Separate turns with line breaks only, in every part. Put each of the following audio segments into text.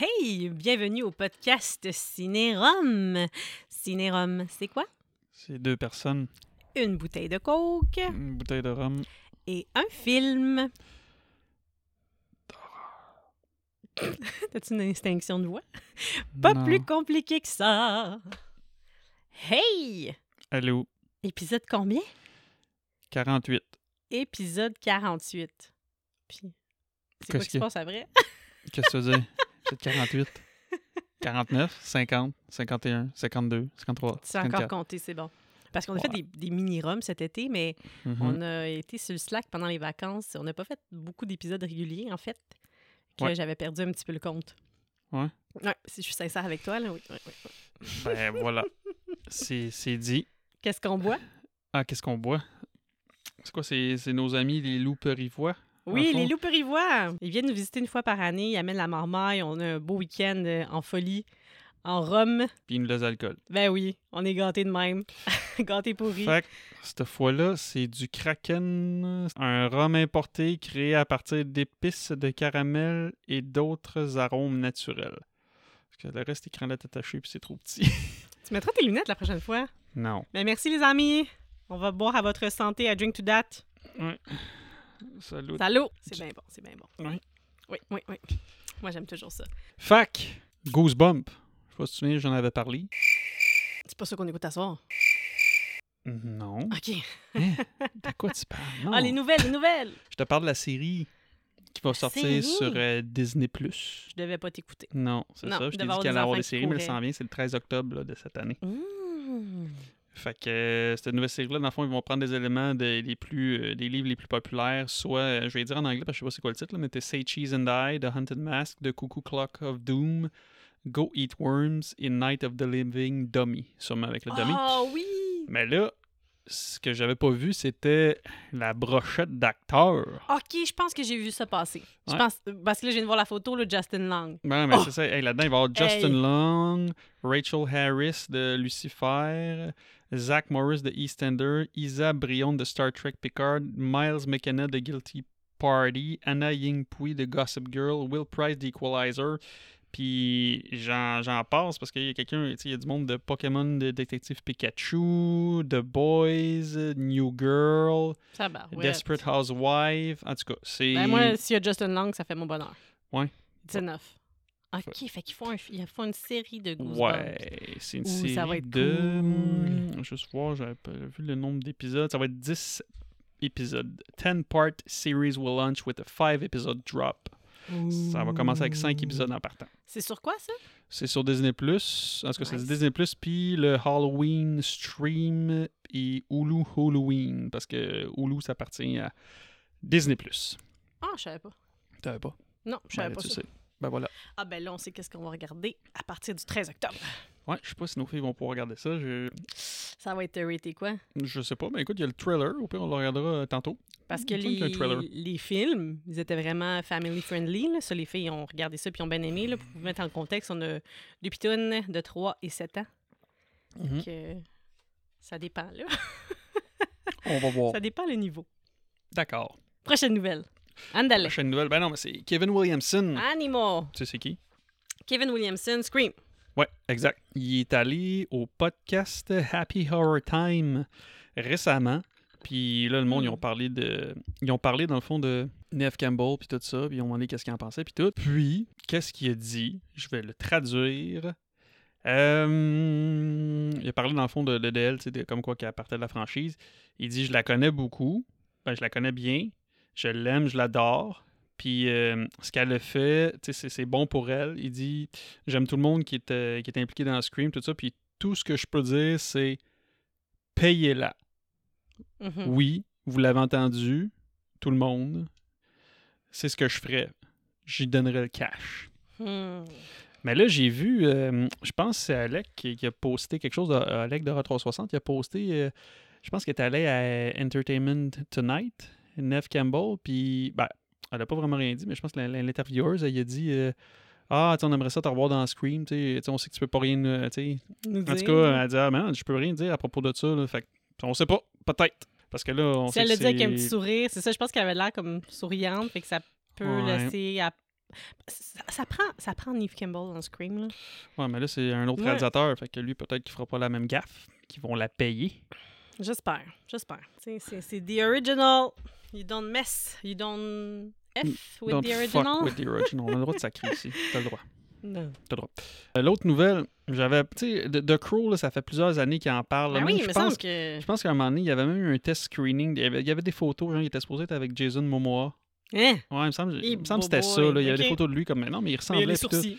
Hey, bienvenue au podcast Cinérum. Cinérum, c'est quoi?
C'est deux personnes,
Une bouteille de coke
une bouteille de rhum.
et un film. T'as-tu une distinction de voix? Pas
Non.
plus compliqué que ça. Hey!
Allô,
Épisode combien?
48.
Épisode 48. Puis, c'est quoi
Qu'est-ce
qui se
que-
passe après?
Qu'est-ce que ça veut dire? C'est de 48. 49, 50, 51, 52, 53.
Tu as encore
54.
compté, c'est bon. Parce qu'on a
Ouais.
fait des, des mini-rums cet été, mais
Mhm.
On a été sur le Slack pendant les vacances. On n'a pas fait beaucoup d'épisodes réguliers, en fait, que
Ouais.
j'avais perdu un petit peu le compte.
Ouais.
Ouais, si je suis sincère avec toi, là, oui. oui, oui.
Ben voilà. C'est c'est dit.
Qu'est-ce qu'on boit?
Ah, qu'est-ce qu'on boit? C'est quoi? C'est c'est nos amis les loups perivois?
Oui,
fond.
les loups périvois. Ils viennent nous visiter une fois par année. Ils amènent la marmaille. On a un beau week-end euh, en folie, en Rome.
Puis ils nous laissent l'alcool.
Ben oui, on est gâtés de même. gâtés pourris.
Fait que, cette fois-là, c'est du Kraken, un rhum importé créé à partir d'épices de caramel et d'autres arômes naturels. Parce que le reste, écran est attaché puis c'est trop petit.
Tu mettras tes lunettes la prochaine fois.
non.
Ben merci, les amis. On va boire à votre santé à Drink to That.
Salut.
Salut! C'est
Tu-
bien bon, c'est bien bon.
Oui.
Oui, oui, oui. Moi, j'aime toujours ça.
Fac, Goosebump. Je sais pas si tu te souviens, j'en avais parlé.
C'est pas ça qu'on écoute à soir.
Non.
OK.
Hein? De quoi tu parles? Non.
Ah, les nouvelles, les nouvelles!
Je te parle de la série qui va sortir
série?
sur euh, Disney+. Plus.
Je devais pas t'écouter.
Non, c'est
Non,
ça. Je
il devait
t'ai dit
avoir
qu'il allait
des
avoir
enfants
des
qui
séries, mais elle
couraient.
s'en vient, c'est le 13 octobre là, de cette année.
Mmh.
Fait que euh, cette nouvelle série-là, dans le fond, ils vont prendre des éléments de- des, plus, euh, des livres les plus populaires, soit, euh, je vais dire en anglais parce que je sais pas c'est quoi le titre, là, mais c'était Say Cheese and Die, The Haunted Mask, The Cuckoo Clock of Doom, Go Eat Worms et Night of the Living Dummy, sûrement avec le dummy.
Ah oui!
Mais là, ce que j'avais pas vu, c'était la brochette d'acteurs.
OK, je pense que j'ai vu ça passer. Je
Ouais.
pense... Parce que là, je viens de voir la photo là, de Justin Lang.
Ben, mais
Oh!
c'est ça. Hey, Là-dedans, il va y avoir Justin
Hey!
Long, Rachel Harris de Lucifer, Zach Morris de EastEnder, Isa Brion de Star Trek Picard, Miles McKenna de Guilty Party, Anna Ying Pui de Gossip Girl, Will Price d'Equalizer. Puis j'en j'en passe parce qu'il y a quelqu'un, tu sais, il y a du monde de Pokémon, de Détective Pikachu, The Boys, New Girl,
Ça va, ouais.
Desperate Housewife. En tout cas, c'est.
Ben moi, s'il y a Justin Lang, ça fait mon bonheur.
Ouais.
19. OK, fait qu'ils font, un... ils font une série de goosebumps.
Ouais, c'est une
Ouh, ça
série
va être
de... Hmm, Juste voir, j'avais pas vu le nombre d'épisodes. Ça va être 10 épisodes. 10-part series will launch with a 5-episode drop. Ça va commencer avec 5 épisodes en partant.
C'est sur quoi, ça?
C'est sur Disney+, Plus en tout cas, c'est
Nice.
Disney+, Plus puis le Halloween Stream et Hulu Halloween, parce que Hulu, ça appartient à Disney+. Plus
Ah, je savais pas.
T'avais pas?
Non, je savais
Ben,
pas
tu
ça.
sais. Ben voilà.
Ah ben là, on sait qu'est-ce qu'on va regarder à partir du 13 octobre.
Ouais, je sais pas si nos filles vont pouvoir regarder ça. Je,
Ça va être raté quoi?
je sais pas, mais écoute, il y a le trailer, au pire, on le regardera euh, tantôt.
Parce que
Il me semble qu'il y a un trailer.
les, les films, ils étaient vraiment family friendly. Là. Ça, les filles ont regardé ça puis ont bien aimé. Là. Pour vous mettre en contexte, on a deux pitounes de 3 et 7 ans.
Mhm.
Donc, euh, ça dépend, là.
On va voir.
Ça dépend le niveau.
D'accord.
Prochaine nouvelle. Andale.
Prochaine nouvelle. Ben non, mais c'est Kevin Williamson.
Ah. Animal.
Tu sais c'est qui?
Kevin Williamson, Scream.
Ouais, exact. Il est allé au podcast Happy Horror Time récemment. Puis là, le monde, ils ont parlé de. Ils ont parlé, dans le fond, de Neve Campbell, puis tout ça. Puis ils ont demandé qu'est-ce qu'il en pensait, puis tout. Puis, qu'est-ce qu'il a dit? Je vais le traduire. Euh, il a parlé, dans le fond, de, de, de elle, tu sais, de- comme quoi qu'elle partait de la franchise. Il dit Je la connais beaucoup. Ben, je la connais bien. Je l'aime, je l'adore. Puis, euh, ce qu'elle a fait, tu sais, c'est- c'est bon pour elle. Il dit J'aime tout le monde qui est, euh, qui est impliqué dans Scream, tout ça. Puis tout ce que je peux dire, c'est payez-la.
Mhm.
Oui, vous l'avez entendu, tout le monde. C'est ce que je ferais. J'y donnerais le cash.
Hmm.
Mais là, j'ai vu, euh, je pense que c'est Alec qui, qui a posté quelque chose, de, euh, Alec de 360, il a posté, euh, je pense qu'il est allé à Entertainment Tonight, Neve Campbell, puis ben, elle n'a pas vraiment rien dit, mais je pense que l'in- l'in- l'intervieweuse, elle, y a dit euh, Ah, tu sais, on aimerait ça te revoir dans Scream, tu sais, tu sais, on sait que tu peux pas rien. euh, tu sais.
Nous
En tout
dire.
cas, elle dit Ah, man, je peux rien dire à propos de ça, là. fait que, on sait pas, peut-être. Parce que là, on
Si
sait
elle
que
le dit avec un
c'est-
petit sourire, c'est ça, je pense qu'elle avait l'air comme souriante, fait que ça peut
Ouais.
laisser à Ça, ça prend, ça prend Neve Campbell dans Scream. Là.
Ouais, mais là, c'est un autre
Ouais.
réalisateur. Fait que lui, peut-être qu'il fera pas la même gaffe. Qu'ils vont la payer.
J'espère, j'espère. Tu sais, C'est c'est the original. You don't mess. You don't F with
Mm. Don't
the
fuck
original.
with the original. On a le droit de sacrer ici. T'as le droit.
Non.
Euh, L'autre nouvelle, j'avais. Tu sais, de, de Crow, là, ça fait plusieurs années qu'il en
Ah
parle. Même,
oui, il
je
me
pense
semble que.
Je pense qu'à un moment donné, il y avait même eu un test screening. Il y avait, il y avait des photos, genre, il était supposé être avec Jason Momoa.
Hein?
Ouais, il me semble,
Et
il me semble que
Bobo,
c'était ça. Là. Il y avait des
ok.
photos de lui comme maintenant, mais il
Mais il y
ressemblait.
a les
puis tout.
sourcils.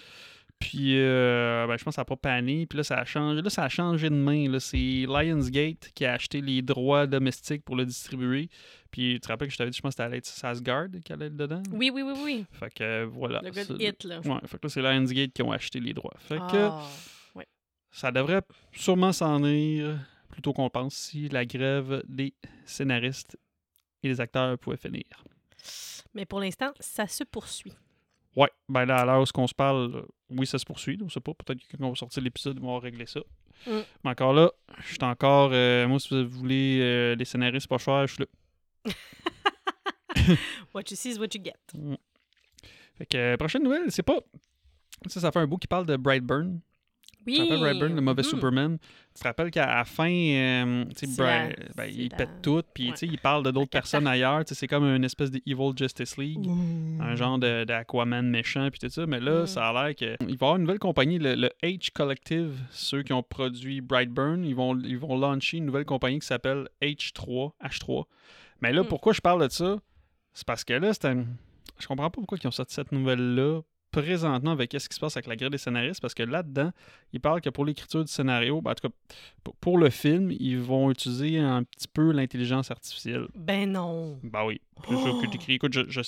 Puis, euh, ben, je pense que ça n'a pas pané. Puis là, ça a changé. Là, ça a changé de main. là. C'est Lionsgate qui a acheté les droits domestiques pour le distribuer. Puis, tu te rappelles que je t'avais dit, je pense que c'était Alex Sasgard qui allait être dedans.
Oui, oui, oui, oui.
Fait que euh, voilà.
Le good
C'est-
hit, là.
Ouais, fait que là, c'est Lionsgate qui ont acheté les droits. Fait que
Ah.
ça devrait sûrement s'en ir plus tôt qu'on le pense si la grève des scénaristes et des acteurs pouvait finir.
Mais pour l'instant, ça se poursuit.
Ouais, ben là, à l'heure où ce qu'on se parle, euh, oui, ça se poursuit. là, On sait pas, peut-être que quelqu'un va sortir l'épisode, on va régler ça.
Mm.
Mais encore là, je suis encore. euh, moi, si vous voulez euh, des scénaristes pas chers, je suis là.
What you see is what you get.
Fait que, euh, prochaine nouvelle, c'est pas. Ça, ça fait un bout qui parle de Brightburn.
Oui. Mm-hmm. Mm.
Tu te rappelles Brightburn, le mauvais Superman? Tu te rappelles qu'à la fin, euh, tu sais,
C'est
Bri-
la-
ben,
c'est
il
la-
pète tout, puis tu
ouais.
sais, il parle de d'autres personnes ailleurs. Tu sais, C'est comme une espèce de Evil Justice League. Un genre de- d'Aquaman méchant, puis tout ça. Mais là,
Mm.
ça a l'air que. Il va y avoir une nouvelle compagnie, le, le H Collective, ceux qui ont produit Brightburn. Ils vont, ils vont lancer une nouvelle compagnie qui s'appelle H3, H3. Mais là,
Mm.
pourquoi je parle de ça? C'est parce que là, c'est un- je comprends pas pourquoi ils ont sorti cette nouvelle-là présentement avec ce qui se passe avec la grille des scénaristes, parce que là-dedans, ils parlent que pour l'écriture du scénario, ben, en tout cas, pour- pour le film, ils vont utiliser un petit peu l'intelligence artificielle.
Ben non.
Ben oui. C'est sûr que
Oh.
t'écris. Écoute, je, je,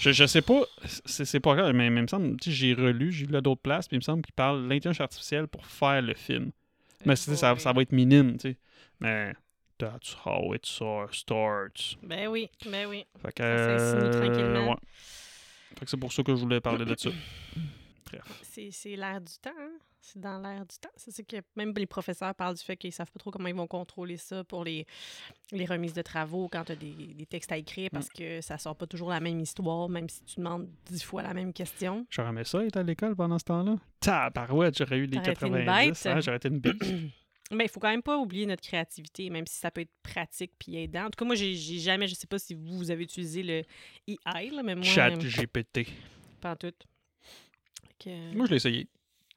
je, je sais pas, c'est c'est pas grave, mais, mais il me semble, tu sais, j'ai relu, j'ai lu à d'autres places, puis il me semble qu'ils parlent de l'intelligence artificielle pour faire le film. Mais
Eh
tu sais, ça, ça va être minime, tu sais. Mais that's how it so- starts.
Ben oui, ben oui.
Fait que.
Ça s'insinue tranquillement.
ouais. Fait que c'est pour ça que je voulais parler de ça.
C'est c'est l'air du temps. hein. C'est dans l'air du temps. C'est ce que même les professeurs parlent du fait qu'ils savent pas trop comment ils vont contrôler ça pour les, les remises de travaux quand tu as des, des textes à écrire parce
Mm.
que ça sort pas toujours la même histoire, même si tu demandes dix fois la même question.
J'aurais aimé ça être à l'école pendant ce temps-là. Tabarouette, j'aurais eu les
T'aurais été une
90.
bête.
hein, j'aurais été une bête.
Mais il faut quand même pas oublier notre créativité, même si ça peut être pratique puis aidant. En tout cas, moi, j'ai j'ai jamais, je sais pas si vous, vous avez utilisé le EI, là, mais moi,
Chat
euh,
GPT.
pas en tout. Fait que-
Moi, je l'ai essayé.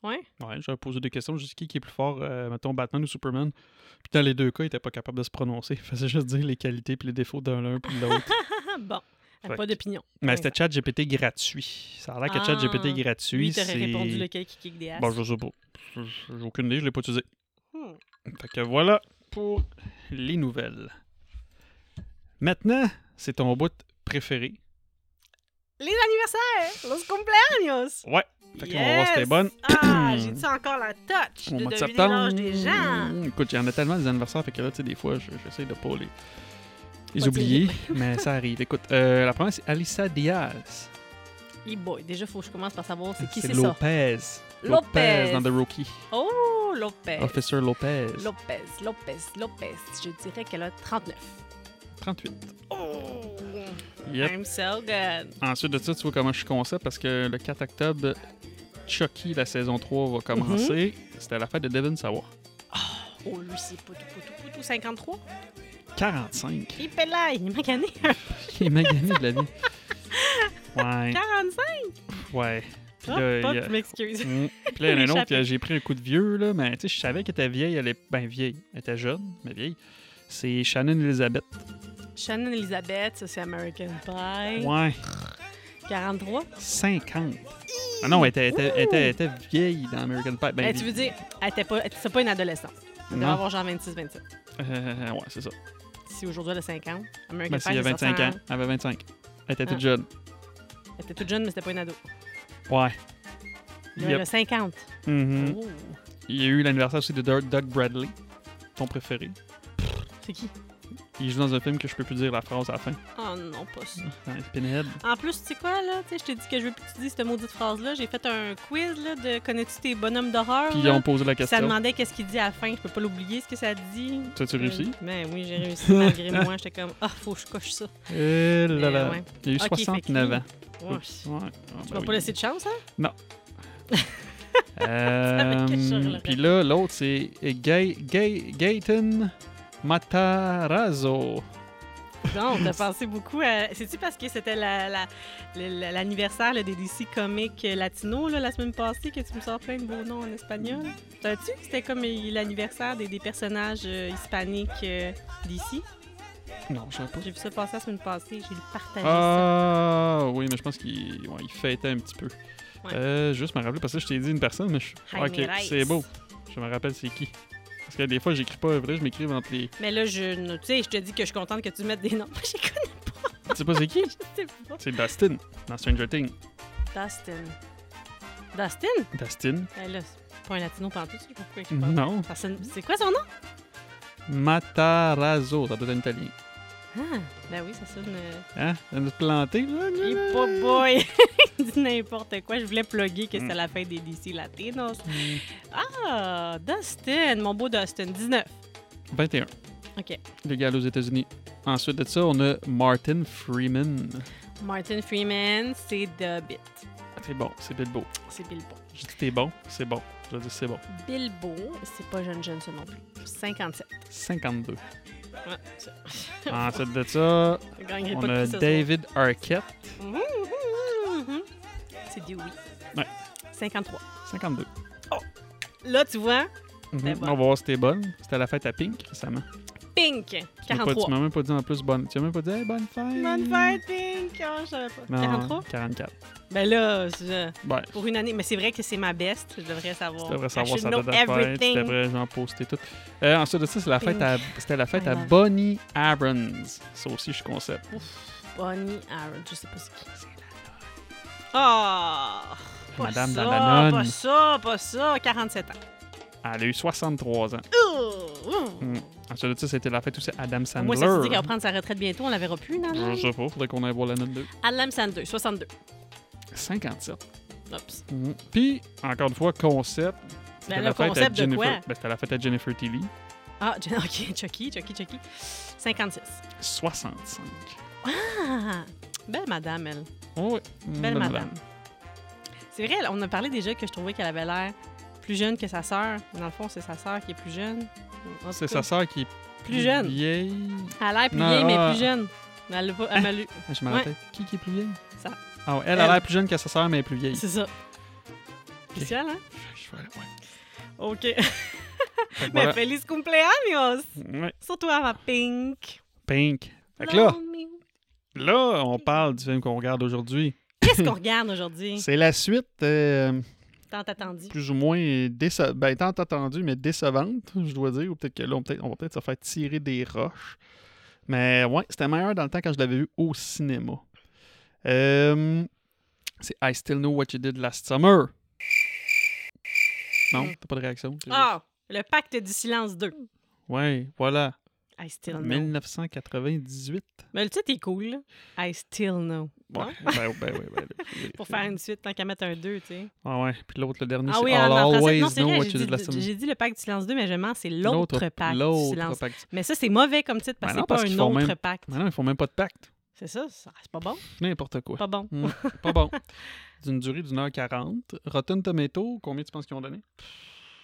Ouais.
Ouais, j'avais posé des questions. Juste qui, qui est plus fort, euh, mettons Batman ou Superman. Puis dans les deux cas, il était pas capable de se prononcer. Il faisait juste dire les qualités puis les défauts d'un l'un puis de l'autre.
Ah, bon,
Fait
pas
que-
d'opinion.
Mais
Ouais,
c'était ChatGPT gratuit. Ça a l'air que
Ah,
ChatGPT
Lui,
gratuit,
t'aurais
c'est...
répondu lequel qui kick des asses.
Bon, je sais pas. Je- je- J'ai aucune idée, je l'ai pas utilisé.
Hmm.
Fait que voilà pour les nouvelles. Maintenant, c'est ton bout préféré.
Les anniversaires! Los cumpleaños!
Ouais, fait qu'on va voir si t'es bonne.
Ah, j'ai dit ça encore la touch
Au
de
mois
deviner
de septembre. Mm,
l'âge des gens.
Écoute, il y en a tellement des anniversaires, fait que là, tu sais, des fois, je- j'essaie de pas les, les
Pas
oublier, mais ça arrive. Écoute, euh, la première, c'est Alissa Diaz.
Hey boy, déjà, faut que je commence par savoir c'est qui
C'est
c'est ça.
Lopez.
Lopez.
dans The Rookie.
Oh, Lopez.
Officer Lopez.
Lopez, Lopez, Lopez. Je dirais qu'elle a 39.
38.
Oh!
Yep.
I'm so good.
Ensuite de ça, tu vois comment je suis concept parce que le 4 octobre, Chucky, la saison 3 va commencer.
Mhm.
C'était la fête de Devin Sawa.
Oh, lui, c'est poutou, poutou, poutou, 53.
45.
Il fait là, il m'a gagné
Il est magané de la vie. Ouais,
45.
ouais. Hein? Puis
Oh,
là,
oh,
il y a-
je m'excuse.
Mm. Puis là, il y en a un
L'échappée.
autre, que j'ai pris un coup de vieux, là, mais tu sais, je savais qu'elle était vieille, elle est ben vieille, elle était jeune, mais vieille. C'est Shannon Elizabeth.
Shannon Elizabeth, ça c'est American Pie.
Ouais,
43.
50. Ah non, elle était, elle était, elle était- elle était vieille dans American Pie. Ben,
Eh, tu veux dire, elle était pas, elle- c'est pas une adolescente. Elle devait
Non.
avoir genre 26-27.
euh, ouais, c'est ça.
Si aujourd'hui elle a 50, American
Ben,
Pie,
s'il y a
c'est
25 ans,
60.
elle avait 25. Elle était
Ah.
toute jeune.
Elle était toute jeune, mais c'était pas une ado.
Ouais.
Là, Elle
Yep.
a 50.
Mhm.
Oh.
Il y a eu l'anniversaire aussi de Doug Doug Bradley, ton préféré.
C'est qui?
Il joue dans un film que je peux plus dire la phrase à la fin.
Oh non, pas ça.
Dans Pinhead.
En plus, tu sais quoi, là? Tu sais, je t'ai dit que je veux plus que tu dises cette maudite phrase-là. J'ai fait un quiz, là, de connais-tu tes bonhommes d'horreur?
Puis ils
là?
ont posé la
Puis ça
question.
demandait qu'est-ce qu'il dit à la fin. Je peux pas l'oublier, ce que ça dit.
T'as-tu réussi?
Ben oui, j'ai réussi malgré moi. J'étais comme, ah, faut que je coche ça.
Eh là
Euh,
là.
ouais.
Il y a eu
Ok, fait que
69
lui-
ans.
Ouais.
Oups. Ouais. Ah,
Tu m'as
ben
pas
oui.
laissé de chance, hein?
Euh,
quelque chose, là.
Puis là, l'autre, c'est Gay, Gay, Gaetan Matarazzo.
Non, t'as pensé beaucoup à... C'est-tu parce que c'était la- la- le- l'anniversaire là, des DC Comics Latino là, la semaine passée que tu me sors plein de beaux noms en espagnol? T'as-tu? C'était comme euh, l'anniversaire des, des personnages euh, hispaniques euh, d'ici.
Non, je sais pas.
J'ai vu ça passer la semaine passée, j'ai lu partager ça.
Ah oui, mais je pense qu'il ouais, il fêtait un petit peu.
Ouais.
Euh, juste me rappeler, parce que je t'ai dit une personne, mais je Ah,
Jaime
Ok,
Reyes.
c'est beau. Je me rappelle c'est qui. Parce que des fois, j'écris pas vrai, je m'écris entre les.
Mais là, je, ne- tu sais, je te dis que je suis contente que tu mettes des noms. Je les connais
Tu sais pas c'est qui
je sais pas.
C'est Dustin dans Stranger Things.
Dustin. Dustin?
Dustin
Ben là, c'est pas un latino pantoute, je sais pas pourquoi je parle.
Non.
Personne- C'est quoi son nom?
Matarazzo, ça doit être un italien.
Ah, ben oui, ça sonne... euh,
Hein Ça nous planter, là
Hey, pas boy! Il dit n'importe quoi. Je voulais plugger que
Mm.
c'était la fête des DC Latinos. Ah, Dustin, mon beau Dustin, 19.
21.
OK.
Légal aux États-Unis. Ensuite de ça, on a Martin Freeman.
Martin Freeman, c'est The Bit.
C'est Ah, bon, c'est Bilbo.
C'est Bilbo.
Je dis t'es bon, c'est bon. Je dis c'est bon.
Bilbo, c'est pas jeune jeune ce non plus. 57.
52.
Ouais, ça.
Ensuite de ça,
Je gagnerai
on
pas de
a
prix ce
David Arquette.
soir. Mhm, mhm, mhm. C'est Dewey.
Ouais.
53.
52.
Là, tu vois,
Mhm.
bonne.
On va voir si t'es bonne. C'était à la fête à Pink récemment.
Pink,
Tu m'as pas-
43.
Tu m'as même pas dit en plus bonne. Tu m'as même pas dit hey, bonne fête.
Bonne fête, Pink! Oh, je savais pas.
Non,
43?
44.
Ben là, je-
Ouais.
Pour une année, mais c'est vrai que c'est ma best, je devrais savoir.
Tu devrais
I
savoir
should
sa
know
date de fête. Tu
everything.
devrais genre poster tout. Euh, ensuite de ça, c'est la fête à- c'était la fête
I
à
love it.
Bonnie Abrams. Ça aussi, je suis concept.
Bonnie Aaron, je sais pas c'est qui. Ah! pas
Madame
ça,
Dananone.
Pas ça, pas ça, 47 ans.
Elle a eu 63 ans.
Oh, oh.
Mm. Ensuite de ça, c'était la fête aussi à Adam Sandler.
Moi, ça se dit qu'elle va prendre hein? sa retraite bientôt, on la verra plus, non?
Je sais pas, faudrait qu'on aille voir la note 2.
Adam Sandler, 62.
57.
Oups.
Mhm. Puis, encore une fois, concept. C'était
Mm-hmm. Ben
la
là,
fête à
concept de
Jennifer-
quoi?
ben, c'était la fête à Jennifer Tilly.
Ah, je- ok, Chucky, Chucky, Chucky. 56.
65.
Ah, belle madame, elle.
Oh, oui.
Belle madame. C'est vrai, on a parlé déjà que je trouvais qu'elle avait l'air plus jeune que sa sœur. Dans le fond, c'est sa sœur qui est plus jeune. En tout
C'est
cas,
sa sœur qui est
Plus jeune.
vieille.
Elle a l'air plus
Non,
vieille, mais
ah.
plus jeune. Mais Elle l'a pas- elle m'a lu.
Ah, Je me
Ouais.
rappelle. Qui qui est plus vieille?
Ça.
Ah, ouais, elle, a
Elle.
l'air plus jeune que sa sœur, mais elle est plus vieille.
C'est ça. Spécial, hein?
Je vais aller- ouais.
OK.
Fait que
Mais
voilà.
feliz cumpleaños!
Ouais.
Surtout à ma pink.
Pink. Fait que là,
Lonely.
là, on parle du film qu'on regarde aujourd'hui.
Qu'est-ce qu'on regarde aujourd'hui?
C'est la suite. euh,
Tant attendu.
plus ou moins déce- ben, tant attendu, mais décevante, je dois dire. Ou peut-être que là, on, peut on va peut-être se faire tirer des roches. Mais ouais, c'était meilleur dans le temps quand je l'avais vu au cinéma. Euh, c'est I Still Know What You Did Last Summer. Non, t'as pas de réaction. c'est juste-
Ah! Le pacte du silence 2.
Ouais, voilà.
I still know.
1998.
Mais le titre est cool. là. I still know.
Ouais,
Ouais.
ben, ben, ouais, ouais, ouais.
Pour faire une suite, tant qu'à mettre un 2, tu sais.
Ah ouais, puis l'autre, le dernier,
Ah
c'est
oui,
I'll
en en français.
Always
Non, c'est
Know
vrai,
What
j'ai
You Did Last
dit,
Summer.
j'ai dit le pacte du silence 2, mais vraiment, c'est l'autre pacte du
l'autre
silence.
pacte.
Mais ça, c'est mauvais comme titre parce que
Ben non,
c'est pas
parce qu'ils
un
font
autre
même-
pacte.
Mais non, ils font même pas de pacte.
C'est ça, ça c'est pas bon.
N'importe quoi.
Pas bon.
Pas bon. D'une durée d'une heure quarante. Rotten Tomato, combien tu penses qu'ils ont donné?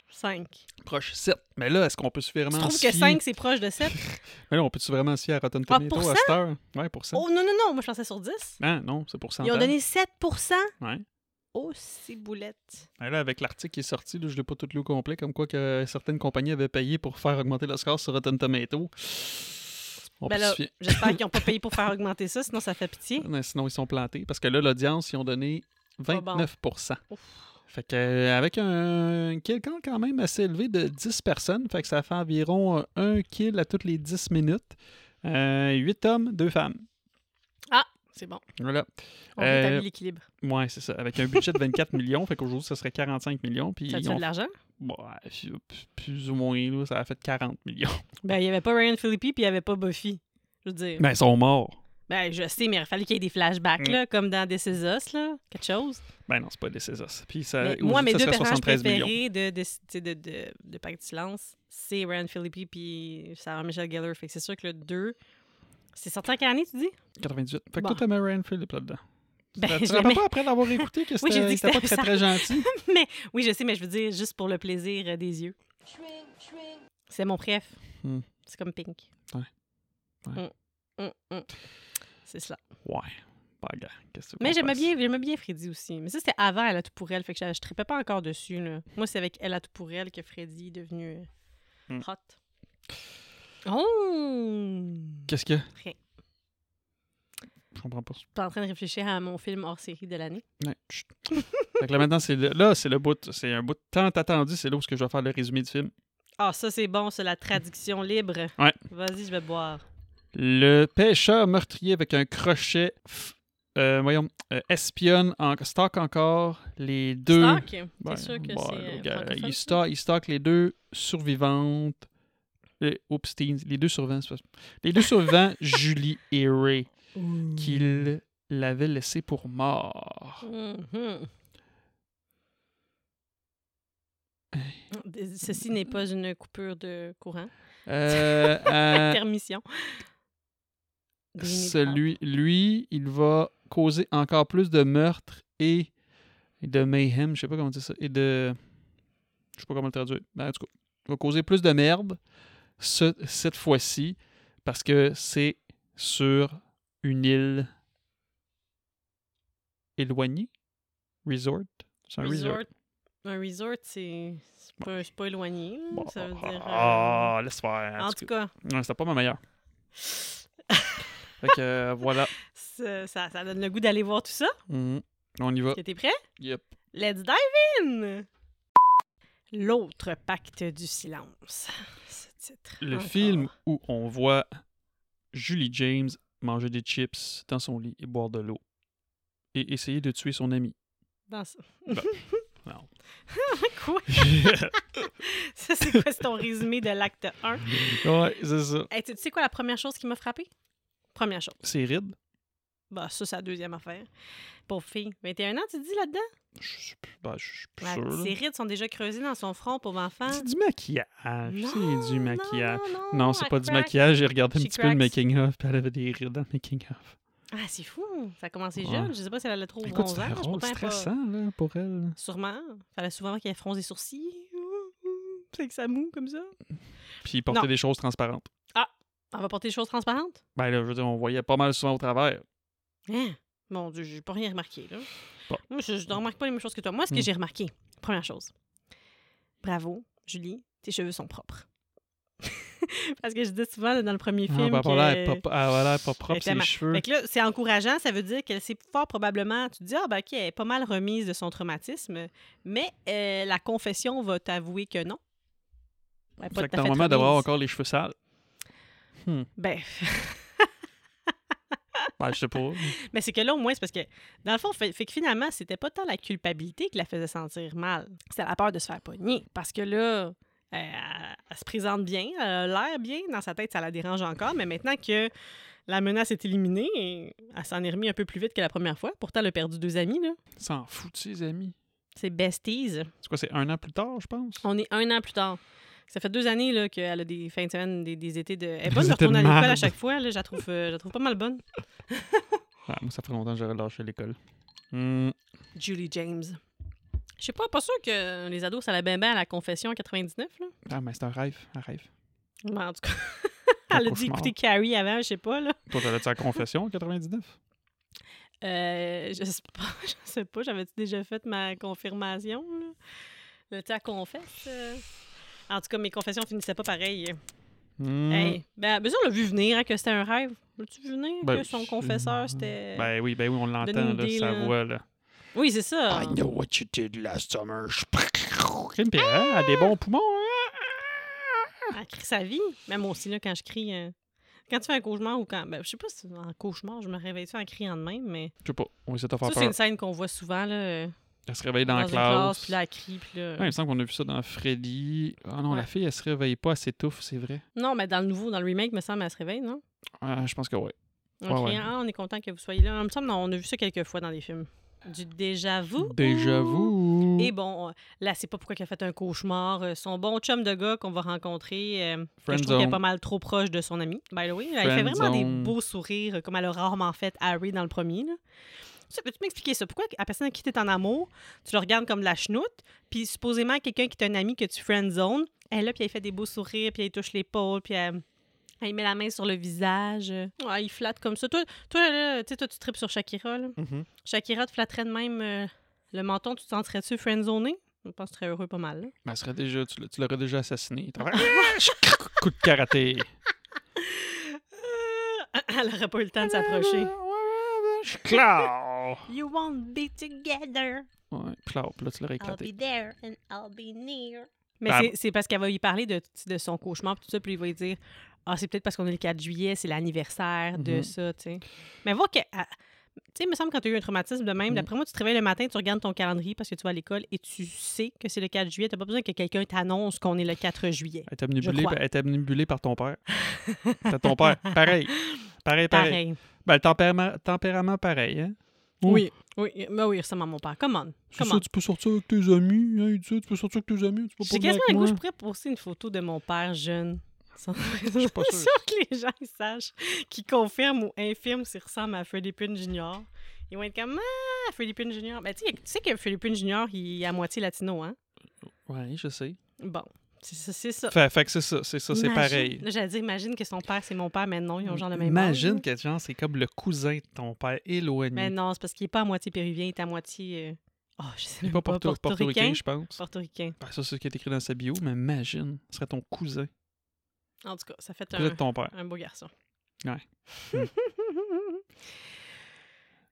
5.
Proche 7. Mais là, est-ce qu'on peut se
Tu
vraiment
trouves
se
que
fier-
5, c'est proche de 7?
Mais là, on peut-tu vraiment se fier à Rotten
Ah,
Tomato à
pourcent?
cette heure? Ouais, pour ça.
Oh non, non, non, moi je pensais sur 10.
Ah non, c'est pour ça.
Ils ont donné 7
Ouais.
Oh, ciboulette.
Mais Là, avec l'article qui est sorti, là, je l'ai pas tout lu au complet, comme quoi que certaines compagnies avaient payé pour faire augmenter le score sur Rotten Tomato. On
Ben
peut
là-
se fier.
J'espère qu'ils n'ont pas payé pour faire augmenter ça, sinon ça fait pitié.
Non, Sinon, ils sont plantés. Parce que là, l'audience, ils ont donné 29 Fait que, euh, avec un quelqu'un quand même assez élevé de 10 personnes, fait que ça fait environ euh, un kill à toutes les 10 minutes. Euh, 8 hommes, 2 femmes.
C'est bon.
Voilà.
On
Euh,
rétablit l'équilibre.
Ouais, c'est ça. Avec un budget de 24 millions, fait qu'aujourd'hui, ça serait 45 millions. Puis
Ça te
ils
fait
ont-
de l'argent?
Bon, ouais, puis, euh, plus- plus ou moins, là, ça a fait 40 millions.
Ben, il n'y avait pas Ryan Philippi puis il n'y avait pas Buffy. Je veux dire.
Mais ils sont morts.
Ben, je sais, mais il fallait qu'il y ait des flashbacks,
Mm.
là, comme dans This Is Us, là. Quelque chose.
Ben non, c'est pas des Césars. Puis ça,
Mais
aujourd'hui,
moi, mes
Euh, ça
deux
serait
personnages
73 millions.
préférés de, de, de, de, de, de Pacte du Silence, c'est Ryan Philippi puis Sarah Michelle Gellar. Fait que c'est sûr que le 2, c'est sorti en quelle année, tu dis?
98. Fait que
Bon.
toi, t'as Marianne Philip là-dedans.
Ben,
tu te
je
rappelles
l'aimais.
pas après l'avoir écouté que
Oui, j'ai
c'était
dit que
c'était pas très
c'était
très gentil?
mais oui, je sais, mais je veux dire juste pour le plaisir euh, des yeux. C'est mon préf.
Hmm.
C'est comme Pink.
Ouais. Ouais.
Mm, mm, mm. C'est cela.
Ouais. Bah, gars, qu'est-ce que tu veux
Mais
qu'on
j'aimais
fasse?
bien, j'aimais bien Freddy aussi. Mais ça, c'était avant Elle a tout pour elle. Fait que je, je tripais pas encore dessus. là. Moi, c'est avec Elle a tout pour elle que Freddy est devenu euh,
Hmm.
hot. Oh!
Qu'est-ce que?
Rien.
Je comprends pas.
Je suis en train de réfléchir à mon film hors série de l'année.
Ouais, chut. fait que là, maintenant, c'est le, là, c'est le bout. C'est un bout tant attendu. C'est là où ce que je vais faire le résumé du film.
Ah, ça, c'est bon, c'est la traduction libre.
Ouais.
Vas-y, je vais boire.
Le pêcheur meurtrier avec un crochet, f- euh, voyons, euh, espionne, en, stocke encore les deux.
Stock? C'est
Ben,
sûr que
bon, le
c'est.
gars,
euh, francophone,
il,
ça?
stocke, il stocke les deux survivantes. Les, oups, teens, les deux survivants, c'est pas- les deux survivants, Julie et Ray,
Mm.
qu'il l'avait laissé pour mort.
Mhm. Ceci n'est pas une coupure de courant.
Euh, euh,
Intermission.
celui, lui, il va causer encore plus de meurtres et et de mayhem, je sais pas comment dire ça, et de. Je sais pas comment le traduire. Ben, en tout cas, il va causer plus de merde ce- cette fois-ci parce que c'est sur une île éloignée. Resort. C'est un resort.
Resort. Un resort, c'est c'est pas, c'est pas éloigné. là.
Bon,
Ça veut dire. euh,
Ah, laisse faire.
en
En
tout cas,
cas, ouais, c'était pas ma meilleure. Fait que euh, voilà.
ça, ça- ça donne le goût d'aller voir tout ça.
Mhm. On y va.
Ok, T'es prêt?
Yep.
Let's dive in! L'autre pacte du silence. Ce titre.
Le
Encore.
film où on voit Julie James manger des chips dans son lit et boire de l'eau et essayer de tuer son ami.
Dans ce-
Non.
Quoi? Ça, c'est quoi c'est ton résumé de l'acte 1?
ouais, c'est ça.
Hey, tu tu sais quoi la première chose qui m'a frappée? Première chose.
C'est Ride.
Bah, ça, c'est la deuxième affaire. Pauvre fille. 21 ans, tu dis là-dedans?
Je suis plus, ben, je suis plus
Ouais,
sûr.
ses
là.
rides sont déjà creusées dans son front, pauvre enfant.
C'est du maquillage. ah, C'est du maquillage.
Non, non,
Non,
non,
c'est
elle
pas du
craque.
maquillage. J'ai regardé un
She
petit peu le
cracks.
making-of, puis elle avait des rides dans le making-of.
Ah, c'est fou. Ça a commencé
Ouais.
jeune. Je sais pas si elle allait trop au
Écoute,
bronzage.
c'est un
pourtant,
rôle
elle est pas-
stressant là, pour elle.
Sûrement. Fallait souvent qu'elle fronce des sourcils. C'est que ça mou comme ça.
Puis il portait
Non.
des choses transparentes.
Elle va porter des choses transparentes?
Ben là, je veux dire, on voyait pas mal souvent au travers. Ah,
Hein? Mon Dieu, j'ai pas rien remarqué, là.
Bon.
Moi, je, je ne remarque pas les mêmes choses que toi. Moi, ce que
Hmm.
j'ai remarqué, première chose, bravo, Julie, tes cheveux sont propres. Parce que je dis souvent là, dans le premier
Ah,
film
ben,
que...
voilà, elle est pas, elle a l'air pas
elle
propre,
était ma-
ses cheveux.
Fait que là, c'est encourageant, ça veut dire qu'elle s'est fort probablement... Tu te dis, ah ben ok, elle est pas mal remise de son traumatisme, mais euh, la confession va t'avouer que non. Elle est pas
Fait que
tout à fait
normalement, elle devrait avoir
remise.
encore les cheveux sales.
Ben,
Ben, je sais pas.
Mais c'est que là, au moins, c'est parce que, dans le fond, fait, fait que finalement, c'était pas tant la culpabilité qui la faisait sentir mal. C'était la peur de se faire pogner. Parce que là, euh, elle, elle se présente bien, elle a l'air bien. Dans sa tête, ça la dérange encore. Mais maintenant que la menace est éliminée, elle s'en est remise un peu plus vite que la première fois. Pourtant, elle a perdu deux amis, là.
S'en fout de ses amis.
C'est besties.
C'est quoi, c'est un an plus tard, je pense?
On est un an plus tard. Ça fait deux années là, qu'elle a des fins de semaine, des, des étés de. Elle est bonne
Des
de
étés de
retourner à l'école à
merde.
chaque fois. Là, je, la trouve, euh, je la trouve pas mal bonne.
Ah, moi, ça fait longtemps que j'aurais lâché l'école. Hmm.
Julie James. Je sais pas, pas sûr que les ados, ça la bien bien à la confession en 99, là.
Ah, mais c'est un rêve, un rêve.
Mais en tout cas, elle
Un
a dit
cauchemar.
écouter Carrie avant, je sais pas, là.
Toi, t'allais-tu en confession en 99?
Euh, je sais pas, je sais pas, j'avais-tu déjà fait ma confirmation, là? Là, tu sais, elle confesse. euh. En tout cas, mes confessions finissaient pas pareil.
Hmm.
Hey, ben, ben ça, on l'a vu venir, hein, que c'était un rêve. L'as-tu vu venir
Ben,
que son
je-
confesseur, c'était...
Ben oui, ben oui, on l'entend,
euh, Donne-nous
là,
des,
sa
là.
voix, là.
Oui, c'est ça.
I know what you did last summer. Crime, puis
Ah!
elle a des bons poumons, hein?
Elle crie sa vie. Même moi aussi, là, quand je crie... euh, Quand tu fais un cauchemar ou quand... Ben, je sais pas si en cauchemar, je me réveille-tu en criant de même, mais...
Je sais pas, on essaie de te faire
Ça, c'est
peur.
une scène qu'on voit souvent, là, euh,
Elle se réveille
dans,
dans, la
une classe,
classe.
puis là, elle crie, puis là...
Ouais, il me semble qu'on a vu ça dans Freddy. Ah non, la
Ouais.
fille, elle se réveille pas, elle s'étouffe, c'est vrai.
Non, mais dans le nouveau, dans le remake, me semble, elle se réveille, non?
Ah, je pense que oui.
En
Ouais, ouais.
criant, Ah, on est content que vous soyez là. En me semble, non, on a vu ça quelques fois dans des films. Du déjà-vu.
Déjà vous.
Et bon, euh, là, c'est pas pourquoi qu'elle a fait un cauchemar. Euh, Son bon chum de gars qu'on va rencontrer, euh, que je trouve qu'elle est
Friendzone.
pas mal trop proche de son ami, by the way. Elle fait vraiment des
Friendzone.
beaux sourires, comme elle a rarement fait à Harry dans le premier, là. Ça, Peux-tu m'expliquer ça? Pourquoi la personne à qui t'es en amour, tu le regardes comme de la chenoute, puis supposément quelqu'un qui est un ami que tu friendzone, elle est là, puis elle fait des beaux sourires, puis elle touche l'épaule, puis elle, elle met la main sur le visage. Ouais, il flatte comme ça. Toi, toi, là, tu sais, toi, tu tripes sur Shakira, là.
Mhm.
Shakira te flatterait de même euh, le menton, tu te sentirais-tu friendzoné? Je pense que tu serais heureux pas mal. là.
Mais elle serait déjà, tu l'a- tu l'aurais déjà assassiné. T'aurais- Coup de karaté.
Euh, elle aurait pas eu le temps de s'approcher.
Claw!
You won't be together.
Ouais, claw. Puis là, tu l'aurais éclaté.
there and I'll be near. Mais
Ah
c'est- c'est parce qu'elle va lui parler de, de son cauchemar, puis tout ça, puis il va lui dire Ah, c'est peut-être parce qu'on est le 4 juillet, c'est l'anniversaire de
Mhm.
ça, tu sais. Mais voir que. ah, Tu sais, il me semble quand tu as eu un traumatisme de même,
Mhm.
d'après moi, tu te réveilles le matin, tu regardes ton calendrier parce que tu vas à l'école et tu sais que c'est le 4 juillet. Tu pas besoin que quelqu'un t'annonce qu'on est le 4 juillet.
Elle était omnibulée,
Ah, crois.
elle était omnibulée par ton père. C'était ton père. Pareil. Pareil, pareil.
Pareil.
Ben, le tempérament, tempérament pareil. Hein?
Oui, oui, ben oui, il ressemble à mon père. Come on.
C'est
Come
ça,
on.
tu peux sortir avec tes amis. Hein, il dit ça, tu peux sortir avec tes amis. Tu peux pas
J'ai
venir
quasiment
avec
le goût,
moi.
je pourrais poster une photo de mon père jeune. Sans- Je suis
pas sûre.
que les gens ils sachent, qui confirment ou infirment s'il ressemble à Freddie Pin Jr. Ils vont être comme Ah, Freddie Pin Jr. Ben, tu sais- tu sais que Freddie Pin Jr. il est à moitié latino, hein?
Ouais, je sais.
Bon, c'est ça. C'est ça.
Fait, fait que c'est ça, c'est ça, c'est
Ah. Imagine-
pareil.
Là, j'allais dire, imagine que son père, c'est mon père, mais non, ils ont genre le même âge.
Imagine
là.
que genre, c'est comme le cousin de ton père éloigné.
Mais non, c'est parce qu'il est pas à moitié péruvien, il est à moitié. euh, Oh, je sais
Il est
même
pas
pas,
porto- portoricain,
portoricain.
je pense.
Portoricain.
Ben, ça, c'est ce qui est écrit dans sa bio, mais imagine, ce serait ton cousin.
En tout cas, ça fait
Cousin
un,
de ton père.
Un beau garçon. Hmm.
Ouais.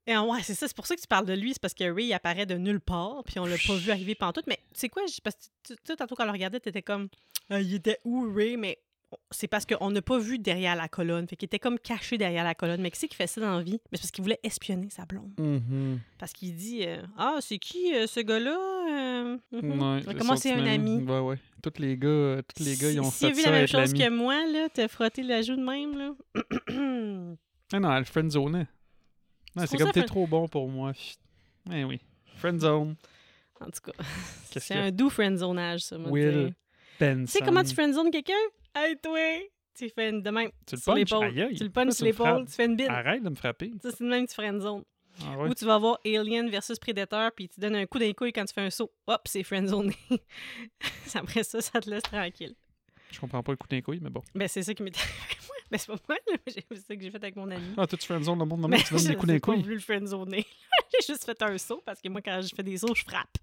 Et euh, ouais, c'est ça, c'est pour ça que tu parles de lui, c'est parce que Ray il apparaît de nulle part, puis on l'a pas vu arriver pantoute. Mais tu sais quoi, je- parce que tu- tu sais, tantôt quand on le regardait, t'étais comme, Ah, il était où Ray? Mais on- c'est parce qu'on n'a pas vu derrière la colonne, fait qu'il était comme caché derrière la colonne. Mais qui c'est qui fait ça dans la vie? Mais c'est parce qu'il voulait espionner sa blonde.
Mhm.
Parce qu'il dit, euh, ah, c'est qui euh, ce gars-là? Euh, mhm.
Ouais,
Je vais
le
commencer un
sentiment.
ami.
Ouais, ouais. Tous les gars, euh, tous les gars, ils ont
si, s'il a
fait
vu
ça
la même
être
chose
l'ami.
que moi, là, t'as frotté la joue de même, là.
Ah non, elle friendzonait.
Tu
Non, c'est
trouves
comme
ça
t'es
friend-
trop bon pour moi. Pfft. Eh oui. Friendzone.
En tout cas,
Qu'est-ce
c'est
qu'il y a?
un doux friendzonage, ça, moi.
Will
dire.
Benson.
Tu sais comment tu friendzone quelqu'un? Hey, toi! Tu fais une de même
Tu le
sur
punches?
l'épaule.
Aïe, aïe.
Tu le punches
Pourquoi
sur
tu me Ah. frappes?
l'épaule, tu fais une bite.
Arrête de me frapper.
Ça, c'est de même tu friendzone.
Ah ouais.
Ou tu vas voir Alien versus Predator, puis tu donnes un coup d'un couille quand tu fais un saut. Hop, c'est friendzoné. Après ça, ça te laisse tranquille.
Je comprends pas le coup d'un couille, mais bon.
Ben, c'est ça qui m'est arrivé. moi. Ben, c'est pas moi, là. J'ai- C'est ça que j'ai fait avec mon ami.
Ah, toi, tu friendzone le monde, le
Mais
monde, tu donnes des coups d'un
j'ai pas
couille.
voulu le friendzoner. j'ai juste fait un saut, parce que moi, quand je fais des sauts, je frappe.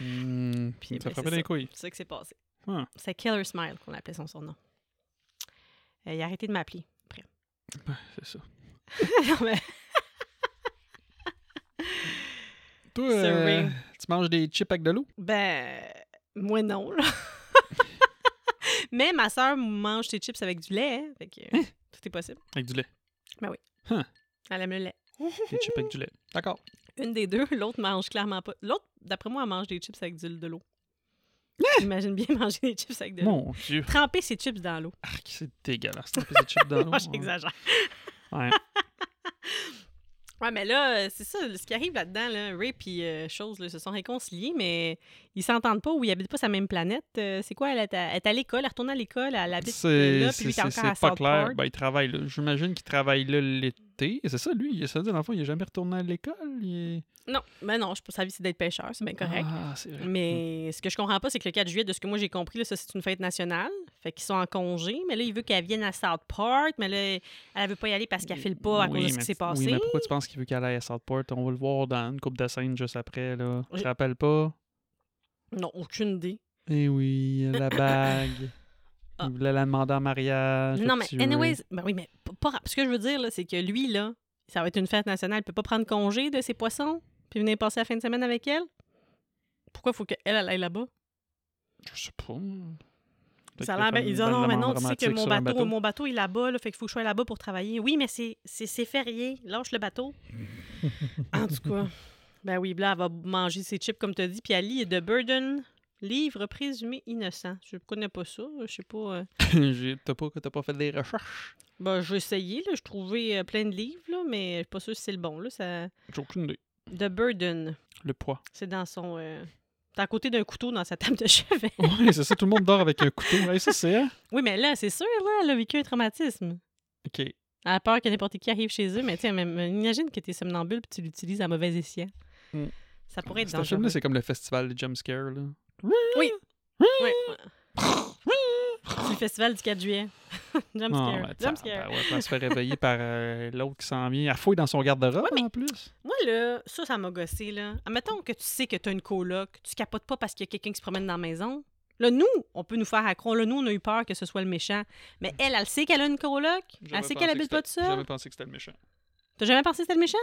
Hmm,
Puis,
ça
ben,
frappe
c'est
d'un
ça.
couille.
C'est ça que c'est passé.
Ah.
C'est Killer Smile qu'on appelait son surnom. Euh, il a arrêté de m'appeler.
C'est ça.
non, mais
Toi,
C'est
euh,
vrai.
tu manges des chips avec de l'eau?
Ben, moi non, là. Mais ma soeur mange ses chips avec du lait, hein, fait que euh, tout est possible.
Avec du lait.
Elle aime le lait.
Des chips avec du lait. D'accord.
Une des deux, l'autre mange clairement pas. L'autre, d'après moi, elle mange des chips avec du, de l'eau. Imagine bien manger des chips avec de l'eau.
Mon Dieu.
Tremper ses chips dans l'eau.
Arc, c'est dégueulasse. T'as des chips dans l'eau.
Moi, j'exagère.
hein. Ouais.
Ah, Ouais, mais là, euh, c'est ça, ce qui arrive là-dedans, là, Ray puis euh, Chose là, se sont réconciliés, mais ils s'entendent pas ou ils habitent pas sa même planète. Euh, c'est quoi, elle est à, elle est à l'école, elle retourne à l'école, elle habite euh,
C'est
là, puis
c'est-
lui, il est
c'est-
encore à
c'est pas
Southport.
clair. Ben, il travaille là. J'imagine qu'il travaille là l'été. Et C'est ça, lui. Il- Ça veut dire, dans le fond, il n'est jamais retourné à l'école. il est-
Non, mais non, je pense que sa vie, c'est d'être pêcheur, c'est bien correct.
Ah, c'est vrai.
Mais ce que je comprends pas, c'est que le 4 juillet, de ce que moi j'ai compris, là, ça c'est une fête nationale. Fait qu'ils sont en congé, mais là, il veut qu'elle vienne à Southport, mais là, elle veut pas y aller parce qu'elle file pas à
Oui,
cause de ce
mais-
qui s'est
Oui,
passé.
mais pourquoi tu penses qu'il veut qu'elle aille à Southport? On va le voir dans une coupe de scène juste après. Là. Tu
Oui.
te rappelles pas?
Non, aucune idée.
Eh oui, la bague.
Ah.
Il voulait la demander en mariage. le
Non, mais
petit Ray.
anyways, ben oui, mais p- pas, rap- ce que je veux dire, là, c'est que lui, là, ça va être une fête nationale, il peut pas prendre congé de ses poissons, puis venir passer la fin de semaine avec elle. Pourquoi faut qu'elle elle aille là-bas?
Je sais pas. Peut-être
Ça a
qu'il a
l'air bien.
fait
Il
une
dit
belle
non, mais non,
demande
tu sais que
romantique
mon
sur un
bateau, mon bateau est là-bas, là, fait qu'il faut que je sois là-bas pour travailler. Oui, mais c'est- c'est c'est férié. Lâche le bateau. en tout cas, ben oui, là, elle va manger ses chips, comme tu as dit. Puis Ali est de Burden, livre présumé innocent. Je connais pas ça. Je sais pas. euh,
J'ai- T'as pas, t'as pas fait des recherches?
Ben, j'ai essayé, là. J'ai trouvé euh, plein de livres, là, mais je suis pas sûre si c'est le bon, là. Ça...
J'ai aucune idée.
The Burden,
Le poids.
c'est dans son... euh, T'es à côté d'un couteau dans sa table de chevet.
oui, c'est ça. Tout le monde dort avec un couteau. Ouais, ça, c'est... hein?
Oui, mais là, c'est sûr, là, elle a vécu un traumatisme.
OK.
Elle a peur que n'importe qui arrive chez eux, mais tu sais, même- euh, imagine que tu es somnambule puis tu l'utilises à mauvais escient.
Mm.
Ça pourrait être
C'est un film,
dangereux.
là, c'est comme le festival des jumpscares. là.
Ouais. C'est le festival du 4 juillet.
Non,
Jumpscare.
ben, t'as-
Jumpscare.
ben ouais, puis elle se fait réveiller par euh, l'autre qui s'en vient. Elle fouille dans son garde-robe
Ouais, mais-
en plus.
Moi, là, ça, ça m'a gossé, là. Admettons que tu sais que t'as une coloc, tu capotes pas parce qu'il y a quelqu'un qui se promène dans la maison. Là, nous, on peut nous faire accro. Là, nous, on a eu peur que ce soit le méchant. Mais elle, elle sait qu'elle a une coloc. Elle sait qu'elle habite pas de ça.
J'avais pensé que c'était le méchant.
T'as jamais pensé que c'était le méchant?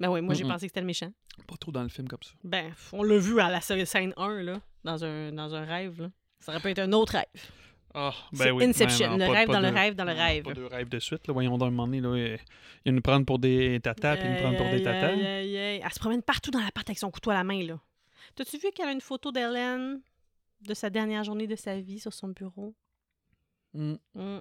Ben oui, moi, j'ai
Mm-mm.
pensé que c'était le méchant.
Pas trop dans le film comme ça.
Ben, on l'a vu à la scène 1, là, dans un, dans un rêve, là. Ça aurait pu être un autre rêve.
Ah,
C'est
ben oui.
Inception,
non,
le
pas-
rêve
pas
dans le
de-
rêve dans le
non,
rêve.
Pas deux rêves de suite. Là. Voyons d'un moment donné, là, euh, il y a une prendre pour des tatas puis une
Aïe,
prendre pour des
aïe,
tatas.
aïe, aïe, aïe. Elle se promène partout dans l'appart avec son couteau à la main, là. T'as-tu vu qu'elle a une photo d'Hélène de sa dernière journée de sa vie sur son bureau?
Mm.
Mm.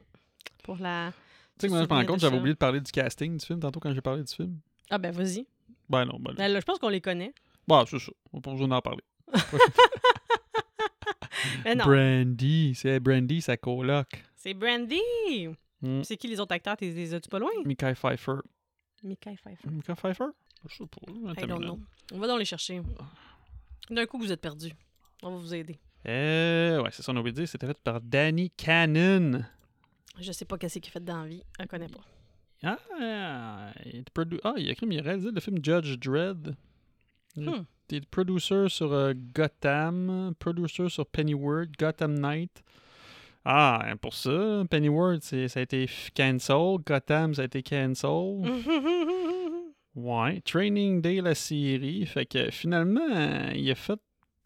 Pour la...
Tu sais que moi, je me rends
souvenir
compte,
de
j'avais
ça.
oublié de parler du casting du film tantôt quand j'ai parlé du film.
Ah ben, vas-y.
Ben non, ben non.
Ben là, je pense qu'on les connaît.
Bah, c'est ça. On peut en parler.
Mais Ben, non,
Brandy, c'est Brandy, sa coloc.
c'est Brandy!
Mm.
C'est qui les autres acteurs? T'es les as-tu pas loin?
Mikael Pfeiffer.
Mikael Pfeiffer.
Mikael Pfeiffer? Je sais pas. là,
I
attends
don't
une
know.
minute.
On va donc les chercher. D'un coup, vous êtes perdus. On va vous aider.
Euh, ouais, c'est ça, on a oublié de dire. C'était fait par Danny Cannon.
Je sais pas qu'est-ce qu'il fait dans la vie. On connaît pas.
Ah, il est produ- ah, il a, écrit- il a réalisé le film Judge Dredd. Il
Hmm.
était producer sur euh, Gotham, producer sur Pennyworth, Gotham Knight. Ah, pour ça, Pennyworth, c'est- ça a été f- cancel. Gotham, ça a été cancel. Ouais. Training Day, la série. Fait que finalement, euh, il a fait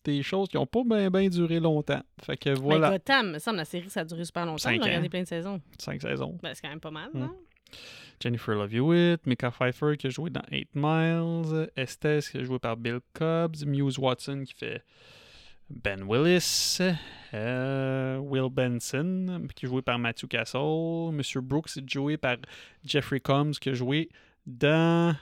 des choses qui n'ont pas bien duré longtemps. Fait que
Voilà.
voilà,
Ben, Gotham, me semble, la série, ça a duré super longtemps.
Cinq
On a regardé
ans.
plein de saisons.
cinq saisons.
Ben, c'est quand même pas mal,
Mm.
non?
Jennifer Love Hewitt, Mika Pfeiffer qui a joué dans 8 Miles, Estes qui a joué par Bill Cobbs, Muse Watson qui fait Ben Willis, euh, Will Benson qui est joué par Matthew Castle, Monsieur Brooks est joué par Jeffrey Combs qui a joué dans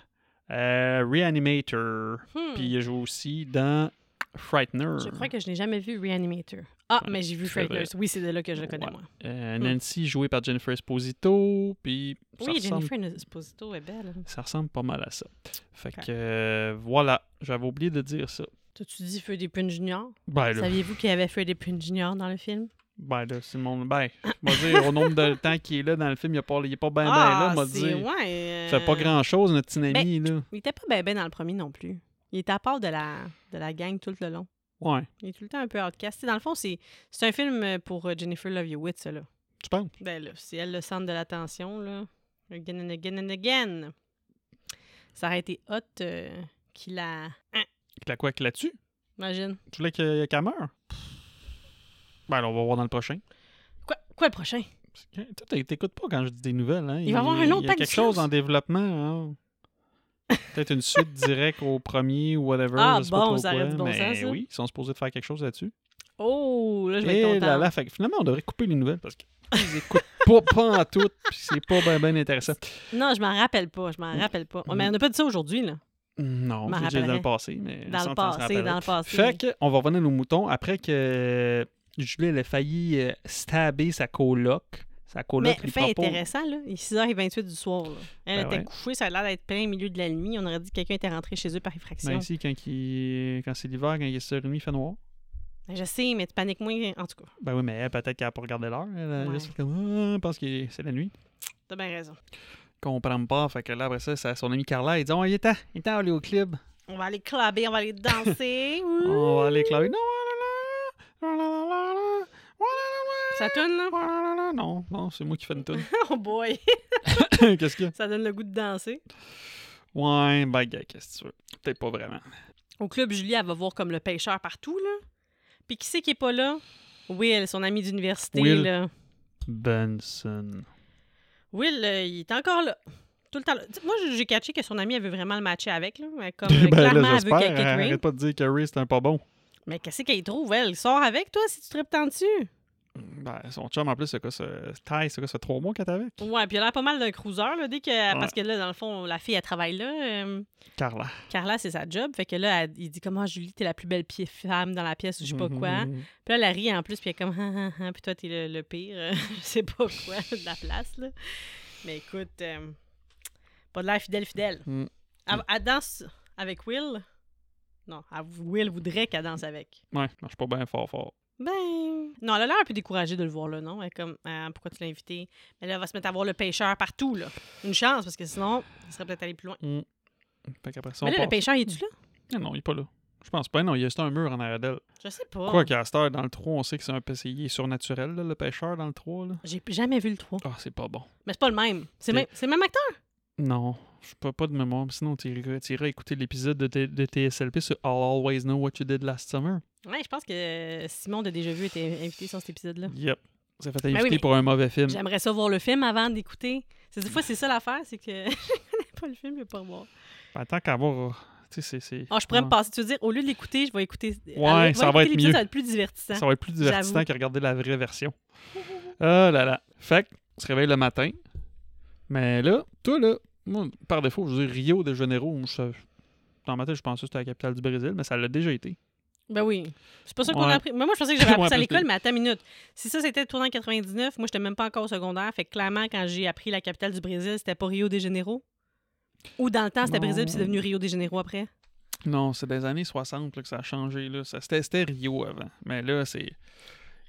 euh, Reanimator,
Hmm.
puis il a joué aussi dans Frightener.
Je crois que je n'ai jamais vu Reanimator. Ah, mais j'ai vu
c'est vrai.
Frighteners. Oui, c'est de là que je le connais,
Ouais.
moi.
Euh,
Hmm.
Nancy jouée par Jennifer Esposito, puis ça
Oui,
ressemble
Jennifer Esposito est belle.
Ça ressemble pas mal à ça. Fait
Ok.
que euh, voilà, j'avais oublié de dire ça.
T'as-tu dit Feu des Punes Junior?
Ben là,
Saviez-vous qu'il y avait Feu des Punes Junior dans le film?
ben là, c'est le monde. Ben, on va dire, au nombre de temps qu'il est là dans le film, il n'est pas, il est pas bien ben là, on va
Ah, c'est-
dire.
ouais,
Ça fait pas
euh,
grand chose, notre petit ami, là.
Il était pas ben ben dans le premier non plus. Il était à part de la, de la gang tout le long.
Ouais,
Il est tout le temps un peu outcast. Tu sais, Dans le fond, c'est c'est un film euh, pour euh, Jennifer Love Hewitt, ça, là.
tu penses?
Ben là, c'est elle le centre de l'attention, là. Again and again and again. Ça aurait été hot euh, qu'il hein, a...
Qu'il a quoi qu'il là-dessus?
Imagine.
Tu voulais que- qu'elle meure? Ben là, on va voir dans le prochain.
Quoi, quoi le prochain?
C'est que- Tu sais, t'écoutes pas quand je dis des nouvelles, hein?
Il va y avoir un autre
Il y a
pack de
quelque chose
science.
en développement, hein? Peut-être une suite directe au premier ou whatever.
Ah,
je sais pas
bon,
trop
ça aurait
quoi,
du bon
mais
sens, ça.
oui, ils sont supposés de faire quelque chose là-dessus.
Oh, là, je vais
Et
être contente.
Eh là, là, fait que finalement, on devrait couper les nouvelles parce qu'ils écoutent pas, pas en tout, puis c'est pas bien intéressant.
Non, je m'en rappelle pas, je m'en rappelle pas.
Mm-hmm.
Oh, mais on n'a pas dit ça aujourd'hui, là.
Non,
Je m'en
c'est déjà dans
rappellerai.
le passé, mais
Dans
ça,
le
on s'en
passé, dans le passé.
Fait que, on va revenir à nos moutons après que euh, Julie elle a failli euh, stabber sa coloc. Sa coloc
Mais
lui
fait
propose-
intéressant, là, il est 6h28 du soir, là. Elle
Ben
était
ouais.
couchée, ça a l'air d'être plein milieu de la nuit. On aurait dit que quelqu'un était rentré chez eux par effraction.
Ben, ici, quand, il- quand c'est l'hiver, quand il est sur nuit, il fait noir.
Ben, je sais, mais tu paniques moins, en tout cas.
Ben oui, mais elle, peut-être qu'elle n'a pas regardé l'heure. hein, Elle, elle
Ouais.
juste comme, ah, pense que c'est la nuit.
T'as bien raison.
Comprend pas. Fait que là, après ça, ça- son ami Carla, il dit, oh, il est temps, il est temps d'aller au club.
On va aller clubber, on va aller danser. Ouh.
On va aller clavier. Non, oh
Ça tourne, là?
oh Non, non, c'est moi qui fais une tune.
Oh boy!
Qu'est-ce qu'il y a?
Ça donne le goût de danser.
Ouais, ben, gars, qu'est-ce que tu veux? Peut-être pas vraiment.
Au club, Julie, elle va voir comme le pêcheur partout, là. Puis qui c'est qui est pas là? Will, son ami d'université,
Will.
là.
Benson.
Will, euh, il est encore là. Tout le temps là. Tu sais, Moi, j'ai catché que son ami, elle veut vraiment le matcher avec, là. Elle, Comme, euh,
ben,
clairement,
là,
elle veut
j'espère.
qu'elle quitte Ray.
Arrête pas de dire que Ray, c'est un pas bon.
Mais qu'est-ce qu'elle trouve, elle? Sors avec, toi, si tu tripes tant dessus.
Ben, son chum, en plus, c'est quoi, ça? Ty, c'est quoi, ça fait trois mois qu'elle est avec?
Ouais, puis elle a l'air pas mal d'un cruiser, là, dès que... Parce
Ouais.
que là, dans le fond, la fille, elle travaille là. euh,
Carla.
Carla, c'est sa job. Fait que là, elle- il dit comment Julie, t'es la plus belle pi- femme dans la pièce ou je sais pas quoi.
Mhm.
Puis là, elle rit euh, en plus, puis elle est comme, ah, ah, ah, puis toi, t'es le, le pire, je sais pas quoi, de la place, là. Mais écoute, euh, pas de l'air fidèle, fidèle.
Mm.
Elle, elle danse avec Will. Non, elle- Will voudrait qu'elle danse avec.
Ouais, marche pas bien fort, fort.
Ben. Non, elle a l'air un peu découragée de le voir là, non? Elle est comme, Ah, pourquoi tu l'as invité? Mais là, elle va se mettre à voir le pêcheur partout, là. Une chance, parce que sinon, il serait peut-être allé plus loin.
Mm. Fait qu'après ça, on
Mais là, le
passe.
pêcheur, il est-tu là?
Ah Non, il est pas là. Je pense pas. Non, il y a juste un mur en arrière d'elle.
Je sais pas.
Quoi qu'à cette heure, dans le 3, on sait que c'est un PCI surnaturel, là, le pêcheur dans le 3. Là.
J'ai jamais vu le 3.
Ah, c'est pas bon.
Mais c'est pas le même. C'est
Ok.
même- c'est le même acteur.
Non, je peux pas de mémoire. mais Sinon, tu irais écouter l'épisode de, T- de TSLP sur I'll Always Know What You Did Last Summer.
Ouais, je pense que euh, Simon de Déjà Vu était invité sur cet épisode-là.
Yep. Ça fait
Ah. Ben oui,
inviter
mais-
pour un mauvais film.
J'aimerais ça voir le film avant d'écouter. C'est des fois, c'est ça l'affaire, c'est que je connais pas le film, je vais pas le voir.
Ben, tant qu'à voir. euh, Tu sais, c'est- c'est.
Ah, je pourrais me
Ouais.
passer, tu veux dire, au lieu de l'écouter, je vais écouter.
Ouais,
aller-
ça
écouter
va être
l'épisode,
mieux.
Ça va être plus divertissant.
Ça va être plus divertissant
J'avoue.
que regarder la vraie version. Oh là là. Fait que, on se réveille le matin. Mais là, toi là, moi, par défaut, je veux dire Rio de Janeiro. moi, je- Dans ma tête, je pensais que c'était la capitale du Brésil, mais ça l'a déjà été.
Ben oui. C'est pas ça qu'on
Ouais.
a appris. Mais moi, je pensais que j'avais appris
Ouais,
ça à
parce que-
l'école, mais attends une minute. Si ça, c'était tourné en 99, moi, j'étais même pas encore au secondaire. Fait que clairement, quand j'ai appris la capitale du Brésil, c'était pas Rio de Janeiro. Ou dans le temps, c'était
Non.
Brésil, puis c'est devenu Rio de Janeiro après.
Non, c'est des années 60 là, que ça a changé. Là. Ça, c'était, c'était Rio avant. Mais là, c'est.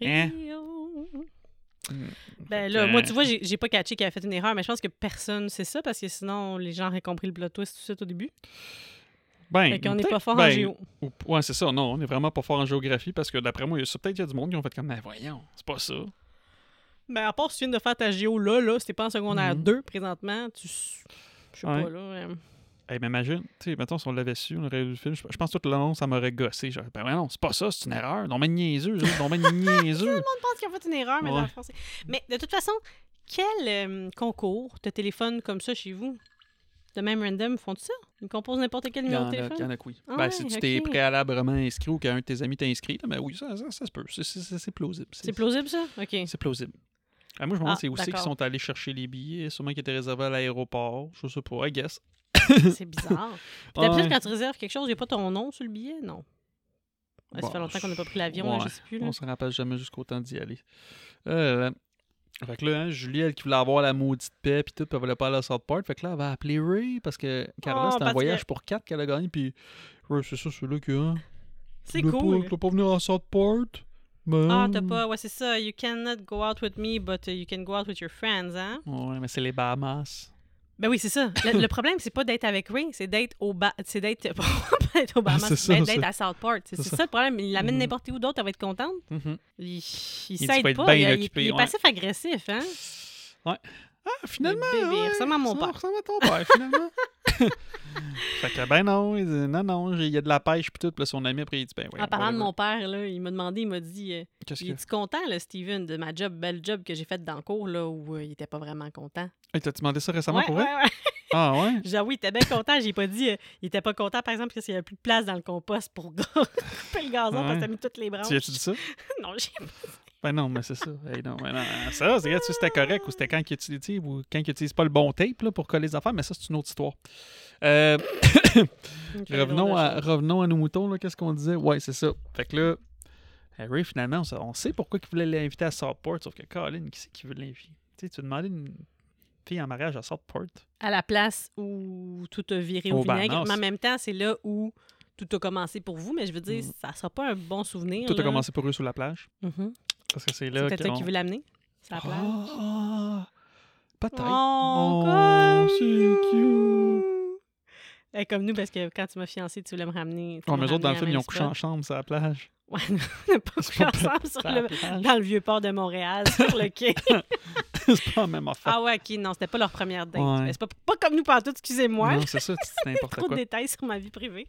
Hein?
Rio.
Mm.
Ben
Fait
là,
que-
moi, tu vois, j'ai j'ai pas catché qu'il a fait une erreur, mais je pense que personne sait ça parce que sinon, les gens auraient compris le plot twist tout de suite au début.
Ben,
Fait qu'on n'est
peut-être-
pas fort en
ben,
géo.
ou- ouais, c'est ça. Non, on est vraiment pas fort en géographie parce que d'après moi, il y a- ça, peut-être qu'il y a du monde qui ont fait comme, mais voyons, c'est pas ça.
Mais Ben, à part si tu viens de faire ta géo là, là, c'était pas en secondaire
Mhm.
2 présentement, tu. s- Je sais
Ouais.
pas, là. euh,
Hey, mais imagine, tu sais, mettons, si on l'avait su, on aurait vu le film, je, je pense que tout le long, ça m'aurait gossé. Genre, ben ouais, non, c'est pas ça, c'est une erreur. Non, mais niaiseux, eux autres, non, mais niaiseux.
Je pense qu'ils ont fait une erreur, mais dans
Ouais.
le fond, c'est- Mais de toute façon, quel euh, concours de téléphone comme ça chez vous? De même random, font-tu ça? Ils composent n'importe quel
Il y
numéro
en
de
a, il y
téléphone?
en a que oui.
Ah
ben, si
ouais,
tu t'es
ok.
préalablement inscrit ou qu'un de tes amis t'a inscrit, là, ben oui, ça, ça, ça se peut. C'est, c'est- c'est- c'est plausible.
C'est plausible, ça? OK.
c'est plausible. Ah, moi, je me demande
Ah,
c'est où c'est qu'ils
d'accord.
sont allés chercher les billets, sûrement qu'ils étaient réservés à l'aéroport, je sais pas, I guess.
C'est bizarre. Puis
Ouais.
d'habitude, quand tu réserves quelque chose, il n'y a pas ton nom sur le billet, non? Ouais,
Bon,
ça fait longtemps qu'on n'a pas pris l'avion,
ouais.
là, je sais plus. Là.
On se rappelle jamais jusqu'au temps d'y aller. Euh, Fait que là, hein, Julie, elle qui voulait avoir la maudite paix, puis tout, puis elle voulait pas aller à South Park. Fait que là, elle va appeler Ray, parce que Carla,
Oh,
c'était un
parce
voyage
que-
pour 4 qu'elle a gagné, puis Ray, c'est ça, celui-là qui a.
C'est
Tu veux
cool.
Pas, tu veux pas venir à South Park? Ben,
Ah, t'as pas... Ouais, c'est ça. You cannot go out with me, but uh, you can go out with your friends, hein?
Ouais, mais c'est les Bahamas.
Ben oui, c'est ça. Le, le problème, c'est pas d'être avec Ray, c'est d'être au... Ba... C'est d'être... pas d'être au Bahamas,
c'est
c'est
ça,
d'être
c'est-
à Southport. C'est
c'est
c'est
ça.
ça le problème. Il l'amène
Mhm.
n'importe où d'autre, elle va être contente. Il, il s'aide
faut être
pas.
bien
il, il-
occupé,
il est
ouais.
passif-agressif, hein?
Ah, finalement!
Le bébé, il
ouais,
ressemble à mon
ça
père.
ressemble à ton père, finalement. fait que, ben non, il dit, non, non, j'ai- il y a de la pêche, puis tout, puis là, son ami, après, il dit, ben ouais.
en parlant de
whatever.
mon père, là, il m'a demandé, il m'a dit... euh,
Qu'est-ce
Il
que.
est content, là, Steven, de ma job, belle job que j'ai faite dans le cours, là, où euh, il était pas vraiment content?
Hey, T'as-tu demandé ça récemment pour
ouais,
vrai?
ouais, ouais.
Ah ouais?
J'ai dit, ah oui, il était bien content. J'ai pas dit, euh, il était pas content, par exemple, parce qu'il y avait plus de place dans le compost pour couper le gazon parce
Ouais.
que t'as mis toutes les branches.
Tu as-tu dit ça?
non, j'ai
Ben non, mais c'est ça. Hey, non, ben non. Ça, c'est regarde, si c'était correct ou c'était quand ils utilisent, ou quand ils utilisent pas le bon tape là, pour coller les affaires, mais ça, c'est une autre histoire. Euh,
une drôle de
revenons, à,
chose.
revenons à nos moutons, là, qu'est-ce qu'on disait? Ouais, c'est ça. Fait que là, Harry, finalement, on sa- on sait pourquoi il voulait l'inviter à Southport, sauf que Colin, qui c'est qui veut l'inviter? Tu sais, tu demandais une fille en mariage à Southport.
À la place où tout a viré au
Au Bahamas.
vinaigre. mais en même temps, c'est là où tout a commencé pour vous, mais je veux dire,
Mm.
ça sera pas un bon souvenir.
Tout a
là.
commencé pour eux sur la plage.
Mhm.
Parce que c'est
C'est
là
peut-être ça
qu'on-
qui veut l'amener, sur la plage.
Ah, ah, peut-être.
Oh,
Oh,
comme
c'est
nous. Elle est comme nous, parce que quand tu m'as fiancée, tu voulais me ramener. tu
Oh,
voulais
mais
me
eux autres, dans le film,
ramener
ils
à
ont couché en
même
chambre sur la plage.
spot. Ouais, on n'a pas couché
pas
ensemble sur
Sur la
le,
plage.
dans le vieux port de Montréal, sur le quai.
c'est pas la même affaire.
ah ouais, OK, non, c'était pas leur première date.
Ouais.
Mais C'est pas, pas comme nous partout, excusez-moi.
Non, c'est ça, c'est n'importe
Ah, Trop de
quoi.
détails sur ma vie privée.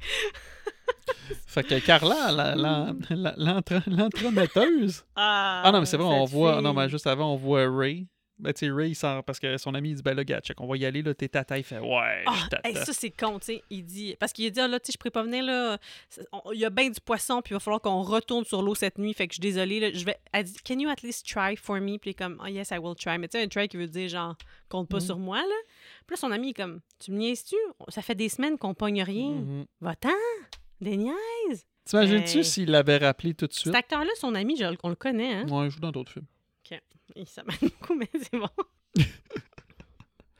Fait que Carla, la- la-
Hmm.
la- l'entre- l'entremetteuse. Ah non, mais c'est vrai, on
cette
voit.
fille.
Non, mais juste avant, on voit Ray. Ben, tu sais, Ray, il sort parce que son ami il dit Ben là, gars, check, on va y aller, là, t'es tata. Il fait Ouais,
Ah,
je
hey,
t'attends.
ça, c'est con, tu sais. Il dit... Parce qu'il a dit, ah, là, tu sais, je pourrais pas venir, là. C'est- on- Il y a bien du poisson, puis il va falloir qu'on retourne sur l'eau cette nuit. Fait que je suis désolée, là. Je vais... Elle dit, can you at least try for me? Puis il est comme, oh, yes, I will try. Mais tu sais, un try qui veut dire, genre, compte pas
Mm.
sur moi, là. Puis là, son ami est comme, tu me niaises-tu? Ça fait des semaines qu'on pogne rien.
Mhm.
Va-t'en! Des niais.
T'imagines-tu
Hey.
s'il l'avait rappelé tout de suite
Cet acteur-là, son ami, je- on le connaît, hein?
Ouais, il joue dans d'autres films.
Il s'amène beaucoup, mais c'est bon.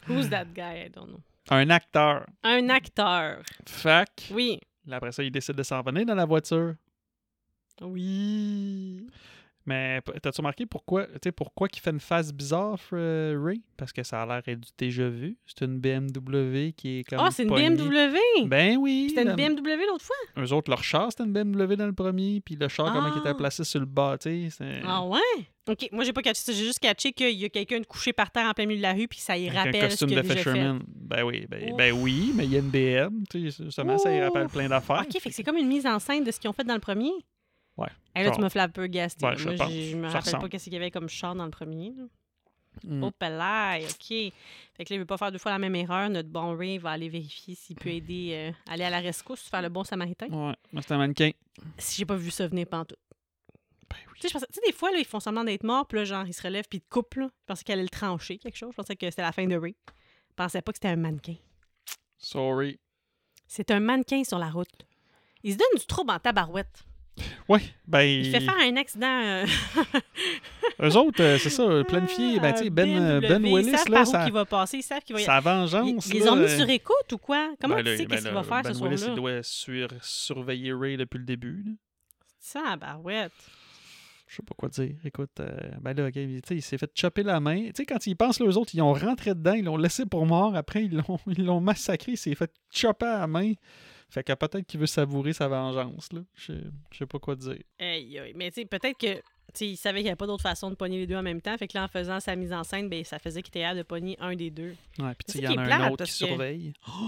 Who's that guy? I don't know.
Un acteur.
Un acteur.
Fac.
Oui.
Là, Après ça, il décide de s'en venir dans la voiture.
Oui.
Mais p- t'as-tu remarqué pourquoi, tu sais, pourquoi qu'il fait une face bizarre, Fr- euh, Ray? Parce que ça a l'air d'être du déjà vu. C'est une BMW qui est comme.
Ah, c'est une
pognée.
BMW!
Ben oui!
C'était une
dans-
BMW l'autre fois?
Eux autres, leur char, c'était une BMW dans le premier, puis le char, comment il
Ah.
était placé sur le bâti. c'est-
Ah ouais? OK, moi j'ai pas catché ça, j'ai juste catché qu'il y a quelqu'un de couché par terre en plein milieu de la rue puis ça y
Avec
rappelle
un costume
ce que
de
lui, j'ai fait.
fisherman. Ben oui, ben, ben oui, mais il y a une BM, tu sais, justement, ça y rappelle
Ouf.
plein d'affaires.
OK, fait que c'est comme une mise en scène de ce qu'ils ont fait dans le premier.
Ouais.
Hey, là, tu
Genre.
me fais un peu gasté.
Ouais,
là.
je
moi,
pense.
j'ai- je me
Ça
rappelle pas
ressemble.
qu'est-ce qu'il y avait comme char dans le premier. là.
Mm.
Hop là, OK. Fait que là, il veut pas faire deux fois la même erreur. Notre bon Ray va aller vérifier s'il peut aider, euh, aller à la rescousse, faire le bon samaritain.
Ouais, moi, c'est un mannequin.
Si j'ai pas vu ça venir pantoute.
Ben oui.
Tu sais, je pensais- tu sais, des fois, là, ils font semblant d'être morts, puis là, genre, ils se relèvent, puis ils te coupent, là. Je pensais qu'elle allait le trancher, quelque chose. Je pensais que c'était la fin de Ray. Je pensais pas que c'était un mannequin.
Sorry.
C'est un mannequin sur la route. Il se donne du trouble en tabarouette.
Ouais, ben.
Il fait faire un accident. euh,
Eux autres, euh, c'est ça, planifié. Ben,
à
tu sais, ben, euh, ben
BMW.
Willis,
Ils savent
là,
par
ça.
où il va passer. Ils savent qu'il va y
Sa
Ils,
vengeance.
ils les
là,
ont mis
euh,
sur écoute ou quoi? Comment
ben
tu
là,
sais
ben
qu'est-ce qu'il
là,
va faire
ben
ce
Willis,
soir-là?
il doit sur- surveiller Ray depuis le début. là.
Ça, barouette.
Je sais pas quoi dire. Écoute, euh, ben là, ok, tu sais, il s'est fait choper la main. Tu sais, quand ils pensent, les autres, ils ont rentré dedans, ils l'ont laissé pour mort. Après, ils l'ont, ils l'ont massacré, il s'est fait choper à la main. Fait que peut-être qu'il veut savourer sa vengeance, là. Je sais- je sais pas quoi dire.
Aïe, aïe. Mais tu sais, peut-être que. tu sais, il savait qu'il n'y avait pas d'autre façon de pogner les deux en même temps. Fait que là, en faisant sa mise en scène, ben, ça faisait qu'il était capable de pogner un des deux.
Ouais, puis tu sais,
C'est
il y
qui
en a
est
un
plate,
autre
parce
qui
que-
surveille.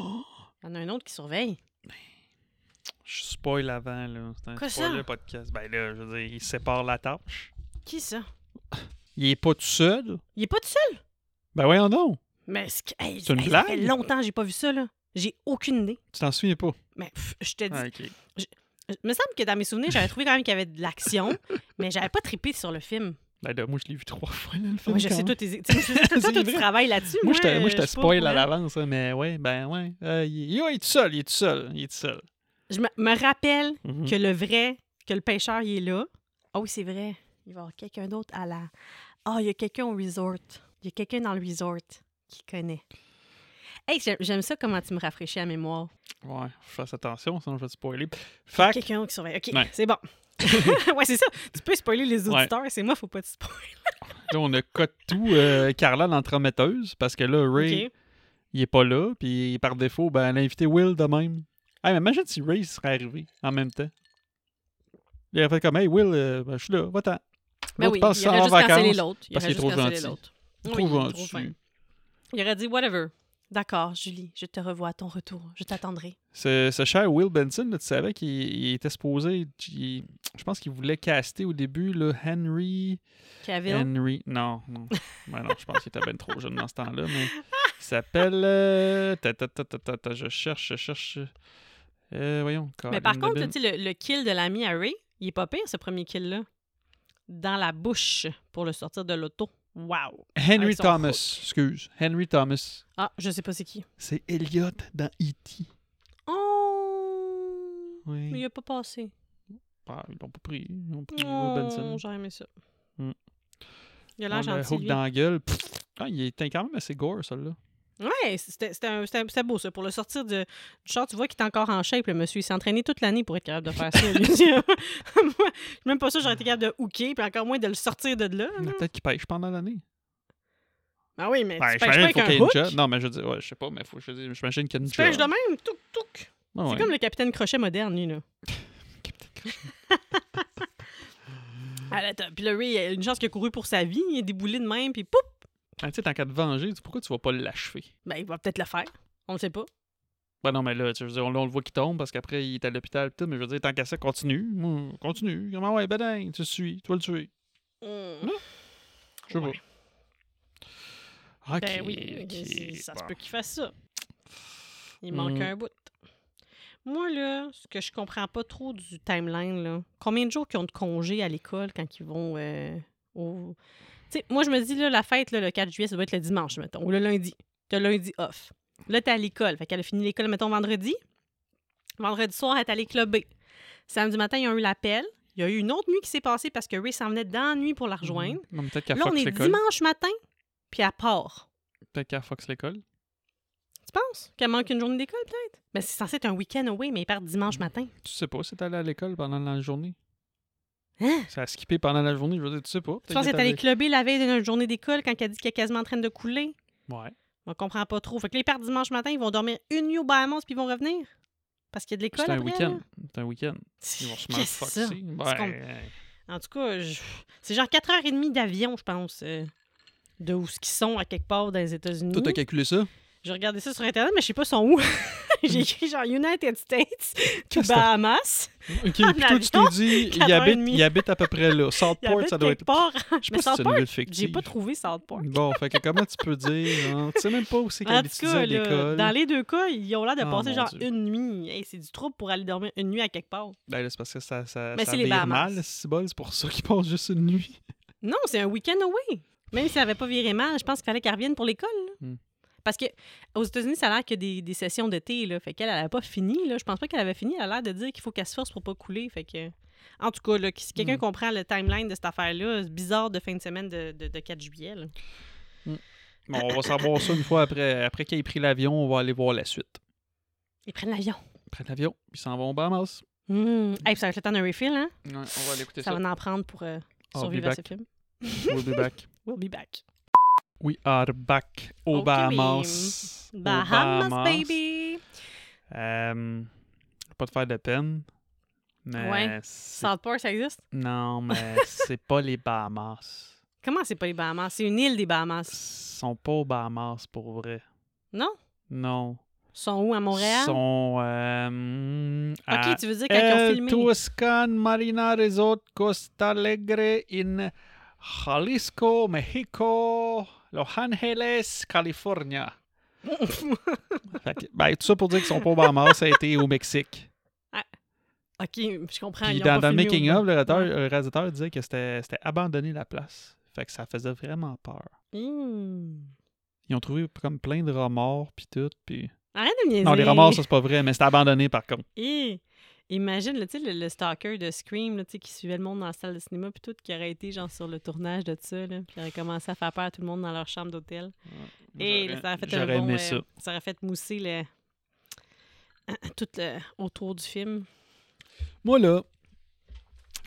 Il y en a un autre qui surveille.
Je spoil avant, là. C'est un
Quoi ça?
spoiler podcast. Ben là, je veux dire, il sépare la tâche.
Qui ça?
Il est pas tout seul.
Il est pas tout seul?
Ben voyons donc.
Mais c'est que- hey,
C'est une
hey, Ça fait
blague?
longtemps que j'ai pas vu ça, là. J'ai aucune idée.
Tu t'en souviens pas.
Mais pff, je te dis.
Ah, ok.
Il me semble que dans mes souvenirs, j'avais trouvé quand même qu'il y avait de l'action, mais j'avais pas trippé sur le film.
Ben là, moi, je l'ai vu trois fois, là, le film.
Moi, je
quand
sais,
même.
toi, t'es- tu sais, c'est- toi,
C'est
toi, tu
vrai.
travailles là-dessus.
Moi, je te, moi,
euh,
je
suis
te
pas au
spoil à
courant.
l'avance, hein, mais ouais, ben ouais. Euh, il, il- ouais, il est tout seul, il est tout seul, il est tout seul.
Je me, me rappelle
Mhm.
que le vrai, que le pêcheur, il est là. Mm. Ah oui, c'est vrai. Il va y avoir quelqu'un d'autre à la. Ah, il y a quelqu'un au resort. Il y a quelqu'un dans le resort qui connaît. Hey, j'aime- j'aime ça comment tu me rafraîchis la mémoire.
Ouais, je fasse attention, sinon je vais te spoiler. Fac,
Quelqu'un qui surveille. OK,
Ouais.
c'est bon. ouais, c'est ça. Tu peux spoiler les
Ouais.
auditeurs, c'est moi, faut pas te spoiler.
là, on a cote tout euh, Carla, l'entremetteuse, parce que là, Ray,
OK.
il est pas là, puis par défaut, ben, elle a invité Will de même. Hey, mais imagine si Ray serait arrivé en même temps. Il aurait fait comme, hey, Will, euh, ben, je suis là, va-t'en.
Ben
L'autre
oui,
pense
il aurait
en
juste cancellé
vacances.
l'autre. Il
parce
aurait
qu'il est
juste
trop
cancellé
gentil.
l'autre.
Trop
Oui, il est trop
gentil.
fin. Il aurait dit whatever. D'accord, Julie, je te revois à ton retour. Je t'attendrai.
Ce, ce cher Will Benson, là, tu savais qu'il il était supposé. il- je pense qu'il voulait caster au début le Henry.
Cavill.
Henry. Non, non. Ben non, je pense qu'il était bien trop jeune dans ce temps-là. Mais il s'appelle. euh, ta, ta, ta, ta, ta, ta, je cherche, je cherche. Euh, voyons.
Mais par
Colin
contre,
Labine.
tu sais, le, le kill de l'ami Harry, il est pas pire, ce premier kill-là. Dans la bouche pour le sortir de l'auto. Wow!
Henry
ils sont
Thomas, excuse. Henry Thomas.
Ah, je sais pas c'est qui.
C'est Elliot dans E E.T.
Oh! Mais
Oui.
il a pas passé.
Ah, ils l'ont pas pris. Ils ont pris
Oh,
Will Benson.
j'aurais aimé ça.
Hmm.
Il a
On
l'air
le
gentil,
hook
lui.
dans la gueule. Pff. Ah, il était quand même assez gore, celui-là.
Ouais, c'était c'était un- c'était un- c'était beau ça. Pour le sortir de, du char, tu vois qu'il est encore en shape, le monsieur. Il s'est entraîné toute l'année pour être capable de faire ça. lui. Moi, je suis même pas sûr que j'aurais été capable de hooker, puis encore moins de le sortir de là.
Il y en a Peut-être qu'il pêche pendant l'année.
Ah oui, mais
Ben,
tu pêches pas
j'imagine
avec
qu'il faut
un
qu'il y ait une
hook.
job. Non, mais je dis, ouais, je sais pas, mais faut, je dis, j'imagine qu'il y a une
Tu pêches de
job.
même, touc, touc.
Ouais,
C'est
ouais.
comme le capitaine Crochet moderne, lui, là. Ah, là, t'as- puis le Ray, il a une chance qu'il a couru pour sa vie, il a déboulé de même, puis poup!
Ah, tu sais, t'es en cas de venger, tu- pourquoi tu vas pas l'achever?
Ben, il va peut-être le faire. On ne sait pas.
Ben non, mais là, tu sais, je veux dire, on, là, on le voit qui tombe parce qu'après, il est à l'hôpital, pis tout, mais je veux dire, tant qu'à ça, continue. Hum, Continue. Comment, ouais, ben, dang, tu le suis, tu vas le tuer.
Hmm.
Non. Je sais
Ouais.
pas. Ok.
Ben oui, c'est-
ok,
ça se
bon.
peut qu'il fasse ça. Il
Hmm.
manque un bout. Moi, là, ce que je comprends pas trop du timeline, là, combien de jours qu'ils ont de congé à l'école quand ils vont euh, au. Tu sais, moi, je me dis, là, la fête, là, le 4 juillet, ça doit être le dimanche, mettons, ou le lundi. T'as lundi off. Là, t'es à l'école. Fait qu'elle a fini l'école, mettons, vendredi. Vendredi soir, elle est allée clubber. Samedi matin, ils ont eu l'appel. Il y a eu une autre nuit qui s'est passée parce que Ray s'en venait dans la nuit pour
Mmh.
la rejoindre.
Non, mais peut-être qu'elle
Là, on
fox
est
l'école.
dimanche matin, puis à part.
Peut-être qu'elle fox l'école.
Tu penses qu'elle manque une journée d'école, peut-être? Ben, c'est censé être un week-end away, mais ils partent dimanche
Mm.
matin.
Tu sais pas si t'es allé à l'école pendant la journée.
Hein?
Ça a skippé pendant la journée, je veux dire, tu sais pas.
Tu penses qu'elle est allée clubber la veille d'une journée d'école quand elle dit qu'elle est quasiment en train de couler?
Ouais.
On comprend pas trop. Fait que les partent dimanche matin, ils vont dormir une nuit au Bahamas puis ils vont revenir. Parce qu'il y a de l'école.
C'est un
après,
week-end.
là.
C'est un week-end. Ils vont
Qu'est-ce
se
que
mettre
c'est ça?
foxy. Ben,
qu'on-
euh,
En tout cas, je- c'est genre 4h30 d'avion, je pense, euh, de où ce qu'ils sont à quelque part dans les États-Unis.
toi, t'as calculé ça?
J'ai regardé ça sur Internet, mais je sais pas sont où. J'ai écrit genre United States to
Qu'est-ce que-
Bahamas.
Ok, puis toi, tu
Bah, avion,
t'es dit,
quatre
il
heures et
habite,
demie.
il habite à peu près là.
Il
Southport,
habite
ça doit
quelque
être.
part.
Je sais
Mais
pas si c'est une
Southport,
ville
J'ai
fictive.
pas trouvé South Park.
Bon, fait que comment tu peux dire? genre, tu sais même pas où c'est
En
qu'elle
tout
étudie
cas,
à
là,
l'école.
dans les deux cas, ils ont l'air de
Ah,
passer
mon
genre
Dieu.
une nuit. Hey, c'est du trouble pour aller dormir une nuit à quelque part.
Ben là, c'est parce que ça, ça,
Mais
ça
c'est les
vire
Bahamas.
mal, c'est bol, c'est pour ça qu'ils passent juste une nuit.
Non, c'est un week-end away. Même si ça n'avait pas viré mal, je pense qu'il fallait qu'elle revienne pour l'école. là.
Hmm.
Parce que aux États-Unis, ça a l'air qu'il y a des, des sessions d'été. Là, fait qu'elle n'avait pas fini. Là. Je pense pas qu'elle avait fini. Elle a l'air de dire qu'il faut qu'elle se force pour pas couler. Fait que... En tout cas, là, si quelqu'un
Hmm.
comprend le timeline de cette affaire-là, c'est bizarre de fin de semaine de, de- de 4 juillet. là.
Bon, on va savoir ça une fois après, après qu'il ait pris l'avion, on va aller voir la suite.
Ils prennent l'avion.
Ils prennent l'avion, ils s'en vont au Bahamas.
Hmm. Hey, puis ça va être le temps d'un refill. Hein?
Ouais, on va aller écouter
Ça va en prendre pour euh,
I'll be
survivre à ce
back.
film.
We'll be back.
We'll be back.
We are back au
Ok.
Bahamas. Au
Bahamas,
Bahamas.
baby!
Euh, pas de faire de peine. Mais
Ouais.
c'est-
South Park, ça existe?
Non, mais c'est pas les Bahamas.
Comment c'est pas les Bahamas? C'est une île des
Ils
Bahamas.
sont pas aux Bahamas pour vrai.
Non?
Non.
sont où à Montréal?
Ils sont euh, à Euh,
Ok, tu veux dire quand ils ont
El
filmé.
Tuscan Marina Resort Costa Alegre in Jalisco, Mexico, Los Angeles, California. Fait que, ben, tout ça pour dire qu'ils sont pas au Bahamas, ça a été au Mexique.
ok, je comprends.
Puis
ils ont
dans,
pas
dans le
filmé au-
making of, le réalisateur, le réalisateur disait que c'était c'était abandonné la place. Fait que ça faisait vraiment peur.
Hmm.
Ils ont trouvé comme plein de remords puis tout, puis
Arrête de me niaiser.
Non, les remords, ça, c'est pas vrai, mais c'était abandonné par contre.
Hi. Imagine, là, tu sais, le, le stalker de Scream là, tu sais, qui suivait le monde dans la salle de cinéma, puis tout, qui aurait été genre sur le tournage de ça, là, puis qui aurait commencé à faire peur à tout le monde dans leur chambre d'hôtel. Et là, ça aurait fait un
J'aurais
bon,
aimé
euh,
ça.
aurait fait mousser le... tout le- autour du film.
Moi, là.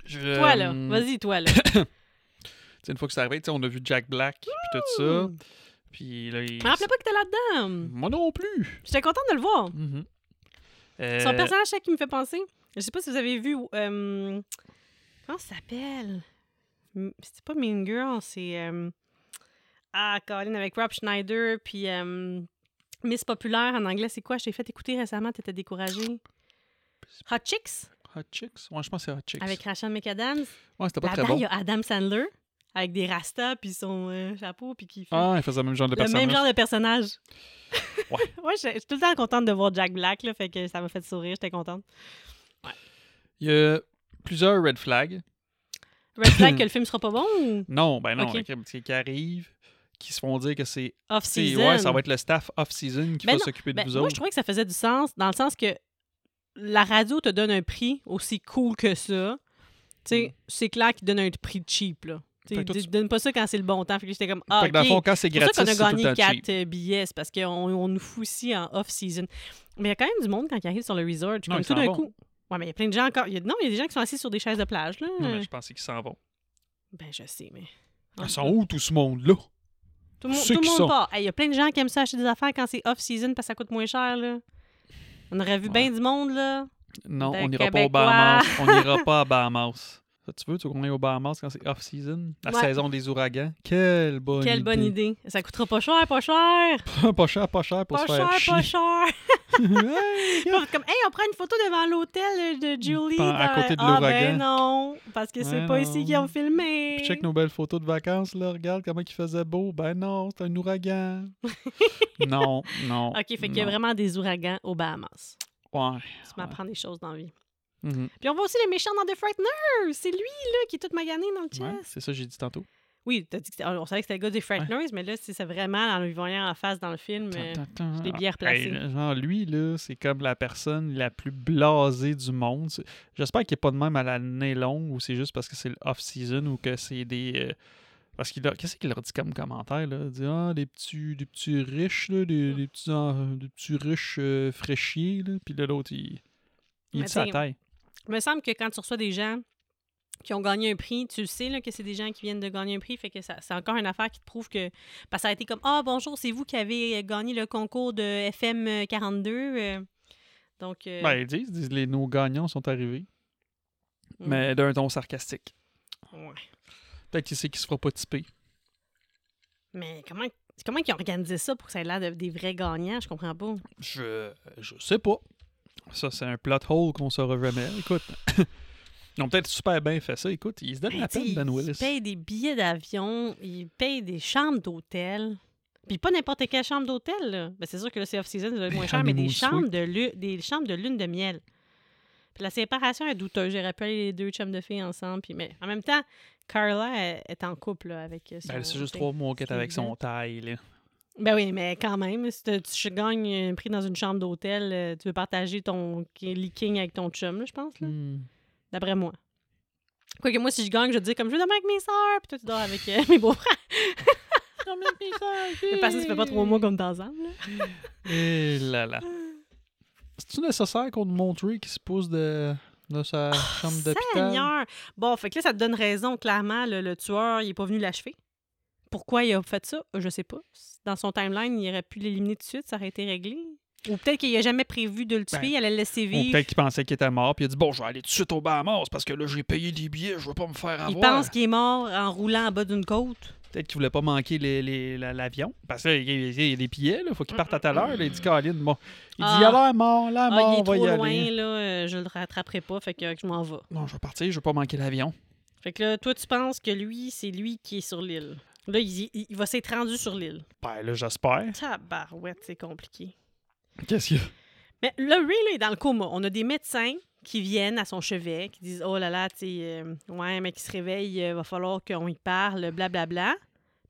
Je,
Toi, là,
euh,
vas-y, toi, là.
tu sais, Une fois que c'est arrivé, tu sais, on a vu Jack Black, puis tout ça.
Hmm.
Puis là, il-
Je me rappelais pas que t'es là-dedans.
Moi non plus.
J'étais contente de le voir.
Mhm. Euh,
Son personnage, c'est qui me fait penser. Je sais pas si vous avez vu. euh, comment ça s'appelle M- C'est pas Mean Girl, c'est. euh, ah, Colin avec Rob Schneider, puis euh, Miss Populaire en anglais, c'est quoi Je t'ai fait écouter récemment, t'étais découragée. Hot Chicks
Hot Chicks. Ouais, je pense que c'est Hot Chicks.
avec Rachel McAdams.
Ouais, c'était pas très
Là-dedans,
bon.
il y a Adam Sandler avec des rastas, puis son euh, chapeau, puis qui fait.
Ah, il faisait le même genre de
Le
personnage.
même genre de personnage.
Ouais.
ouais, je je suis tout le temps contente de voir Jack Black, là, fait que ça m'a fait sourire, j'étais contente.
Il y a plusieurs red flags.
Red flag que le film sera pas bon ou
Non, ben non,
Ok.
avec- qui- qui arrivent, qui se font dire que c'est. tu sais,
off-season?
Ouais, ça va être le staff off-season qui
Ben
va
non,
s'occuper de
Ben,
vous
moi, je
autres.
trouvais que ça faisait du sens, dans le sens que la radio te donne un prix aussi cool que ça. Tu sais, c'est clair qu'ils donnent un prix cheap, là. Tu
Mm. Fait
sais,
que toi,
ils
tu-
donnent pas ça quand c'est le bon temps. Fait que j'étais comme, ah,
Fait que dans le
ok.
fond, quand c'est
C'est pour
gratuit,
ça
c'est
qu'on a
tout le
gagné
temps cheap.
4 billets, c'est parce qu'on on nous fout ici en off-season. Mais il y a quand même du monde quand ils arrivent sur le resort.
Non,
comme
ils
tout
s'en
d'un
vont.
coup. Ouais, mais il y a plein de gens encore. il y a- non, il y a des gens qui sont assis sur des chaises de plage, là.
Non, mais je pensais qu'ils s'en vont.
Ben, je sais, mais. Ah.
Ils sont où tout ce monde-là?
Tout, le monde-
Ceux
tout le
qui
monde
sont-
part. Hey, Il y a plein de gens qui aiment ça acheter des affaires quand c'est off-season parce que ça coûte moins cher. Là. On aurait vu
Ouais.
bien du monde. là.
Non,
Des
on n'ira pas
Ben, Québécois.
au Bahamas. On n'ira pas à Bahamas. Ça, tu veux, tu veux qu'on aille au Bahamas quand c'est off-season? La
Ouais.
saison des ouragans. Quelle bonne
Quelle bonne
idée.
idée. Ça coûtera pas cher, pas cher.
pas cher, pas cher pour
Pas
se
cher,
faire
pas
chier.
cher.
Hey,
Ils vont être comme, hey, on prend une photo devant l'hôtel euh, de Julie.
Pas à
dans-
côté de
ah,
l'ouragan.
ben non, parce que c'est
Ouais,
pas
non.
ici qu'ils ont filmé.
Puis check nos belles photos de vacances, là. Regarde comment il faisait beau. Ben non, c'est un ouragan. non, non.
OK, fait qu'il y a
non. Ah
vraiment des ouragans aux Bahamas.
Ouais.
Tu m'apprends des choses dans la vie.
Mhm.
Puis on voit aussi le méchant dans The Frighteners. C'est lui, là, qui est tout magané dans le chest.
Ouais, c'est ça que j'ai dit tantôt.
Oui, t'as dit que c'était- on savait que c'était le gars des Frighteners, mais là, c'est c'est vraiment en lui voyant en face dans le film. euh,
Je
l'ai bien replacé.
Ah, genre, lui, là, c'est comme la personne la plus blasée du monde. C'est- J'espère qu'il n'est pas de même à l'année longue ou c'est juste parce que c'est l'off-season ou que c'est des, euh, Parce qu'il leur... Qu'est-ce qu'il leur dit comme commentaire, là? Il dit Ah, des petits, des petits riches, là, des, des petits, en- des petits riches euh, fraîchiers, là. Puis là, l'autre, il, il
Mais
dit sa
t'sais,
taille.
Il me semble que quand tu reçois des gens qui ont gagné un prix, tu le sais là, que c'est des gens qui viennent de gagner un prix, fait que ça- c'est encore une affaire qui te prouve que... Parce que ça a été comme « Ah, bonjour, c'est vous qui avez gagné le concours de FM 42. euh. Donc... euh,
Ben, ils disent, ils disent les, Nos gagnants sont arrivés,
mm,
mais d'un ton sarcastique.
ouais.
Peut-être qu'il sait qu'il se fera pas typer.
Mais comment, comment ils ont organisé ça pour que ça ait l'air de- des vrais gagnants? Je comprends pas.
Je, je sais pas. Ça, c'est un plot hole qu'on saura jamais. Écoute, ils ont peut-être super bien fait ça. Écoute, ils se donnent
Ben,
la peine,
t'sais,
Ben
Ils
Willis.
payent des billets d'avion, ils payent des chambres d'hôtel. Puis pas n'importe quelle chambre d'hôtel. là. Ben, c'est sûr que là, c'est off-season, ça doit être
Ben,
moins cher, mais des
honeymoon
chambres,
suite.
de lu- des chambres de lune de miel. Puis la séparation est douteuse. J'ai rappelé les deux chums de filles ensemble. Puis, mais en même temps, Carla elle, est en couple là, avec euh, son...
Ben, c'est juste
t'sais.
trois mois qu'elle est
c'est
avec son
évident.
taille. Là.
Ben oui, mais quand même, si te- tu gagnes un prix dans une chambre d'hôtel, euh, tu veux partager ton lit king avec ton chum, là, je pense. Là.
Hmm.
D'après moi. Quoique moi, si je gagne, je dis comme je veux dormir avec mes soeurs, puis toi, tu dors avec euh, mes beaux-frères. Mais Parce que ça fait pas trois mois qu'on est ensemble.
Euh.
là.
Eh là là. C'est-tu nécessaire qu'on nous montre Ray qui se pousse de, de sa chambre d'hôpital?
Ah, Seigneur! Bon, fait que là, ça te donne raison, clairement. Le, le tueur, il est pas venu l'achever. Pourquoi il a fait ça? Je sais pas. Dans son timeline, il aurait pu l'éliminer tout de suite, ça aurait été réglé. Ou peut-être qu'il a jamais prévu de le tuer,
Ben,
il allait le laisser
Ou
vivre.
peut-être qu'il pensait qu'il était mort, puis il a dit Bon, je vais aller tout de suite au Bahamas parce que là, j'ai payé des billets, je veux pas me faire avoir.
Il pense qu'il est mort en roulant en bas d'une côte.
Peut-être qu'il voulait pas manquer les- les- la- l'avion. Parce que là, il y a- il y a des billets, là, faut qu'il parte à tout à l'heure. là. Il dit Colin, bon. Il dit
Ah.
Il a l'air mort, l'air
Ah,
mort,
il est
on va
trop
y
loin,
aller.
là, euh, je le rattraperai pas, fait que euh, je m'en vais.
Non, je vais partir, je veux pas manquer l'avion.
Fait que là, toi, tu penses que lui, c'est lui qui est sur l'île. Là, il, il- il va s'être rendu sur l'île.
Ben là, j'espère.
Tabarouette, c'est compliqué.
Qu'est-ce qu'il y a
Mais là, Ray, là, est dans le coma. On a des médecins qui viennent à son chevet, qui disent Oh là là, tu sais, euh, ouais, mais qui se réveille, euh, va falloir qu'on y parle, blablabla.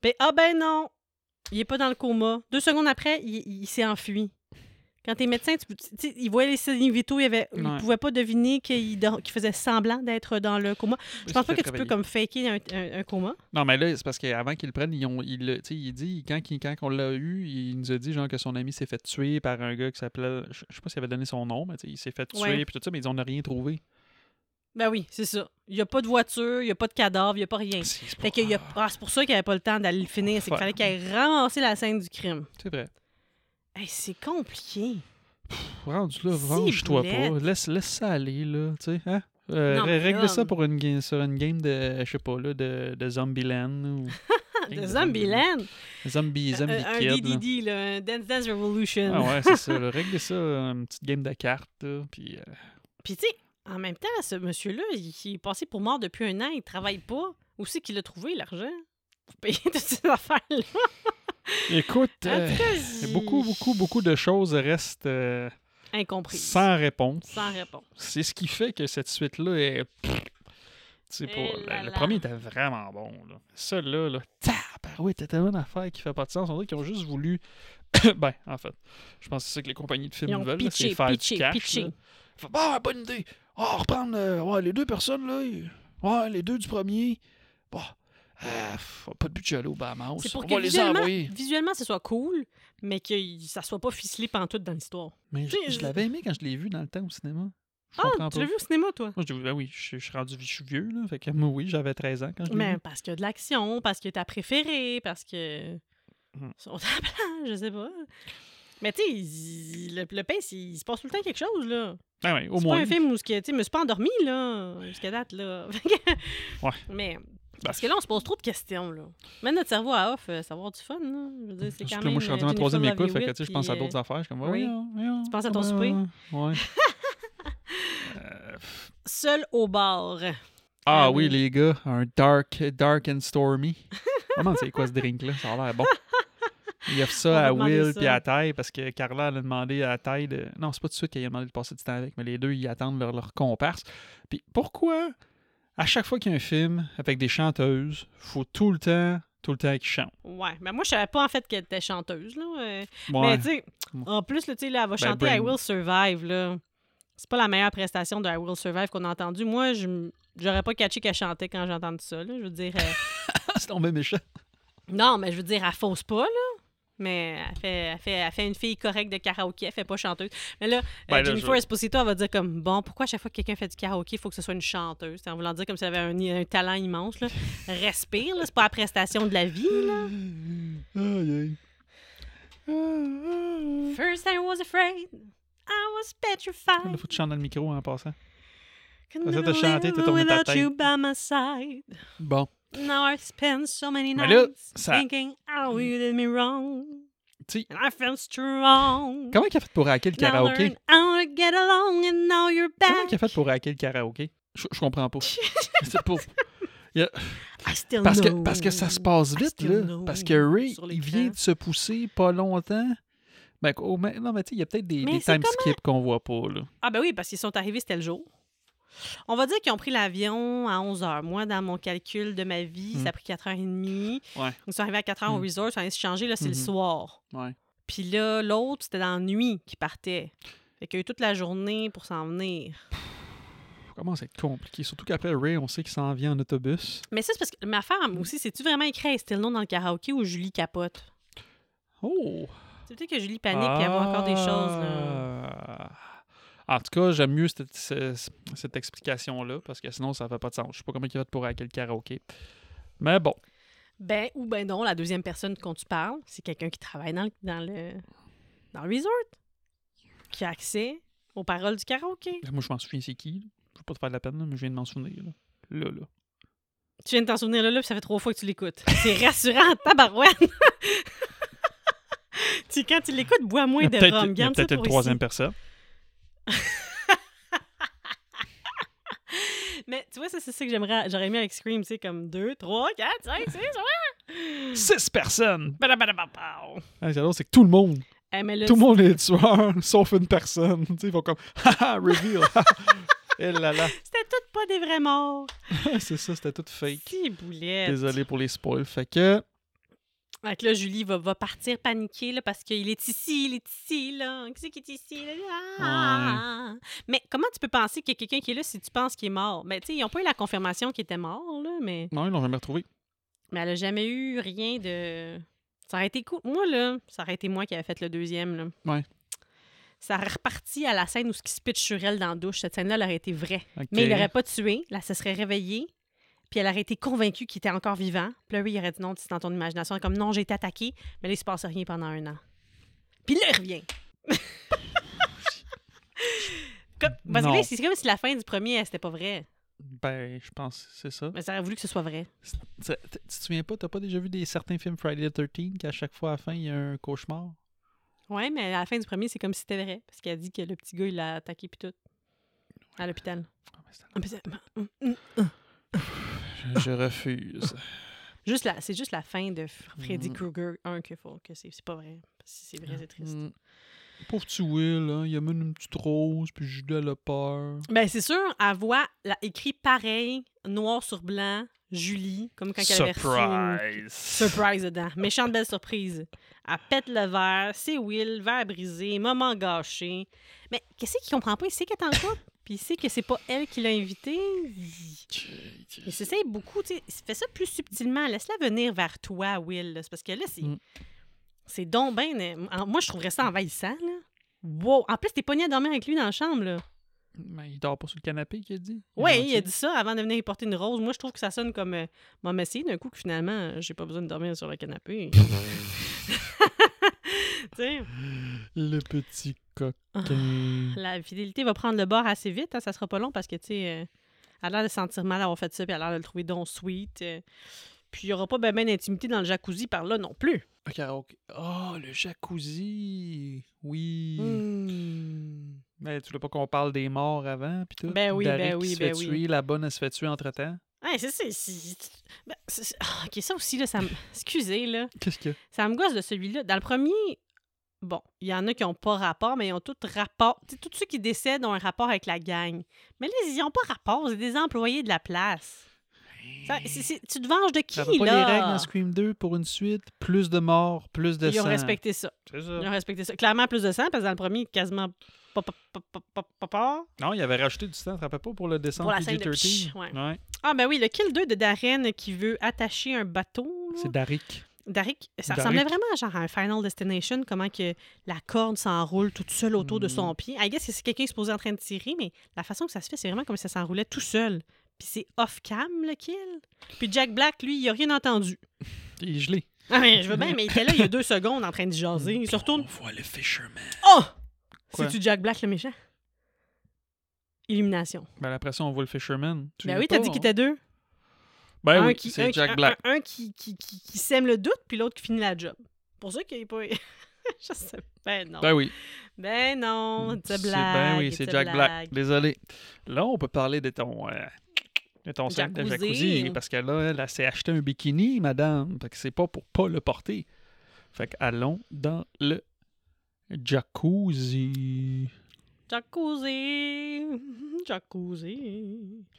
Puis, ah ben non, il est pas dans le coma. Deux secondes après, il, il- il s'est enfui. Quand t'es médecin, tu, peux- tu sais, il voyait les signes vitaux, il, avait, il
Ouais.
pouvait pas deviner qu'il dor- qu'il faisait semblant d'être dans le coma. Je pense pas que tu peux
Réveillé.
comme faker un- un- un coma.
Non, mais là, c'est parce qu'avant qu'ils le prennent, ils ont, il, le- tu sais, il dit, quand, qu'il- quand on l'a eu, il nous a dit genre que son ami s'est fait tuer par un gars qui s'appelait, je je sais pas s'il avait donné son nom, mais tu sais, il s'est fait tuer,
Ouais.
puis tout ça, mais ils n'ont rien trouvé.
Ben oui, c'est ça. Il n'y a pas de voiture, il n'y a pas de cadavre, il n'y a pas rien.
C'est c'est
Fait que
pas-
il y a- ah, c'est pour ça qu'il n'y avait pas le temps d'aller le finir. C'est qu'il
Fuck.
fallait qu'il aille ramasser la scène du crime.
C'est vrai.
Hey, c'est compliqué.
Rendu là,
Si,
venge-toi pas.
boulette.
Laisse, laisse ça aller, là, tu sais, hein? Euh,
Non,
ré-
mais
règle
là-
ça pour une, ga- sur une game de, je sais pas, là, de, de Zombieland. Ou...
Ah, De Zombieland.
Zombie,
Un,
Zombie
un
Kid. là.
DDD, là, un Dance Dance Revolution.
Ah ouais, c'est ça. là. Règle ça, une petite game de cartes, là, puis... euh,
Puis tu sais, en même temps, ce monsieur-là, il, il est passé pour mort depuis un an, il travaille pas. Où c'est qu'il a trouvé l'argent? Pour payer toutes ces affaires-là.
Écoute...
En
euh,
tout cas,
Mais
j'ai-
Beaucoup, beaucoup, beaucoup de choses restent euh,
Incompris.
sans réponse.
Sans réponse.
C'est ce qui fait que cette suite-là est. Tu sais,
Eh
pour-
là
le, le
là.
premier était vraiment bon. là. Celui-là, là, oui, t'as tellement d'affaires qui fait pas de sens. On dirait qu'ils ont juste voulu. ben, en fait, je pense que c'est ça que les compagnies de films
Ils ont
veulent, là, c'est
pitché,
faire
pitché,
du cash.
pitché.
là. Fait, bah, bonne idée. Ah, on reprendre euh, ouais, les deux personnes, là. ils- Ouais, les deux du premier. Bon, euh, pff, pas de budget là, au Bahamas.
C'est pour
on
que
va les
visuellement,
envoyer.
visuellement, ce soit cool, mais que ça soit pas ficelé pantoute dans l'histoire.
Mais
Tu
je,
sais,
je
je-
l'avais aimé quand je l'ai vu dans le temps au cinéma. Je
Ah,
comprends
tu
pas.
l'as vu au cinéma, toi?
Moi, je dis, ben oui, je, je suis rendu je suis vieux, là. Fait que moi, oui, j'avais 13 ans quand je l'ai
Mais
vu.
parce qu'il y a de l'action, parce que t'as préféré, parce que. Ils
Mhm.
sont à la plage, je sais pas. Mais tu sais, il- il- le, le pince, il, il se passe tout le temps quelque chose, là.
Ah ouais, au
C'est pas
moins.
un film où ce que, tu sais, je me suis pas endormi, là, jusqu'à date, là. Fait que-
Ouais.
Mais. Parce que là, on se pose trop de questions, là. Même notre cerveau à off, euh, ça va avoir du fun, là. Je veux dire, c'est
Surtout
quand
que
même.
moi, je suis rendu
euh,
dans la troisième
Jennifer Love
écoute, fait que
Hewitt,
tu sais, je pense à
puis, euh,
d'autres affaires. Je suis comme,
oui.
voyons, voyons.
Tu penses à ton
ben,
souper?
Ouais.
Seul euh, au bar.
Ah
Ah
oui,
oui.
les gars, un dark, dark and stormy. Comment c'est quoi ce drink-là? Ça a l'air bon. Il offre
On
ça
va
à
demander
Will
ça.
puis à Ty parce que Carla elle a demandé à Ty de. Non, c'est pas tout de suite qu'elle a demandé de passer du temps avec, mais les deux, ils attendent leur, leur comparse. Puis pourquoi, à chaque fois qu'il y a un film avec des chanteuses, faut tout le temps, tout le temps qu'ils chantent?
Ouais. Mais moi, je savais pas, en fait, qu'elle était chanteuse, là. euh,
Ouais.
Mais tu sais,
Ouais.
en plus, là, tu sais, là, elle va
Ben,
chanter I
Britney.
Will Survive, là. C'est pas la meilleure prestation de I Will Survive qu'on a entendue. Moi, je m- j'aurais pas catché qu'elle chantait quand j'ai entendu ça. là. Je veux dire. euh,
c'est tombé méchant.
non, mais je veux dire, elle fausse pas, là. Mais elle fait, elle, fait, elle fait une fille correcte de karaoké, elle fait pas chanteuse. Mais là, euh,
Ben là,
Jennifer
je-
Esposito, elle va dire comme Bon, pourquoi à chaque fois que quelqu'un fait du karaoké, il faut que ce soit une chanteuse C'est En voulant dire comme si elle avait un, un talent immense. Là. Respire, là, c'est pas la prestation de la vie. Là.
Aïe, aïe.
First I was afraid, I was
Il
petrified.
faut que tu chantes dans le micro hein, en passant.
Couldn't
Ça, t'as
live
chanté, t'as tourné ta
without
tête.
you by my side.
Bon.
Now I spend so many
Mais
nights
là, ça-
thinking how you did me wrong.
Tu sais-
And I felt strong.
Comment il a fait pour hacker le
Now
karaoké?
learn how to get along and now you're
Comment
back.
il a fait pour hacker le karaoké? Je, je comprends pas. C'est pour-
I still
parce, que,
know.
parce que ça se passe
I
vite,
still
là.
know.
Parce que Ray,
Sur
il
l'écran.
vient de se pousser pas longtemps. Ben, oh, mais- non, mais tu sais, il y a peut-être des,
Mais
des
c'est
time skips qu'on voit pas, là.
Ah ben oui, parce qu'ils sont arrivés, c'était le jour. On va dire qu'ils ont pris l'avion à 11h. Moi, dans mon calcul de ma vie,
Mm.
ça a pris 4h30.
Ouais.
Ils sont arrivés à 4h au
Mm.
resort, ils sont allés se changer, là, c'est le
Mhm.
soir.
Ouais.
Puis là, l'autre, c'était dans la nuit qui partait. Fait qu'il y a eu toute la journée pour s'en venir.
Comment c'est compliqué? Surtout qu'après Ray, on sait qu'il s'en vient en autobus.
Mais ça, c'est parce que ma
Mhm.
femme aussi, c'est-tu vraiment écrit C'était le nom dans le karaoké ou Julie capote?
Oh!
C'est peut-être que Julie panique puis elle voit encore des choses. là.
Ah. En tout cas, j'aime mieux cette, ce- cette explication-là parce que sinon, ça fait pas de sens. Je sais pas comment il va te pour hacker le karaoké. Mais bon,
Ben ou ben non, la deuxième personne dont tu parles, c'est quelqu'un qui travaille dans le, dans le dans le resort, qui a accès aux paroles du karaoké.
moi, je m'en souviens, c'est qui. là. Je veux pas te faire de la peine, là, mais je viens de m'en souvenir. Là, là. là.
Tu viens de t'en souvenir là, là, puis ça fait trois fois que tu l'écoutes. C'est rassurant, tabarouette! tu, quand tu l'écoutes, bois
Il y
moins
a
de
peut-être-
rhum.
il y a
Garde ça
peut-être une
pour ici.
troisième personne.
Mais tu vois, ça, c'est ça que j'aimerais, j'aurais aimé avec Scream, tu sais, comme 2, 3, 4, 5, 6,
Six personnes!
ouais!
Ah, c'est drôle, c'est que tout le monde,
Eh, mais là,
tout le monde est tueur, sauf une personne. Tu sais, ils vont comme, haha, reveal! Et Eh là là!
c'était toutes pas des vrais morts.
c'est ça, c'était tout fake.
Qui boulette.
Désolé pour les spoils. Fait que,
Fait que là, Julie va, va partir paniquer là, parce qu'il est ici, il est ici, là. Qui c'est qui est ici? là? Ah! Mais comment tu peux penser qu'il y a quelqu'un qui est là si tu penses qu'il est mort? Mais tu sais, ils n'ont pas eu la confirmation qu'il était mort, là, mais...
non, ils l'ont jamais retrouvé.
mais elle a jamais eu rien de. Ça aurait été cool. Moi, là, ça aurait été moi qui avais fait le deuxième. Là.
Ouais.
Ça aurait reparti à la scène où ce qui se pitch sur elle dans la douche. Cette scène-là, elle aurait été vraie.
Ok.
Mais il l'aurait pas tué. Là, ça serait réveillé. Puis elle aurait été convaincue qu'il était encore vivant. Puis là, lui, il aurait dit non, c'est dans ton imagination. Elle est Comme non, j'ai été attaqué, mais là, il se passe rien pendant un an. Puis là, il revient. comme, parce que
Non.
là, c'est comme si la fin du premier, elle, c'était pas vrai.
Ben, je pense que c'est ça.
Mais ça aurait voulu que ce soit vrai.
Tu tu te souviens pas, t'as pas déjà vu des certains films Friday the 13 qu'à chaque fois à la fin, il y a un cauchemar?
Ouais, mais à la fin du premier, c'est comme si c'était vrai. Parce qu'elle dit que le petit gars, il l'a attaqué puis tout. À l'hôpital.
Ah, mais c'est-
Ah, mais c'est-
Je, je refuse.
Juste la- c'est juste la fin de Fr- Freddy
Mm.
Krueger 1 que, faut, que c'est c'est pas vrai. Si c'est vrai, c'est triste.
Mm. Pauvre petit Will, hein, il a même une petite rose, puis Judas a peur.
Ben, c'est sûr, elle voit la, écrit pareil, noir sur blanc, Julie, comme quand elle avait reçu une- Surprise dedans. Méchante belle surprise. Elle pète le verre, c'est Will, verre brisé, maman gâchée. Mais qu'est-ce qu'il comprend pas? Il sait qu'elle est en couple, puis il sait que c'est pas elle qui l'a invité. Il s'essaye beaucoup, tu sais. Fais ça plus subtilement. Laisse-la venir vers toi, Will. là. C'est parce que là, c'est.
Mm.
C'est donc ben. euh, en- Moi, je trouverais ça envahissant, là. Wow! En plus, t'es pogné à dormir avec lui dans la chambre, là.
Mais il dort pas sur le canapé, qu'il a dit.
Oui,
menti.
il a dit ça avant de venir y porter une rose. Moi, je trouve que ça sonne comme euh, Bon, mais c'est d'un coup que finalement, euh, j'ai pas besoin de dormir sur le canapé. tu sais,
Le petit coquin.
la fidélité va prendre le bord assez vite, hein, ça sera pas long parce que, tu sais, euh, elle a l'air de se sentir mal d'avoir fait ça, puis elle a l'air de le trouver donc sweet. euh. puis il y aura pas ben, ben d'intimité dans le jacuzzi par là non plus.
Un karaoké. Oh, le jacuzzi. Oui.
Mm.
Mais tu veux pas qu'on parle des morts avant, puis tout?
Ben oui,
Darry
ben
qui
oui,
se
ben
fait
oui.
tuer, la bonne, elle se fait tuer entre-temps.
Ouais, c'est ça. c'est- ben, c'est- c'est- ah, ok, ça aussi, là, ça me. Excusez, là.
Qu'est-ce que...
Ça me gosse de celui-là. Dans le premier, bon, il y en a qui n'ont pas rapport, mais ils ont tous rapport. Tu sais, tous ceux qui décèdent ont un rapport avec la gang. Mais là, ils n'ont pas rapport. C'est des employés de la place. Ça- c'est- c'est- tu te venges de qui,
T'avais pas
là?
les règles dans Scream 2 pour une suite? Plus de morts, plus de
ils ont
sang.
respecté ça.
C'est
Ils
ça.
ont respecté ça. Clairement, plus de sang, parce que dans le premier, quasiment pa- pa- pa- pa- pa- pa- pa.
Non, il avait rajouté du temps, tu te rappelles pas, pour le descendre
Pour la scène de
PG-13?
psh, ouais.
Ouais.
Ah, ben oui, le kill 2 de Darren qui veut attacher un bateau. là.
C'est Darik.
Darik, ça
Darik.
ressemblait vraiment à genre un Final Destination, comment que la corde s'enroule toute seule autour de
Mm.
son pied. I guess que c'est quelqu'un qui se posait en train de tirer, mais la façon que ça se fait, c'est vraiment comme si ça s'enroulait tout seul. Puis c'est off-cam, le kill. Puis Jack Black, lui, il a rien entendu.
Il est gelé.
Ah, mais je veux bien, mais il était là il y a deux secondes en train de jaser. Il se retourne.
voit le Fisherman.
Oh!
Quoi?
C'est-tu Jack Black, le méchant? Illumination.
Ben, après ça, on voit le Fisherman. Tu
ben
l'as
oui, t'as
pas,
dit qu'il
hein?
était deux.
Ben
un
oui,
qui, un
c'est
qui- un-
Jack Black.
Un, un qui, qui, qui, qui sème le doute, puis l'autre qui finit la job. Pour ça qu'il est pas. je sais. Ben non.
Ben oui.
Ben non, c'est blague.
Ben oui, c'est
une
Jack
blague.
Black. Désolé. Là, on peut parler de ton, euh, de ton sac de
Jacuzzi.
jacuzzi. Parce que là, elle, elle s'est acheté un bikini, madame. Fait que c'est pas pour pas le porter. Fait que allons dans le jacuzzi.
Jacuzzi. Jacuzzi.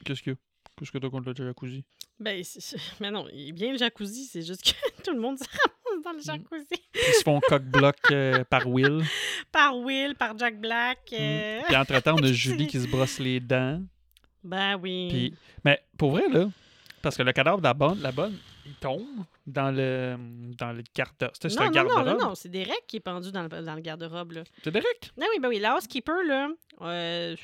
Qu'est-ce que Qu'est-ce que t'as contre le jacuzzi?
Ben, c'est- c'est- mais non, il est bien le jacuzzi, c'est juste que tout le monde se ramasse dans le
Mm.
jacuzzi.
Ils se font cock-block euh, par Will.
Par Will, par Jack Black.
Mm.
euh.
Puis entre-temps, on a Julie qui se brosse les dents.
Ben oui.
Puis, mais pour vrai, là, parce que le cadavre de la bonne, la bonne il tombe dans le, dans le garde-robe. C'est c'est
non,
un
non, non, non,
garde-robe.
non, c'est des règles qui est pendu dans le, dans le garde-robe, là.
C'est direct.
Non, oui, ben oui, la housekeeper, là, euh,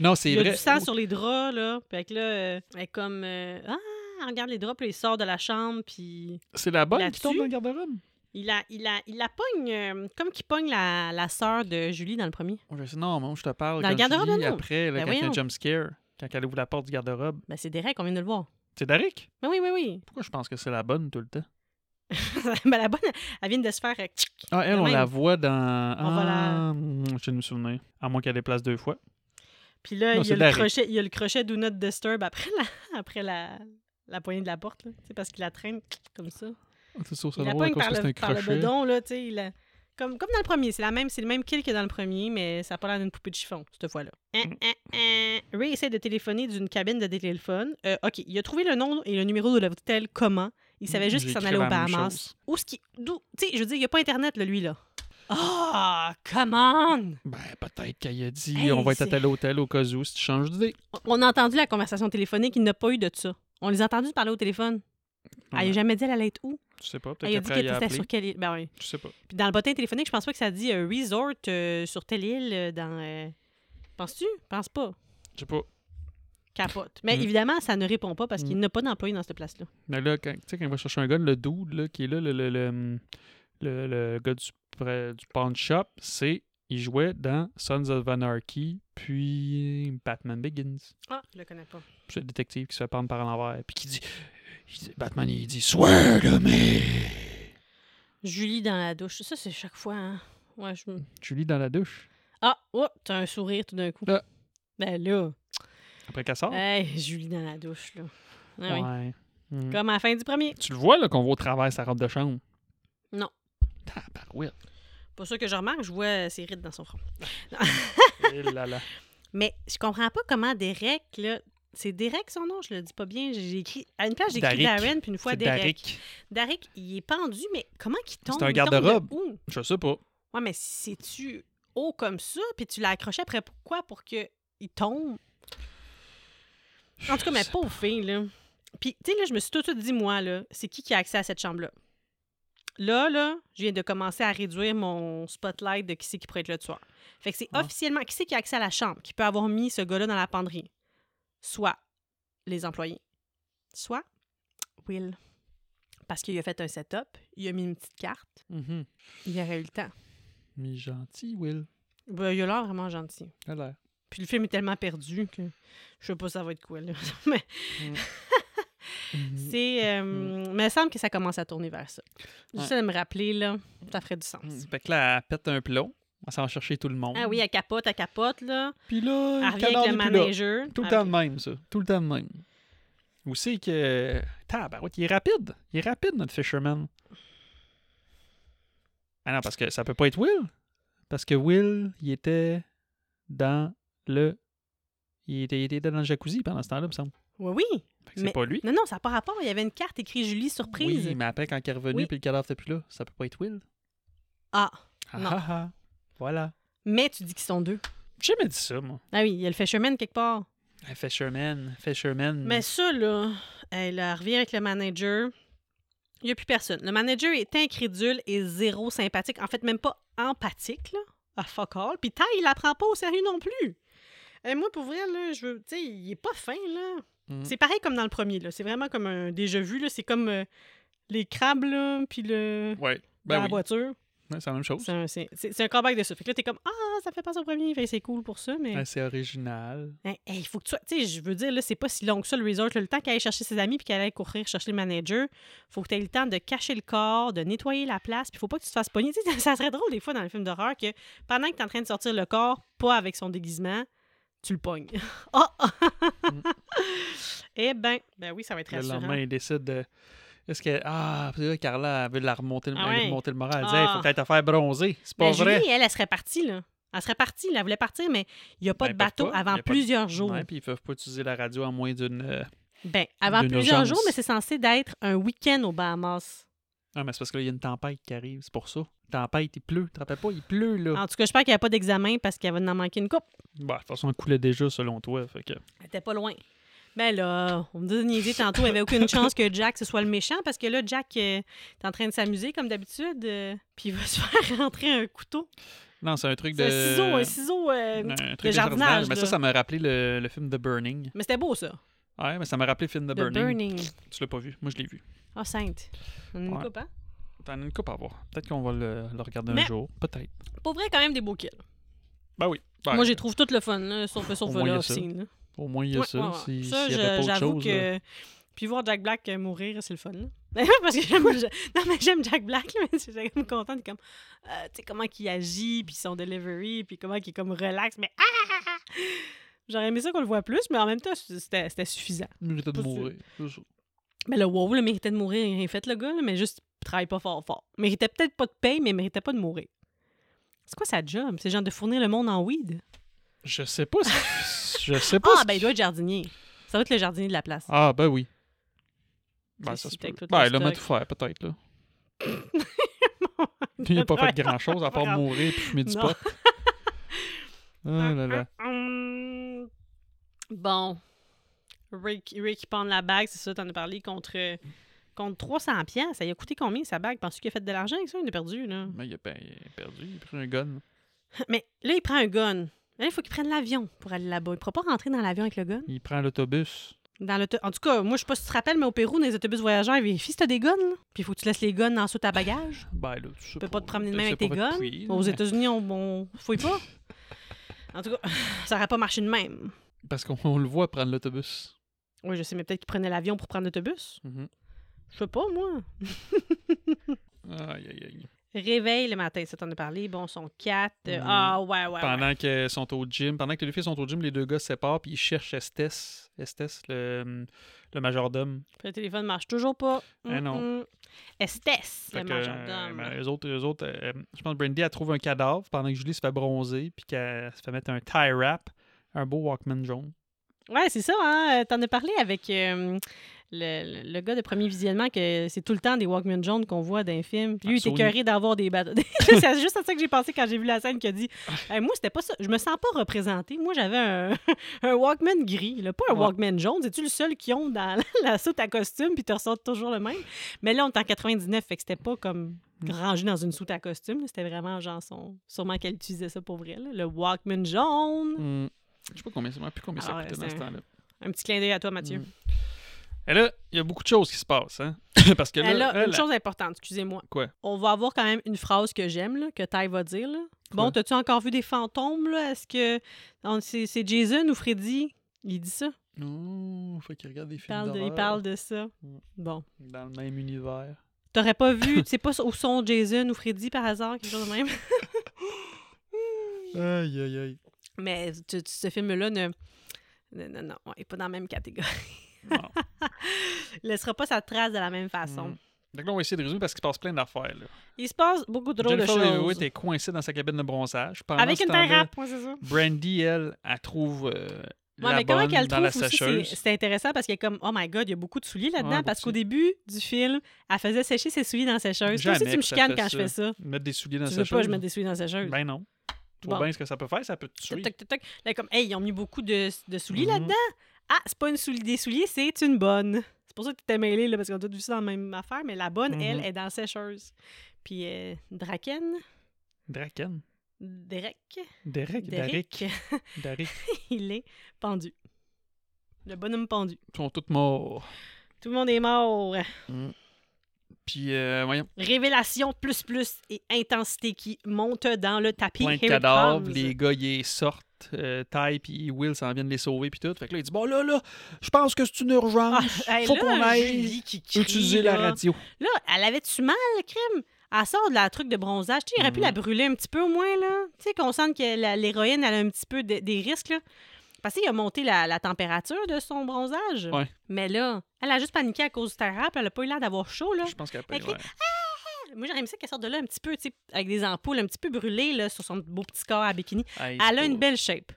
Non, c'est
il y a
vrai. oh.
du sang sur les draps, là. Fait que là, euh, elle est comme... euh, ah, elle regarde les draps, puis elle sort de la chambre, puis...
C'est la bonne
Là-dessus?
qui tombe dans le garde-robe.
Il la, il la, il la pogne, euh, comme qu'il pogne la, la sœur de Julie dans le premier.
Oh, je sais, non, mais je te parle.
Dans le
quand je
garde-robe,
dis
non, non.
Après, là,
Ben
quand il y
voyons.
a le jump scare, quand elle ouvre la porte du garde-robe.
Ben, c'est Derek, on vient de le voir.
C'est Derek.
Ben oui, oui, oui.
Pourquoi je pense que c'est la bonne tout le temps?
ben, la bonne, elle vient de se faire. euh, tchic.
Ah, elle,
De
on
même.
la voit dans.
On va la-
Ah, Je sais de me souvenir. À moins qu'elle déplace deux fois.
Puis là,
Non,
il, y
c'est
a le
Derek.
crochet, il y a le crochet Do Not Disturb après la, après la, la poignée de la porte, là. Tu sais, parce qu'il la traîne comme ça.
Ah, C'est sûr, c'est
Il la
drôle à
pogne
cause
par
que c'est
le,
un
par le
crochet.
bedon, là, tu sais. il la- Comme, comme dans le premier, c'est la même, c'est le même kill que dans le premier, mais ça a pas l'air d'une poupée de chiffon, cette fois-là.
Mm.
Hein, hein, hein. Ray essaie de téléphoner d'une cabine de téléphone. Euh, OK, il a trouvé le nom et le numéro de l'hôtel comment. Il savait juste
J'ai
qu'il s'en
écrit
allait au
la même
Bahamas.
chose.
Où ce qui. D'où. Tu sais, je veux dire, il n'y a pas Internet, là, lui, là. Ah, come on!
Ben, peut-être qu'elle a dit
Hey,
on va être à
c'est-
tel hôtel au cas où si tu changes d'idée.
On a entendu la conversation téléphonique, il n'a pas eu de ça. On les a entendus parler au téléphone. Elle
Ouais.
n'a jamais dit elle allait être où.
Tu sais pas, peut-être
Elle a dit
qu'après
qu'elle
il a
était
appelé.
sur quelle île. Ben oui.
Je sais pas.
Puis dans le bottin téléphonique, je pense pas que ça dit euh, resort euh, sur telle île euh, dans. euh, Penses-tu? Pense pas.
Je sais pas.
Capote. Mais
Mm.
évidemment, ça ne répond pas parce qu'il
Mm.
n'a pas d'employé dans cette place-là.
Mais là, quand, tu sais, quand il va chercher un gars, le dude là, qui est là, le, le, le, le- le gars du, pré- du pawn shop, c'est. Il jouait dans Sons of Anarchy, puis Batman Begins.
Ah, je le connais pas.
C'est le détective qui se fait prendre par l'envers, puis qui dit. il dit- Batman, il dit Swear to me!
Julie dans la douche. Ça, c'est chaque fois. hein. Ouais, je me-
Julie dans la douche.
Ah, oh, t'as un sourire tout d'un coup.
Ah.
Ben là.
Après qu'elle sort?
Hey, Julie dans la douche, là. Ah Euh, oui.
Ouais. Mm.
Comme à la fin du premier.
Tu le vois, là, qu'on voit au travers sa robe de chambre?
Non.
Tabarouette.
Pas sûr que je remarque, je vois ses rides dans son front.
Eh là là.
Mais je comprends pas comment Derek, là. C'est Derek son nom, je le dis pas bien. J'ai écrit. À une place, j'ai écrit
Derek.
Darren, puis une fois
C'est
Derek.
Derek.
Darek, il est pendu, mais comment qu'il tombe?
un
Il tombe de
garde-robe.
où?
Je sais pas.
Ouais, mais c'est-tu haut comme ça, puis tu l'as accroché après pourquoi? Pour que il tombe? En tout cas, mais
Je sais
pauvre fille, là. Puis, tu sais, là, je me suis tout de suite dit, moi, là, c'est qui qui a accès à cette chambre-là? Là, là, je viens de commencer à réduire mon spotlight de qui c'est qui pourrait être le tueur. Fait que c'est
Ah.
officiellement qui c'est qui a accès à la chambre, qui peut avoir mis ce gars-là dans la penderie. Soit les employés, soit Will. Parce qu'il a fait un setup, il a mis une petite carte,
Mhm.
il aurait eu le temps.
Mais gentil, Will.
Ben, il a l'air vraiment gentil.
Il a l'air.
Puis le film est tellement perdu que je sais pas ça va être quoi, là. Mais
Mhm. Mm.
c'est... euh, mais il me semble que ça commence à tourner vers ça.
Ouais. Mm.
Juste de me rappeler, là, ça ferait du sens.
Fait que là, elle pète un plomb. Elle s'en va chercher tout le monde.
Mm. Ah oui, elle capote, elle capote, là.
Puis là,
Elle revient
Ah, le
avec le
cadavre est plus là.
manager.
Tout le
Ah,
temps
ok.
de même, ça. Tout le temps de même. Où c'est que. Tabarouette, il est rapide. Il est rapide, notre Fisherman. Ah non, parce que ça peut pas être Will. Parce que Will, il était dans le. Il était, il était dans le jacuzzi pendant ce temps-là, il me semble.
Oui, oui.
Fait que c'est
Mais-
pas lui.
Non, non, ça n'a pas rapport. Il y avait une carte écrite Julie surprise.
Oui, mais après, quand il est revenu
Oui.
puis le cadavre était plus là, ça peut pas être Will.
Ah,
Ah,
Non.
ah, ah. Voilà.
mais tu dis qu'ils sont deux.
J'ai jamais dit ça, moi.
Ah oui, il y a le Fisherman quelque part.
Hey, Fisherman, Fisherman.
Mais ça, là, elle elle revient avec le manager. Il n'y a plus personne. Le manager est incrédule et zéro sympathique. En fait, même pas empathique, là. À fuck all. Puis tant, il la prend pas au sérieux non plus. Et moi, pour vrai, là, je veux. Tu sais, il est pas fin, là.
Mhm.
C'est pareil comme dans le premier, là. C'est vraiment comme un déjà vu, là. C'est comme euh, les crabes, là, puis le.
Ouais.
dans
Ben
la
oui.
voiture.
Ouais, c'est la même chose.
C'est un, c'est- c'est- c'est un comeback de ça. Fait que là, t'es comme Ah, ça fait pas au premier. Fait que c'est cool pour ça, mais.
Ouais, c'est original.
Hein, hey, Il faut que tu sois- Tu sais, je veux dire, là, c'est pas si long que ça, le resort. là. le temps qu'elle aille chercher ses amis puis qu'elle aille courir chercher le manager, faut que tu aies le temps de cacher le corps, de nettoyer la place, puis faut pas que tu te fasses pogner. Tu sais, ça serait drôle des fois dans les films d'horreur que pendant que tu es en train de sortir le corps, pas avec son déguisement, tu le pognes. Ah!
Mm.
eh ben, ben oui, ça va être
Le
rassurant.
lendemain, il décide de. Est-ce que. Ah, puis là, Carla, elle veut la remonter, le-
Ah ouais.
remonter le moral. Elle dit, Hey,
Ah.
faut peut-être te faire bronzer. C'est pas
Ben,
vrai.
Julie, elle, elle serait partie, là. Elle serait partie, là, elle voulait partir, mais il n'y a pas
Ben,
de
ils peuvent
bateau
pas.
avant
Y a pas de-
plusieurs jours.
Ouais, puis ils peuvent pas utiliser la radio en moins d'une. euh,
Ben, avant
D'une
plusieurs
urgence.
jours, mais c'est censé d'être un week-end aux Bahamas.
Ah, mais c'est parce qu'il y a une tempête qui arrive, c'est pour ça. Tempête, il pleut. Tu te rappelles pas, il pleut, là.
En tout cas, j'espère qu'il n'y a pas d'examen parce qu'il va en manquer une coupe.
Bah, de toute façon, elle coulait déjà, selon toi. Fait que.
Elle était pas loin. Ben là, on me disait niaiser tantôt, il n'y avait aucune chance que Jack, ce soit le méchant parce que là, Jack euh, est en train de s'amuser comme d'habitude, euh, puis il va se faire rentrer un couteau.
Non, c'est un truc de.
C'est un ciseau, un ciseau. euh,
un truc
de jardinage,
Mais
là.
ça, ça m'a rappelé le, le film The Burning.
Mais c'était beau, ça.
Ouais, mais ça m'a rappelé le film The,
The
Burning.
Burning.
Tu l'as pas vu. Moi, je l'ai vu.
Ah, sainte. On a une
Ouais.
coupe, hein?
T'en as une coupe à voir. Peut-être qu'on va le, le regarder
Mais-
un jour. Peut-être.
Pour vrai, quand même des beaux kills.
Ben oui. Ben,
Moi, j'y trouve tout le fun, là, sauf, sauf
Au moins, il y a
là,
ça.
scene, là.
Au moins, il y a
Ouais,
ça.
ouais, ouais.
Si- S'il
Ça,
y avait
je-
pas autre
j'avoue
chose. là.
que. Puis voir Jack Black euh, mourir, c'est le fun. là. Parce que j'aime- je- Non, mais j'aime Jack Black, là, mais j'étais comme contente. Comme, euh, tu sais, comment qu'il agit, puis son delivery, puis comment qu'il est comme relax, mais. ah! J'aurais aimé ça qu'on le voit plus, mais en même temps, c'était c'était suffisant.
Il méritait de
Pas sûr.
mourir. C'est ça.
Mais le wow, le méritait de mourir, il a rien fait, le gars, là, mais juste, il travaille pas fort, fort. Il méritait peut-être pas de paye, mais il méritait pas de mourir. C'est quoi sa job? C'est genre de fournir le monde en weed?
Je sais pas si. je sais pas
Ah,
si-
ben, il doit être jardinier. Ça doit être le jardinier de la place.
Ah, ben oui. Ben,
Puis
ça
si
se
t'as
peut.
tout le
Ben, l'homme a
stock.
tout fait, peut-être, là. Il n'a pas fait grand-chose à part
Vraiment.
mourir et fumer du
Non. Ah,
pot. Oh là là.
Hum. Bon. Rick, Rick il pend la bague, c'est ça, t'en as parlé, contre, contre 300 pièces. Ça lui a coûté combien, sa bague? Penses-tu qu'il a fait de l'argent avec ça? Il a perdu, là.
Mais il a, ben, il a perdu, il a pris un gun.
Mais là, il prend un gun. Là, il faut qu'il prenne l'avion pour aller là-bas. Il ne pourra pas rentrer dans l'avion avec le gun.
Il prend l'autobus.
Dans l'auto- En tout cas, moi, je sais pas si tu te rappelles, mais au Pérou, dans les autobus voyageurs, ils vérifient si t'as des guns. là. Puis il faut que tu laisses les guns dans sous ta bagage.
Ben là, tu sais
Tu peux pas te promener de
peut-être
même avec
c'est
tes guns.
pas fait de
Aux
fouiller,
États-Unis, on, on fouille pas. En tout cas, ça aurait pas marché de même.
mais- Parce qu'on on le voit prendre l'autobus.
Oui, je sais, mais peut-être qu'il prenait l'avion pour prendre l'autobus. Je sais pas, moi.
Aïe, aïe, aïe.
Réveil le matin, ça t'en a parlé. Bon, son 4.
Mm.
Ah, ouais, ouais, ouais.
Pendant qu'ils sont au gym, pendant que les deux filles sont au gym, les deux gars se séparent puis ils cherchent Estes, Estes le, le majordome.
Puis Le téléphone marche toujours pas.
Eh non.
Mm-mm. Estes,
Fait
le
que, euh,
majordome.
ben, eux autres, eux autres euh, je pense que Brandy, elle trouve un cadavre pendant que Julie se fait bronzer puis qu'elle se fait mettre un tie wrap, un beau Walkman jaune.
Ouais, c'est ça, hein. Euh, T'en as parlé avec euh, le, le- le gars de premier visionnement que c'est tout le temps des Walkman jaunes qu'on voit dans les films. Puis lui,
Ah,
il était
Sony.
curé d'avoir des bateaux. c'est juste à ça que j'ai pensé quand j'ai vu la scène qui a dit Hey, Moi, c'était pas ça. Je me sens pas représentée. Moi, j'avais un, un Walkman gris, là, pas un
Ouais.
Walkman jaune. C'est-tu le seul qui ont dans la, la soute à costume, puis tu ressors toujours le même. Mais là, on est en 99, fait que c'était pas comme
Mm.
rangé dans une soute à costume. là. C'était vraiment genre son. Sûrement qu'elle utilisait ça pour vrai, là, le Walkman jaune.
Hmm. Je sais pas combien, je sais même plus combien ça
Ah ouais,
coûtait dans ce
c'est un-
temps-là.
Un petit clin d'œil à toi, Mathieu.
Mm. Et là, il y a beaucoup de choses qui se passent, hein? Parce que là,
Elle a
elle,
une chose importante, excusez-moi.
Quoi?
On va avoir quand même une phrase que j'aime, là, que Ty va dire. là.
Quoi?
Bon, t'as-tu encore vu des fantômes, là? Est-ce que on- c'est c'est Jason ou Freddy? Il dit ça.
Non, faut qu'il regarde des
Il
films
parle de, il
d'horreur
parle de ça.
Mm.
Bon.
dans le même univers.
T'aurais pas vu, c'est pas au son Jason ou Freddy par hasard, quelque chose de même?
Aïe, aïe, aïe.
Mais tu- tu- ce film-là ne... Non, non, non, ouais, il est pas dans la même catégorie.
Bon.
Il laissera pas sa trace de la même façon.
Mm. Donc là, on va essayer de résumer parce qu'il se passe plein d'affaires. là.
Il se passe beaucoup trop de
Jennifer Leavitt
choses.
est coincée dans sa cabine de bronzage. Pendant
Avec
ce
une
temps-là,
terre à c'est ça?
Brandy, elle, elle trouve euh,
Ouais,
la
mais comment
bonne
qu'elle
dans
trouve
la
aussi, c'est-
sécheuse.
c'est intéressant parce qu'elle est comme, oh my god, il y a beaucoup de souliers là-dedans.
Ouais,
parce
beaucoup
qu'au
de
début du film, elle faisait sécher ses souliers dans la sécheuse. Toi aussi,
Jamais
tu me
que ça
chicanes
fait
quand je
ça.
fais ça.
Mettre des souliers dans
tu
sa
veux pas que je
chose.
mette des souliers dans la sécheuse.
Ben non. Tu
Bon.
vois bien ce que ça peut faire, ça peut te tuer.
Toc, toc, toc, toc. Là, comme, hey, ils ont mis beaucoup de, de souliers
Mhm.
là-dedans. Ah, c'est pas une soulier, des souliers, c'est une bonne. C'est pour ça que tu t'es mêlé, là, parce qu'on a tous vu ça dans la même affaire, mais la bonne,
Mhm.
elle, est dans la sécheuse. Puis, euh, Draken,
Draken.
Derek,
Derek. Derek.
Derek,
Derek.
il est pendu. Le bonhomme pendu.
Ils sont tous morts.
Tout le monde est mort.
Puis, euh, voyons,
Révélation plus plus et intensité qui monte dans le tapis.
plein de
Here it
cadavres.
comes.
Les gars, ils sortent. Euh, Ty puis Will s'en viennent les sauver puis tout. Fait que là, il dit Bon, là, là, je pense que c'est une
Ah,
urgence.
hey,
Faut
là,
qu'on aille
Julie qui crie,
utiliser la
là.
radio.
Là, elle avait-tu mal, le crime? Elle sort de la truc de bronzage. Tu sais, il aurait pu
Mhm.
la brûler un petit peu au moins, là. Tu sais, qu'on sente que la- l'héroïne, elle a un petit peu de- des risques, là. Parce qu'il a monté la, la température de son bronzage.
Ouais.
Mais là, elle a juste paniqué à cause du terrain, puis elle a pas eu l'air d'avoir chaud, là.
Je pense qu'elle peut.
Ah. Écrit- Moi, j'aurais aimé ça qu'elle sorte de là un petit peu, tu sais, avec des ampoules un petit peu brûlées, là, sur son beau petit corps à bikini. Elle a une belle shape.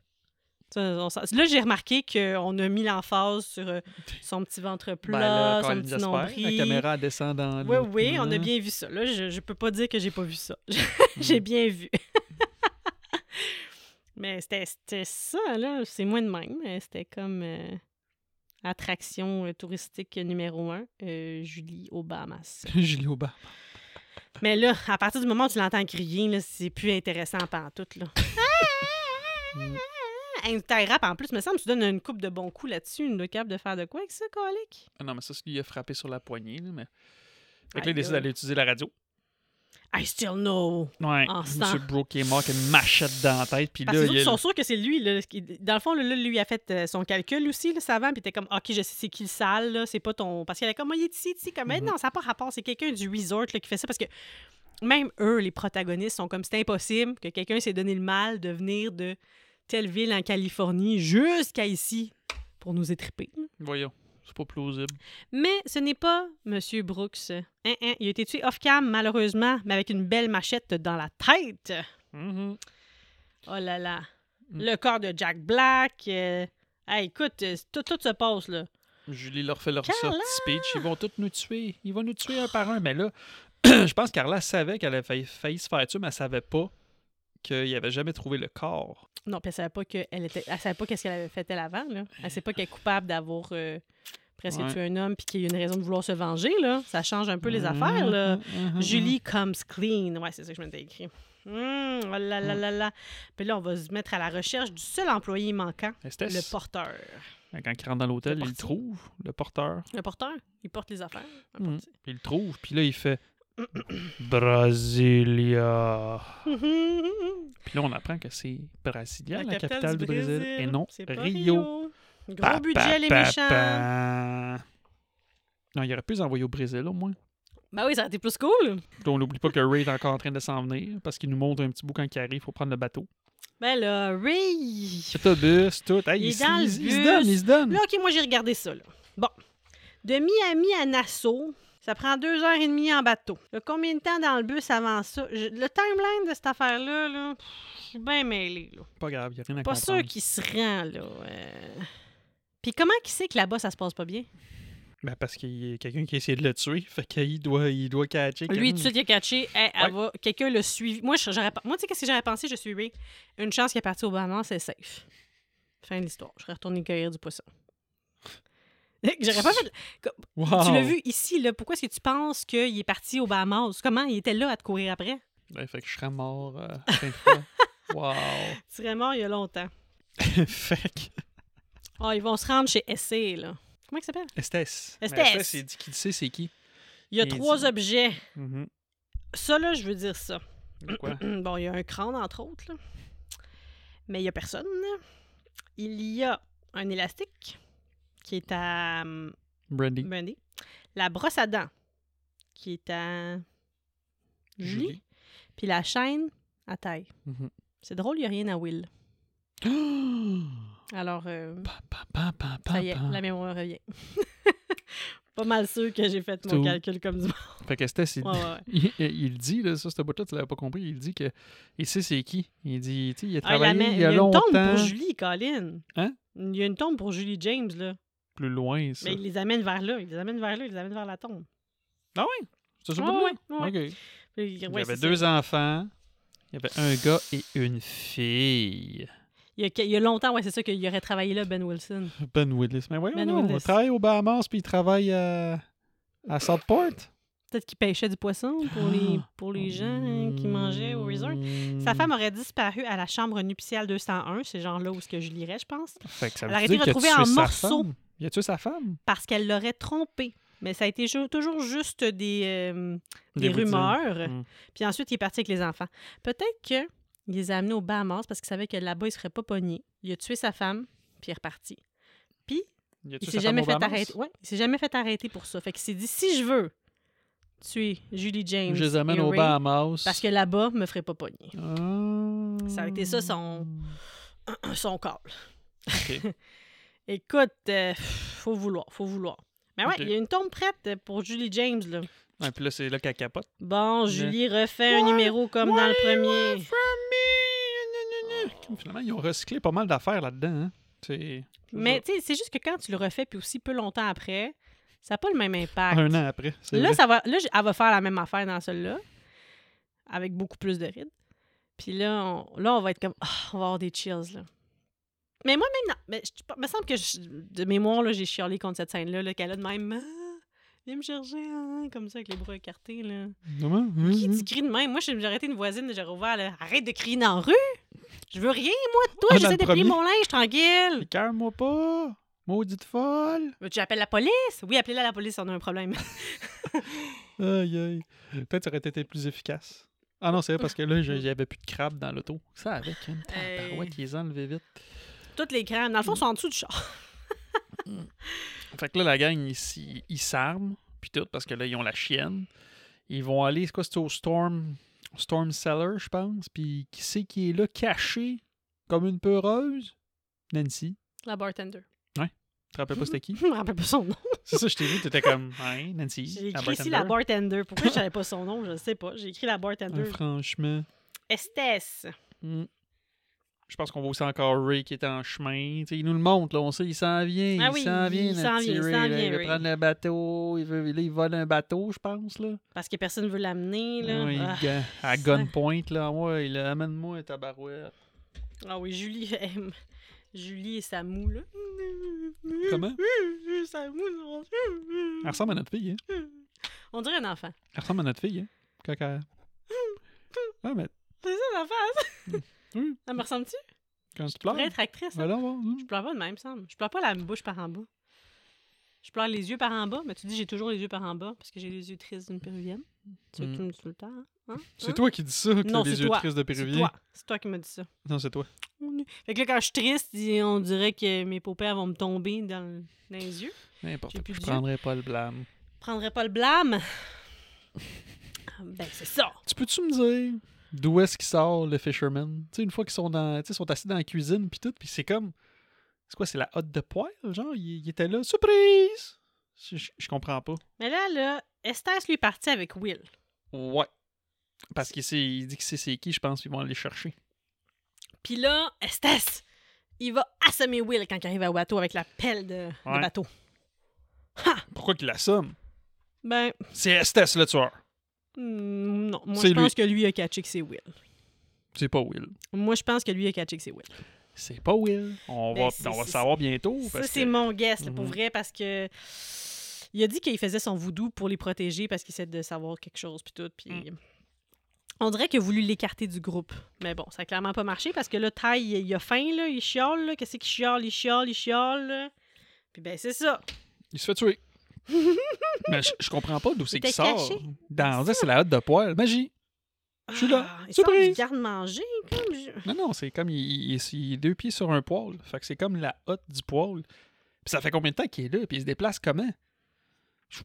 Ça, on sent- Là, j'ai remarqué qu'on a mis l'emphase sur euh, son petit ventre
Ben
plat, son petit nombril.
La caméra elle descend dans
Oui,
le
oui, on a
plan.
bien vu ça. Là, je, je peux pas dire que j'ai pas vu ça.
Mm.
j'ai bien vu. mais c'était c'était ça, là. C'est moins de même. mais C'était comme euh, attraction euh, touristique numéro un, euh, Julie aux Bahamas.
Julie Aubin.
Mais là, à partir du moment où tu l'entends crier, là, c'est plus intéressant pantoute, là.
Mm.
Un taille rap en plus, me semble, tu donnes une coupe de bons coups là-dessus, une doit être capable de faire de quoi avec ça, colique?
Ah Non, mais ça, c'est lui, il a frappé sur la poignée. Là, mais... Fait que là,
Aïe,
il décide
aïe.
d'aller utiliser la radio.
I still know.
Ouais.
En sang.
Monsieur Brooke est mort avec une machette dans la tête. Puis là,
Parce que les
il
autres
y a
sont sûrs que c'est lui. Là, qui- dans le fond, là, là, lui a fait euh, son calcul aussi, le savant, puis t'es comme, OK, je sais c'est qui le sale, là, c'est pas ton. Parce qu'il avait comme, Ah, il est ici, ici, comme, Mais
Mhm.
non, ça n'a pas rapport, c'est quelqu'un du resort là, qui fait ça, parce que même eux, les protagonistes, sont comme, c'est impossible que quelqu'un s'est donné le mal de venir de telle ville en Californie jusqu'à ici pour nous étriper. là.
Voyons, c'est pas plausible.
Mais ce n'est pas Monsieur Brooks. Hein, hein, il a été tué off-cam, malheureusement, mais avec une belle machette dans la tête.
Mm-hmm.
Oh là là.
Mm.
Le corps de Jack Black. euh, hey, écoute, euh, tout, tout se passe, là.
Julie leur fait leur
Carla!
sortie speech. Ils vont tous nous tuer. Ils vont nous tuer un par un. Mais là, je pense qu'Arla savait qu'elle avait failli, failli se faire tuer, mais elle savait pas qu'il avait jamais trouvé le corps.
Non, puis elle savait pas que elle était. Elle savait pas qu'est-ce qu'elle avait fait elle avant, là. Elle sait pas qu'elle est coupable d'avoir euh, presque
Ouais.
tué un homme puis qu'il y a une raison de vouloir se venger, là. Ça change un peu les
Mm-hmm.
affaires, là. Julie comes clean. Ouais, c'est ça que je m'étais écrit. Hum, oh là là
Mm.
là là. Puis là, on va se mettre à la recherche du seul employé manquant,
Estelle,
le porteur.
quand il rentre dans l'hôtel,
Le
il le
portier.
trouve, le porteur.
Le porteur, il porte les affaires. Un
Mhm.
portier.
Il le trouve, puis là, il fait Brasilia. Puis là, on apprend que c'est Brasilia, la, capitale, du Brésil, et non
C'est pas
Rio.
Gros
Pa,
budget,
pa,
les
pa,
méchants.
pa. Non, il aurait pu les envoyer au Brésil, au moins.
Ben oui, ça aurait été plus cool.
Puis on n'oublie pas que Ray est encore en train de s'en venir, parce qu'il nous montre un petit bout quand il arrive, il faut prendre le bateau.
Ben là, Ray.
Autobus, tout. Hey,
Il
il,
est
se-
dans le
il se- il se
bus.
donne, il se donne.
Là, OK, moi, j'ai regardé ça, là. Bon. De Miami à Nassau, ça prend deux heures et demie en bateau. Là, combien de temps dans le bus avant ça? Je- le timeline de cette affaire-là, là, pff, je suis bien mêlée, là.
Pas grave, il n'y a rien à
Pas
comprendre.
sûr qu'il se rend, là. euh. Puis comment qu'il sait que là-bas, ça se passe pas bien?
Ben, parce qu'il y a quelqu'un qui a essayé de le tuer, fait qu'il doit, il doit catcher. que-
Lui, tout de suite, il a catché. Hey, elle
Ouais.
va- Quelqu'un le suivi. Moi, je- j'aurais pas- Moi, tu sais, qu'est-ce que j'aurais pensé? Je suis Ray. Une chance qu'il est parti au Bahamas, c'est safe. Fin de l'histoire. Je serais retourné cueillir du poisson. J'aurais pas fait.
Wow.
Tu l'as vu ici, là. Pourquoi est-ce que tu penses qu'il est parti au Bahamas? Comment il était là à te courir après?
Ben, fait que je serais mort euh, plein de fois. Wow.
Tu serais mort il y a longtemps.
fait que
Ah, ils vont se rendre chez Essay, là. Comment il s'appelle?
Estes. Mais
Estes.
Estes, il dit qu'il sait c'est qui.
Il y a
Il
trois
dit-
objets.
Mhm.
Ça, là, je veux dire ça.
De Quoi?
bon, il y a un crâne, entre autres, là. mais il n'y a personne. Il y a un élastique qui est à hum,
Brandy.
Brandy, la brosse à dents qui est à Julie,
Julie.
puis la chaîne à taille.
Mhm.
C'est drôle, il n'y a rien à Will. Alors, euh,
Pa, pa, pa, pa, pa,
ça y est,
pa.
la mémoire revient. Pas mal sûr que j'ai fait mon
Tout.
calcul comme du monde.
Fait qu'Estes, il,
Ouais, ouais, ouais.
il, il dit, là, ça, ce bout-là, tu l'avais pas compris, il dit que il sait c'est qui. Il dit, tu sais, il a
Ah, il, la
travaillé
met-
il y a,
il y a une
longtemps.
tombe pour Julie, Colin.
Hein?
Il y a une tombe pour Julie James, là.
Plus loin, ça.
Mais il les amène vers là, il les amène vers là, il les amène vers la tombe.
Ah ouais? C'est ce
Ouais,
bout-là?
ouais, ouais.
OK.
Puis, ouais,
J'avais
c'est
deux enfants. Il y avait un gars et une fille.
Il y a, que- il y a longtemps, ouais, c'est ça qu'il aurait travaillé là, Ben Wilson.
Ben Willis. Mais voyons,
Ben
non,
Willis.
il travaille au Bahamas puis il travaille à, à Southport.
Peut-être qu'il pêchait du poisson pour les, pour les gens hein, qui mangeaient au resort.
Hmm. Mm.
Sa femme aurait disparu à la chambre nuptiale 201, c'est genre là où ce que je lirais, je pense,
Fait que ça
Elle
veut
aurait
dire
été
qu'il a
retrouvée
tué
en
sa
morceaux.
femme. Il a tué sa femme.
parce qu'elle l'aurait trompé. Mais ça a été ju- toujours juste des, euh, des
Des routines.
rumeurs.
Mm.
Puis ensuite, il est parti avec les enfants. Peut-être que il les a amenés au Bahamas parce qu'il savait que là-bas, il serait pas pogné. Il a tué sa femme, puis il est reparti. Puis,
Il a
il
tué
s'est
sa femme
jamais
au
fait
Bahamas?
arrêter. Ouais, il s'est jamais fait arrêter pour ça. Fait qu'il s'est dit, si je veux tuer Julie James
Je les
et
amène au
Ray,
Bahamas.
parce que là-bas, me ferait pas pogner.
Ah.
Ça a été ça, son- Son corps.
Ok.
Écoute, euh, faut vouloir, faut vouloir. Mais ouais,
Ok.
il y a une tombe prête pour Julie James, là.
Ouais, puis là, c'est là qu'elle capote.
Bon,
Mais-
Julie refait un
What?
numéro comme dans le
What you want
premier.
from me? Gna, gna, gna. Comme Finalement, ils ont recyclé pas mal d'affaires là-dedans. hein. C'est c'est
Mais
ça.
tu sais, c'est juste que quand tu le refais, puis aussi peu longtemps après, ça n'a pas le même impact.
un an après. c'est
Là,
vrai.
ça va, là, j- elle va faire la même affaire dans celui-là, avec beaucoup plus de rides. Puis là, on, là, on va être comme, Ah, on va avoir des chills, là. Mais moi, même, dans- mais je- il me semble que je- de mémoire, là, j'ai chialé contre cette scène-là, là, qu'elle a de même, Ah, viens me chercher, hein, comme ça, avec les bras écartés, là.
Comment? Hum,
Qui
hum.
dit crie de même? Moi, j'aurais été une voisine, j'aurais ouvert, là, arrête de crier dans la rue! Je veux rien, moi, de toi,
Ah, dans
j'essaie de
le
plier
premier.
mon linge tranquille!
Écœure-moi pas! Maudite folle!
Veux-tu appeler la police? Oui, appelez-la la police, on a un problème.
Aïe, aïe. Peut-être ça aurait été plus efficace. Ah non, c'est vrai parce que là, je- il y avait plus de crabe dans l'auto. Ça, avec une
Eh.
tabarouette, ils les enlevaient vite.
Toutes les crèmes, dans le fond, sont en dessous du char.
Fait que là, la gang, ils s'y- ils s'arment, puis tout, parce que là, ils ont la chienne. Ils vont aller, c'est quoi, c'est au Storm, Storm Cellar, je pense. Puis qui c'est qui est là, caché, comme une peureuse? Nancy.
La bartender.
Tu te rappelles pas c'était qui?
Je me rappelle pas son nom.
C'est ça, je t'ai vu, t'étais comme, hein, Nancy.
J'ai
la
écrit ici
bartender.
la bartender. Pourquoi je savais pas son nom? Je sais pas. J'ai écrit la bartender.
Ah, Franchement.
Estes.
Hmm. Je pense qu'on voit aussi encore Ray qui est en chemin. Tu sais, il nous le montre, là, on sait, il s'en vient.
Ah
il
oui,
s'en vient,
il s'en
notre petit
vient, il
Ray,
s'en
là.
vient,
Il veut
Ray.
prendre le bateau, il veut, là, il vole un bateau, je pense, là.
Parce que personne veut l'amener, là.
Ouais, il
ah.
ga- à
ça.
gunpoint, là. Ouais, il a- amène-moi ta barouette.
Ah oui, Julie. aime. Julie et sa moue, là.
Comment?
Sa moue, non.
Elle ressemble à notre fille, hein.
On dirait un enfant.
Elle ressemble à notre fille, hein. Quand elle- Ah, mais
C'est ça, la face?
Oui. Ah.
Ça me ressemble-tu?
quand tu
Je pourrais
pleures.
être actrice. hein?
voilà, bon, hum.
Je pleure pas de même, semble. Je pleure pas la bouche par en bas. Je pleure les yeux par en bas, mais tu dis j'ai toujours les yeux par en bas parce que j'ai les yeux tristes d'une péruvienne. Tu
Mm.
me dis tout le temps. hein? Hein?
C'est toi qui dis ça, que
Non,
t'as
c'est
les yeux
toi.
tristes de
C'est
Péruvien.
toi. C'est toi qui m'as dit ça.
Non, c'est toi.
Fait que là, quand je suis triste, il- on dirait que mes paupières vont me tomber dans, le- dans les yeux.
N'importe
J'ai
quoi.
plus
Je
d'yeux.
prendrais pas le blâme.
Je prendrais pas le blâme. ben, c'est ça.
Tu peux-tu me dire d'où est-ce qu'il sort le fisherman? Tu sais, une fois qu'ils sont dans. Tu sais, ils sont assis dans la cuisine puis tout, puis c'est comme. C'est quoi, c'est la hotte de poêle, genre? Il, il était là. Surprise! Je, je- je comprends pas.
Mais là, là, Estes, lui, est parti avec Will.
Ouais. Parce qu'il sait- il dit qu'il sait c'est qui, je pense, ils vont aller chercher.
Puis là, Estes, il va assommer Will quand il arrive au bateau avec la pelle de, de
Ouais.
bateau.
Pourquoi qu'il l'assomme?
Ben,
C'est Estes le tueur.
Mm, Non, moi
C'est
je pense que lui a catché que c'est Will.
C'est pas Will.
Moi je pense que lui a catché que c'est Will.
C'est pas Will. On
Ben,
va,
c'est-
on va le
c'est-
savoir bientôt.
Ça
parce
c'est
que-
mon guess là, pour
Mhm.
vrai parce que il a dit qu'il faisait son voodoo pour les protéger parce qu'il essaie de savoir quelque chose puis tout puis
Mm.
on dirait qu'il a voulu l'écarter du groupe. Mais bon, ça a clairement pas marché parce que là Ty il il a faim là, il chiale là, qu'est-ce qu'il chiale, il chiale, il chiale. là. Puis ben c'est ça.
Il se fait tuer. Mais je, je comprends pas d'où c'est
était
qu'il sort.
caché.
Dans c'est la hotte de poêle. Magie. Je suis là.
Ah, il sort
Surprise.
du garde-manger comme je-
Non, non, c'est comme il, il- il- il est deux pieds sur un poêle. Fait que c'est comme la hotte du poêle. Puis ça fait combien de temps qu'il est là? Puis il se déplace comment? Je-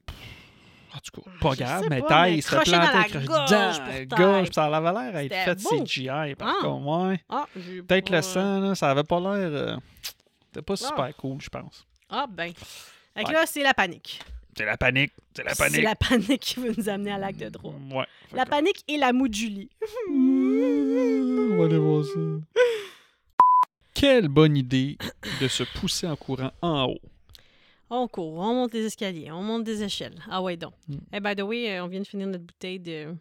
En tout cas, pas
Je
grave,
sais
mais
pas,
taille,
mais
il se fait
crochet dans
planter,
la
crochet
gorge
dans
pour
la
Ty.
gorge. Puis ça avait l'air à être
C'était
fait
beau.
CGI, par
Ah.
contre, ouais.
Ah, j'ai
Peut-être
pas-
le sang, là, ça avait pas l'air... euh, C'était pas super cool, je pense.
Ah ben. Fait que
Ouais.
là c'est la panique.
C'est la panique, c'est la
C'est
panique. Mm,
la panique qui veut nous amener à l'acte de droit.
Ouais. Fait
La
que-
panique et la moue de Julie.
On va aller voir ça. Quelle bonne idée de se pousser en courant en haut.
On court, on monte les escaliers, on monte des échelles. Ah ouais donc.
Mm.
Eh by the way, euh, on vient de finir notre bouteille de...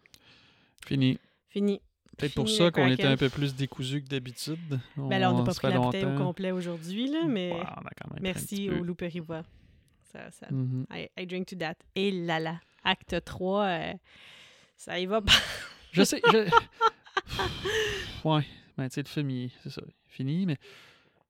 Fini.
Fini.
Peut-être pour
Fini
ça
avec
qu'on était
Raquel.
un peu plus décousu que d'habitude.
Ben là, on n'a pas
se
pris
fait
la bouteille au
longtemps.
complet aujourd'hui, là, mais
Ouais, on a quand même pris un petit
merci
peu.
au Loup-Périvois. Ça, ça,
Mhm.
I, I drink to that. Et là là, acte 3, euh, ça y va pas.
Je sais. Je... ouais. Ben, tu sais, le film, il- c'est ça. il est Fini, mais.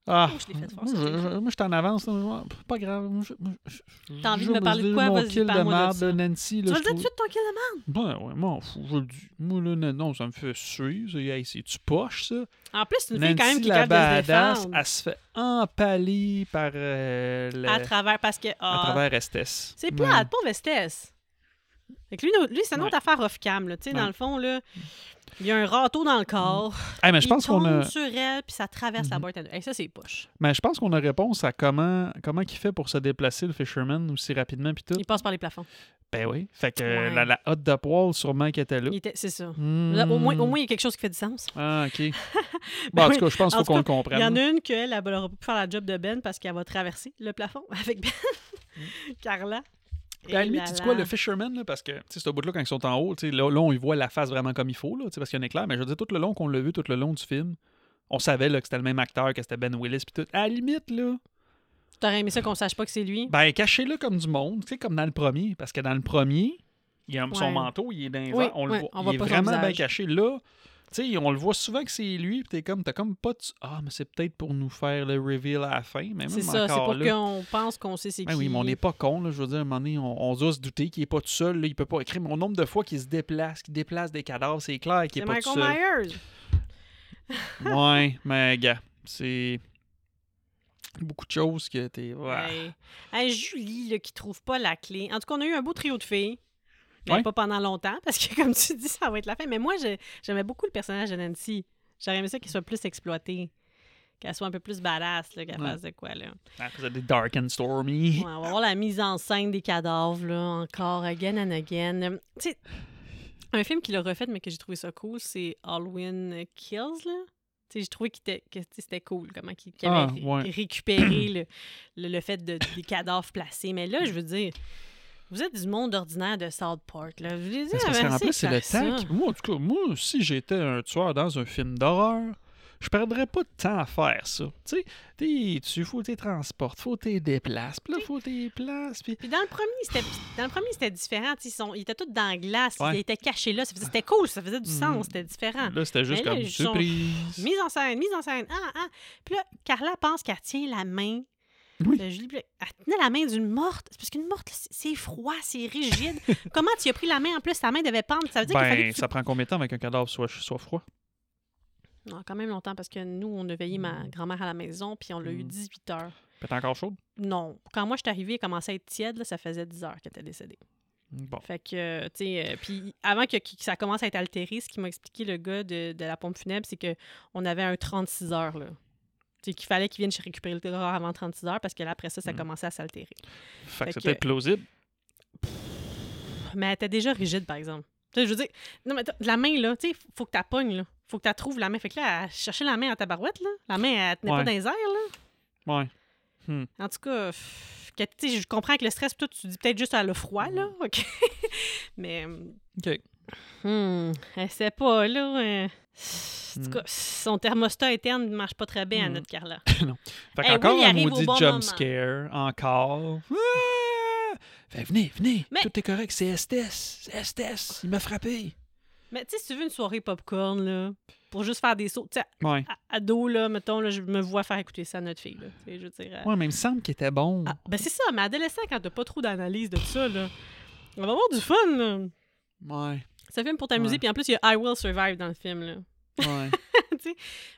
Ah,
Oh, je l'ai fait fort,
moi,
ça,
je-
je l'ai
je- moi, je t'en avance. là, moi, Pas grave. moi, je- moi, je-
T'as envie de
je
me parler de
dis
quoi?
Mon
Vas-y,
kill de
parle-moi de
merde,
ça.
là, Nancy.
Tu
Là,
vas le dire tout
je
de
trouve...
suite, ton kill de merde?
Ben, ouais, m'en fous, je le dis. Moi, là, non, non, ça me fait suer. ça. Hey, C'est-tu poche, ça?
En plus, c'est une fille
Nancy,
quand même qui est
la
capable de se
badass,
défendre
elle se fait empaler par euh, le-
à travers, parce que...
à
ah,
travers Estes.
C'est
Ouais.
plate, pauvre Estes. Fait que lui, no- lui c'est une autre affaire off-cam. Là. Tu sais,
Ouais. Mm.
Dans le fond, là, il y a un râteau dans le corps.
Hey, mais
il
je pense
tombe
qu'on a.
sur elle, puis ça traverse la
Mhm.
boîte à noix. Hey, ça, c'est poche.
Mais je pense qu'on a réponse à comment comment il fait pour se déplacer le fisherman aussi rapidement puis tout.
Il passe par les plafonds.
Ben oui. Fait que
Ouais.
la, la hotte de poil sûrement qui était là.
Il était- C'est ça.
Hmm.
Là, au, moins, au moins, il y a quelque chose qui fait du sens.
Ah, OK. Bon, Bah, en
Ben
tout cas, je pense
en
qu'il faut
tout Il y en
qu'on le comprenne. Ben,
a une qu'elle, elle n'aura pas pu faire la job de Ben parce qu'elle va traverser le plafond avec Ben. Carla.
Mm. Ben, à la limite,
Et
tu dis
là
quoi,
là.
le fisherman, là, parce que, tu sais, ce bout-là, quand ils sont en haut, tu sais, là, là, on y voit la face vraiment comme il faut, là, tu sais, parce qu'il y a un éclair, mais je veux dire, tout le long qu'on l'a vu, tout le long du film, on savait, là, que c'était le même acteur, que c'était Ben Willis, puis tout. À la limite, là,
T'aurais aimé ça qu'on sache pas que c'est lui?
Ben, cachez-le comme du monde, tu sais, comme dans le premier. Parce que dans le premier, il a son
Ouais.
manteau, il est dans les
Oui,
airs, on le
ouais,
voit.
on
il
voit
est
pas son
vraiment bien
visage.
caché. Là, tu sais, on le voit souvent que c'est lui, puis t'es comme, t'as comme pas de... Ah, mais c'est peut-être pour nous faire le reveal à la fin, mais même
C'est ça, c'est
encore
pour
là...
qu'on pense qu'on sait c'est
Ben
qui.
oui, mais on n'est pas con, là, je veux dire, à un moment donné, on, on doit se douter qu'il est pas tout seul, là, il peut pas écrire. Mon nombre de fois qu'il se déplace, qu'il déplace des cadavres, c'est clair qu'il
C'est
est pas tout
Michael
seul.
Myers.
ouais, mais gars, c'est... Beaucoup de choses que t'es... Ouais.
Hey. Hey, Julie, là, qui trouve pas la clé. En tout cas, on a eu un beau trio de filles. Mais
Ouais.
pas pendant longtemps, parce que comme tu dis, ça va être la fin. Mais moi, je- j'aimais beaucoup le personnage de Nancy. J'aurais aimé ça qu'il soit plus exploité. Qu'elle soit un peu plus badass, là, qu'elle
Ouais.
fasse de quoi, là.
Elle faisait des dark and stormy.
Ouais, on va voir la mise en scène des cadavres, là, encore, again and again. Euh, Tu sais, un film qu'il a refait, mais que j'ai trouvé ça cool, c'est Halloween Kills, là. Tu sais, j'ai trouvé qu'il était- que tu sais, c'était cool, comment qu'il qu'il
Ah,
avait ré-
ouais.
récupéré le, le, le fait de, des cadavres placés. Mais là, je veux dire, vous êtes du monde ordinaire de South Park, là. Je vous ai dit,
Mais c'est parce qu'en
avancez
plus, c'est
faire
le temps.
Ah, ben, ça.
qui- Moi, en tout cas, moi, si j'étais un tueur dans un film d'horreur, je perdrais pas de temps à faire ça. Tu sais, t'es- tu faut tes transports, faut tes déplaces, puis là, faut tes places, puis...
Puis dans le premier, c'était dans le premier, c'était différent. Tu sais, Ils, sont, ils étaient tous dans la glace,
Ouais.
ils étaient cachés là. Ça faisait- C'était cool, ça faisait du
Mhm.
sens, c'était différent.
Là, c'était juste
Ah, Mais là,
comme
ils sont-
surprise.
Mise en scène, mise en scène. Ah, ah. Puis là, Carla pense qu'elle tient la main.
Oui.
de Julie, Puis là, elle tenait la main d'une morte. C'est parce qu'une morte, là, c'est- c'est froid, c'est rigide. Comment tu y as pris la main en plus? Ta main devait pendre. Ça veut dire qu'il fallait
Ben,
que tu...
ça prend combien de temps avec un cadavre soit, soit froid?
Non, Ah, quand même longtemps, parce que nous, on a veillé ma grand-mère à la maison, puis on l'a eu
Mm.
18 heures.
Peut-être encore chaude?
Non. Quand moi, je suis arrivée, elle commençait à être tiède, là, ça faisait 10 heures qu'elle était décédée.
Bon.
Fait que, euh, tu sais, euh, puis avant que, que ça commence à être altéré, ce qui m'a expliqué le gars de, de la pompe funèbre, c'est que on avait un 36 heures, là. Tu sais, qu'il fallait qu'il vienne chez- récupérer le corps avant 36 heures parce que là, après ça, ça
Mm.
commençait à s'altérer.
Fait que
Fait
c'est
que-
peut-être plausible.
Mais elle était déjà rigide, par exemple. Tu sais, je veux dire, non, mais t- la main, là, tu sais, faut que tu pognes, là. Faut que tu trouves la main. Fait que là, elle cherchait la main à tabarouette, là. La main, elle tenait
Ouais.
pas dans les airs, là.
Ouais. Hmm.
En tout cas, pff, que, tu sais, je comprends que le stress, tout, tu dis peut-être juste à le froid, là. OK. mais.
OK.
Hmm, elle sait pas, là. euh, En tout
Hmm.
cas, son thermostat interne ne marche pas très bien à
Hmm.
notre Carla.
Fait
Eh oui,
qu'encore
il
un
arrive au
maudit
bon moment.
jump scare, encore. Ah! Fait venez, venez,
Mais-
tout est correct, c'est Estes, c'est Estes, il m'a frappé.
Mais tu sais, si tu veux une soirée popcorn, là, pour juste faire des sauts, tu sais,
Ouais.
à- ado, là, mettons, là, je me vois faire écouter ça à notre fille, là. Tu sais, je veux dire, euh,
Ouais, mais il me semble qu'il était bon.
ah, ben c'est ça, mais adolescent, quand t'as pas trop d'analyse de tout ça, là, on va avoir du fun, là.
Ouais,
C'est un film pour t'amuser,
Ouais.
puis en plus, il y a I Will Survive dans le film, là.
ouais.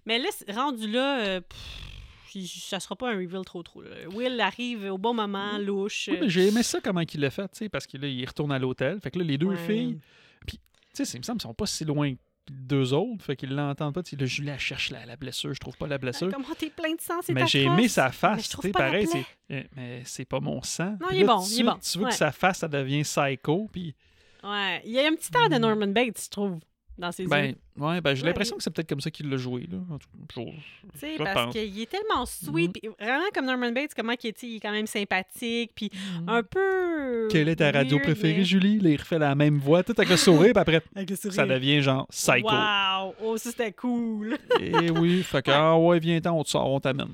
Mais là, c'est- rendu là, euh, pff, j- ça sera pas un reveal trop trop, là. Will arrive au bon moment, louche.
Oui, mais j'ai aimé ça comment il l'a fait, tu sais, parce que là, il retourne à l'hôtel. Fait que là, les deux
Ouais.
filles, tu sais, c'est- il me semble qu'ils sont pas si loin que deux autres. Fait qu'ils l'entendent pas. Tu sais, là, Julie, elle cherche la, la blessure. Je trouve pas la blessure.
Comment t'es plein de sang, c'est
Mais j'ai aimé
atroce.
sa
Mais
face,
je
tu
trouve
sais,
pas la
pareil.
plaie.
c'est- Eh, mais c'est pas mon sang.
Non,
Puis
il est
là,
bon,
tu
il est
sais-
bon.
Tu veux
Ouais.
que sa face, ça devient psycho, puis
Ouais, il y a un petit air de Norman Bates, je trouve. dans ses yeux.
Mm. Ben, ouais, ben, j'ai
Ouais.
l'impression que c'est peut-être comme ça qu'il l'a joué. Là. En tout cas, j'ose-
Tu sais,
je
parce
pense. Mm.
qu'il est tellement sweet. puis Vraiment comme Norman Bates, comment qu'il est, il est quand même sympathique. Puis un peu.
Hum. Quelle est ta radio
weird,
préférée,
mais-
Julie? Là, il refait la même voix, tout avec le sourire, puis après,
Avec le sourire.
ça devient genre psycho.
Wow! Oh, ça, c'était cool!
Et oui, fait que, ah ouais, viens-t'en, on te sort, on t'amène.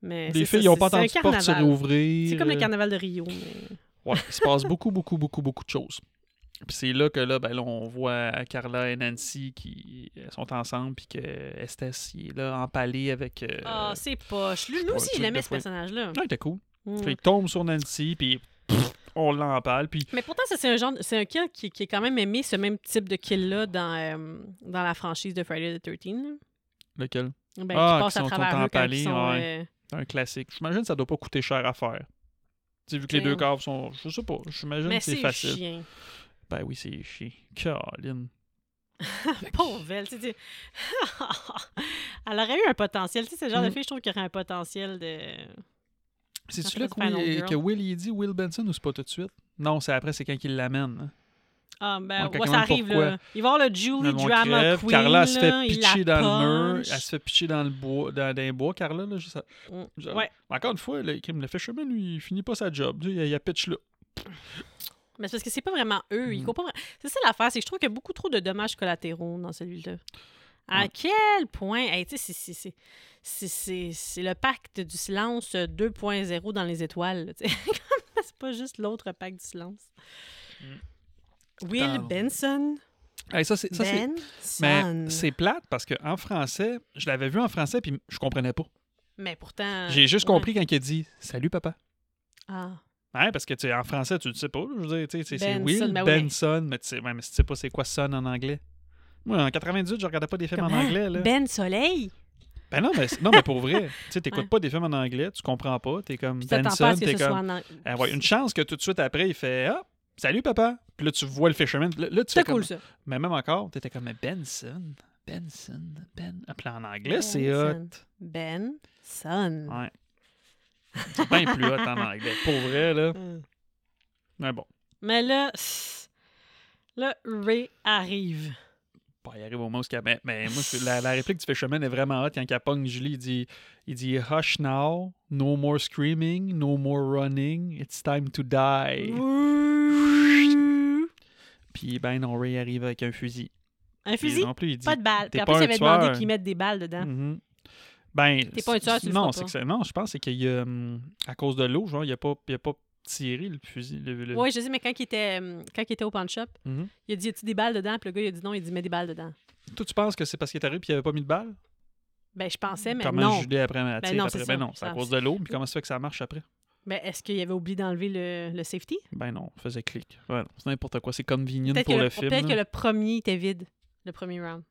Mais
Les
c'est
filles,
ça,
ils n'ont
c'est-
pas
c'est
entendu
un
porte se
carnaval.
réouvrir.
C'est comme le
Euh,
carnaval de Rio. mais- euh,
Ouais, il se passe beaucoup, beaucoup, beaucoup, beaucoup de choses. Puis c'est là que là, ben, là, on voit Carla et Nancy qui euh, sont ensemble, puis que Estes, il est là, empalé avec... euh,
Ah, c'est poche. Lui, nous
ouais,
aussi,
tu
il
veux
aimait
des
ce
fois-
personnage-là.
Ouais, il était cool.
Mm.
Fait, il tombe sur Nancy, puis pff, on l'empale, puis...
Mais pourtant, ça, c'est un genre, c'est un kill qui, qui est quand même aimé, ce même type de kill-là dans, euh, dans la franchise de Friday the 13th. là.
Lequel?
Ben,
Ah,
qui passe
qui
à
sont
travers eux quand
empalés,
ils sont,
ouais.
euh,
C'est un classique. J'imagine que ça doit pas coûter cher à faire. Tu sais, vu que les
Ouais.
deux corps sont... Je sais pas, j'imagine
Mais
que c'est
c'est
facile.
chien.
Ben oui, c'est chiant. Caroline.
Pauvre elle. tu sais, tu- elle aurait eu un potentiel. Tu sais, c'est le genre de
Mm.
fille, je trouve, qui aurait un potentiel de.
C'est-tu
Après,
là
c'est
que
Final
Will,
Girl.
que Will, il dit Will Benson ou c'est pas tout de suite? Non, c'est après, c'est quand il l'amène. hein.
Ah, ben,
Ouais, quelqu'un
ouais, ça
demande
arrive,
pourquoi.
là. Il va voir le Julie
Maman
Drama
crève,
Queen.
Carla elle se
là,
fait
il
pitcher
la
dans le mur.
punch.
Elle se fait pitcher dans le bois, dans, dans les bois, Carla. Là, juste à-
Mm.
je-
Ouais.
Encore une fois, le, crime, le fisherman, lui, il finit pas sa job. Tu sais, Il, y a pitch là.
Mais c'est parce que c'est pas vraiment eux. Ils
Mm.
comprennent. C'est ça l'affaire, c'est que je trouve qu'il y a beaucoup trop de dommages collatéraux dans celui-là. À
Ouais.
quel point. Hey, tu sais, c'est- c'est- c'est- c'est- c'est c'est le pacte du silence 2.0 dans les étoiles. là, tu sais. c'est pas juste l'autre pacte du silence. Will
Putain.
Benson.
Hey, ça, c'est, Mm. ça, c'est-
Benson.
mais c'est plate parce que en français, je l'avais vu en français puis je comprenais pas.
Mais pourtant.
J'ai juste
Ah, ouais.
compris quand il a dit Salut papa.
Ah.
Ouais, parce que tu sais, en français, tu le sais pas. là, je veux dire, tu sais, c'est- c'est
Benson,
Will
ben oui, mais-
Benson, mais tu sais, ouais, mais si tu sais pas c'est quoi son en anglais. Moi, en 98, je regardais pas des films
Comme,
en
ah,
anglais. Là.
Ben Soleil.
Ben non, mais, non, mais pour vrai. Tu sais, t'écoutes
Ouais.
pas des films en anglais, tu comprends pas. T'es comme
Puis t'attends pas à
Benson,
ce que
t'es
ce
comme.
soit en anglais.
Ah ouais, une chance que tout de suite après, il fait Ah, salut papa. Puis là, tu vois le fisherman. Là, là, tu fais
C'est
comme...
cool, ça.
Mais même encore, t'étais comme Mais Benson. Benson. Ben. Ah, puis là, en anglais, c'est hot.
Benson. Benson.
Ouais. C'est bien plus hot en anglais. Pour vrai, là.
Hum.
Mais bon,
Mais là, pff, là, Ray arrive.
Bon, il arrive au moment où. ce qu'il y a- Mais, mais moi, c'est- la, la réplique du fisherman est vraiment hot. Quand il pogne Julie, il dit, il dit Hush now, no more screaming, no more running, it's time to die.
Ouh.
Puis ben non, Ray arrive avec un fusil.
Un
Puis
fusil,
non plus, il dit,
pas de balle.
t'es
Puis en
pas
plus, il
un
avait demandé
tueur.
qu'ils mettent des balles dedans.
Mhm. Ben,
T'es pas un tueur, tu le
non,
feras
c'est
pas.
que c'est- non, je pense c'est qu'il y a, hum, à cause de l'eau, genre il a pas il a pas tiré le fusil le- le-
Oui, je sais, mais quand il était, euh, quand il était au pawn shop,
Mhm.
il a dit Y'a-tu des balles dedans Puis le gars, il a dit non, il a dit Mets des balles dedans.
Toi tu penses que c'est parce qu'il est arrivé puis il avait pas mis de balle
Ben, je pensais, mais
Comment
non.
Julie après elle
Ben
tire
non,
après
c'est
ben
ça,
non, c'est à
ça,
cause de
c'est-
l'eau, puis comment ça fait que ça marche après
Mais Ben, est-ce qu'il avait oublié d'enlever le, le safety
Ben non, on faisait clic. Ouais, non, c'est n'importe quoi, c'est convenient
Peut-être que,
pour le,
le-
film.
peut-être que
là.
le premier était vide, le premier round.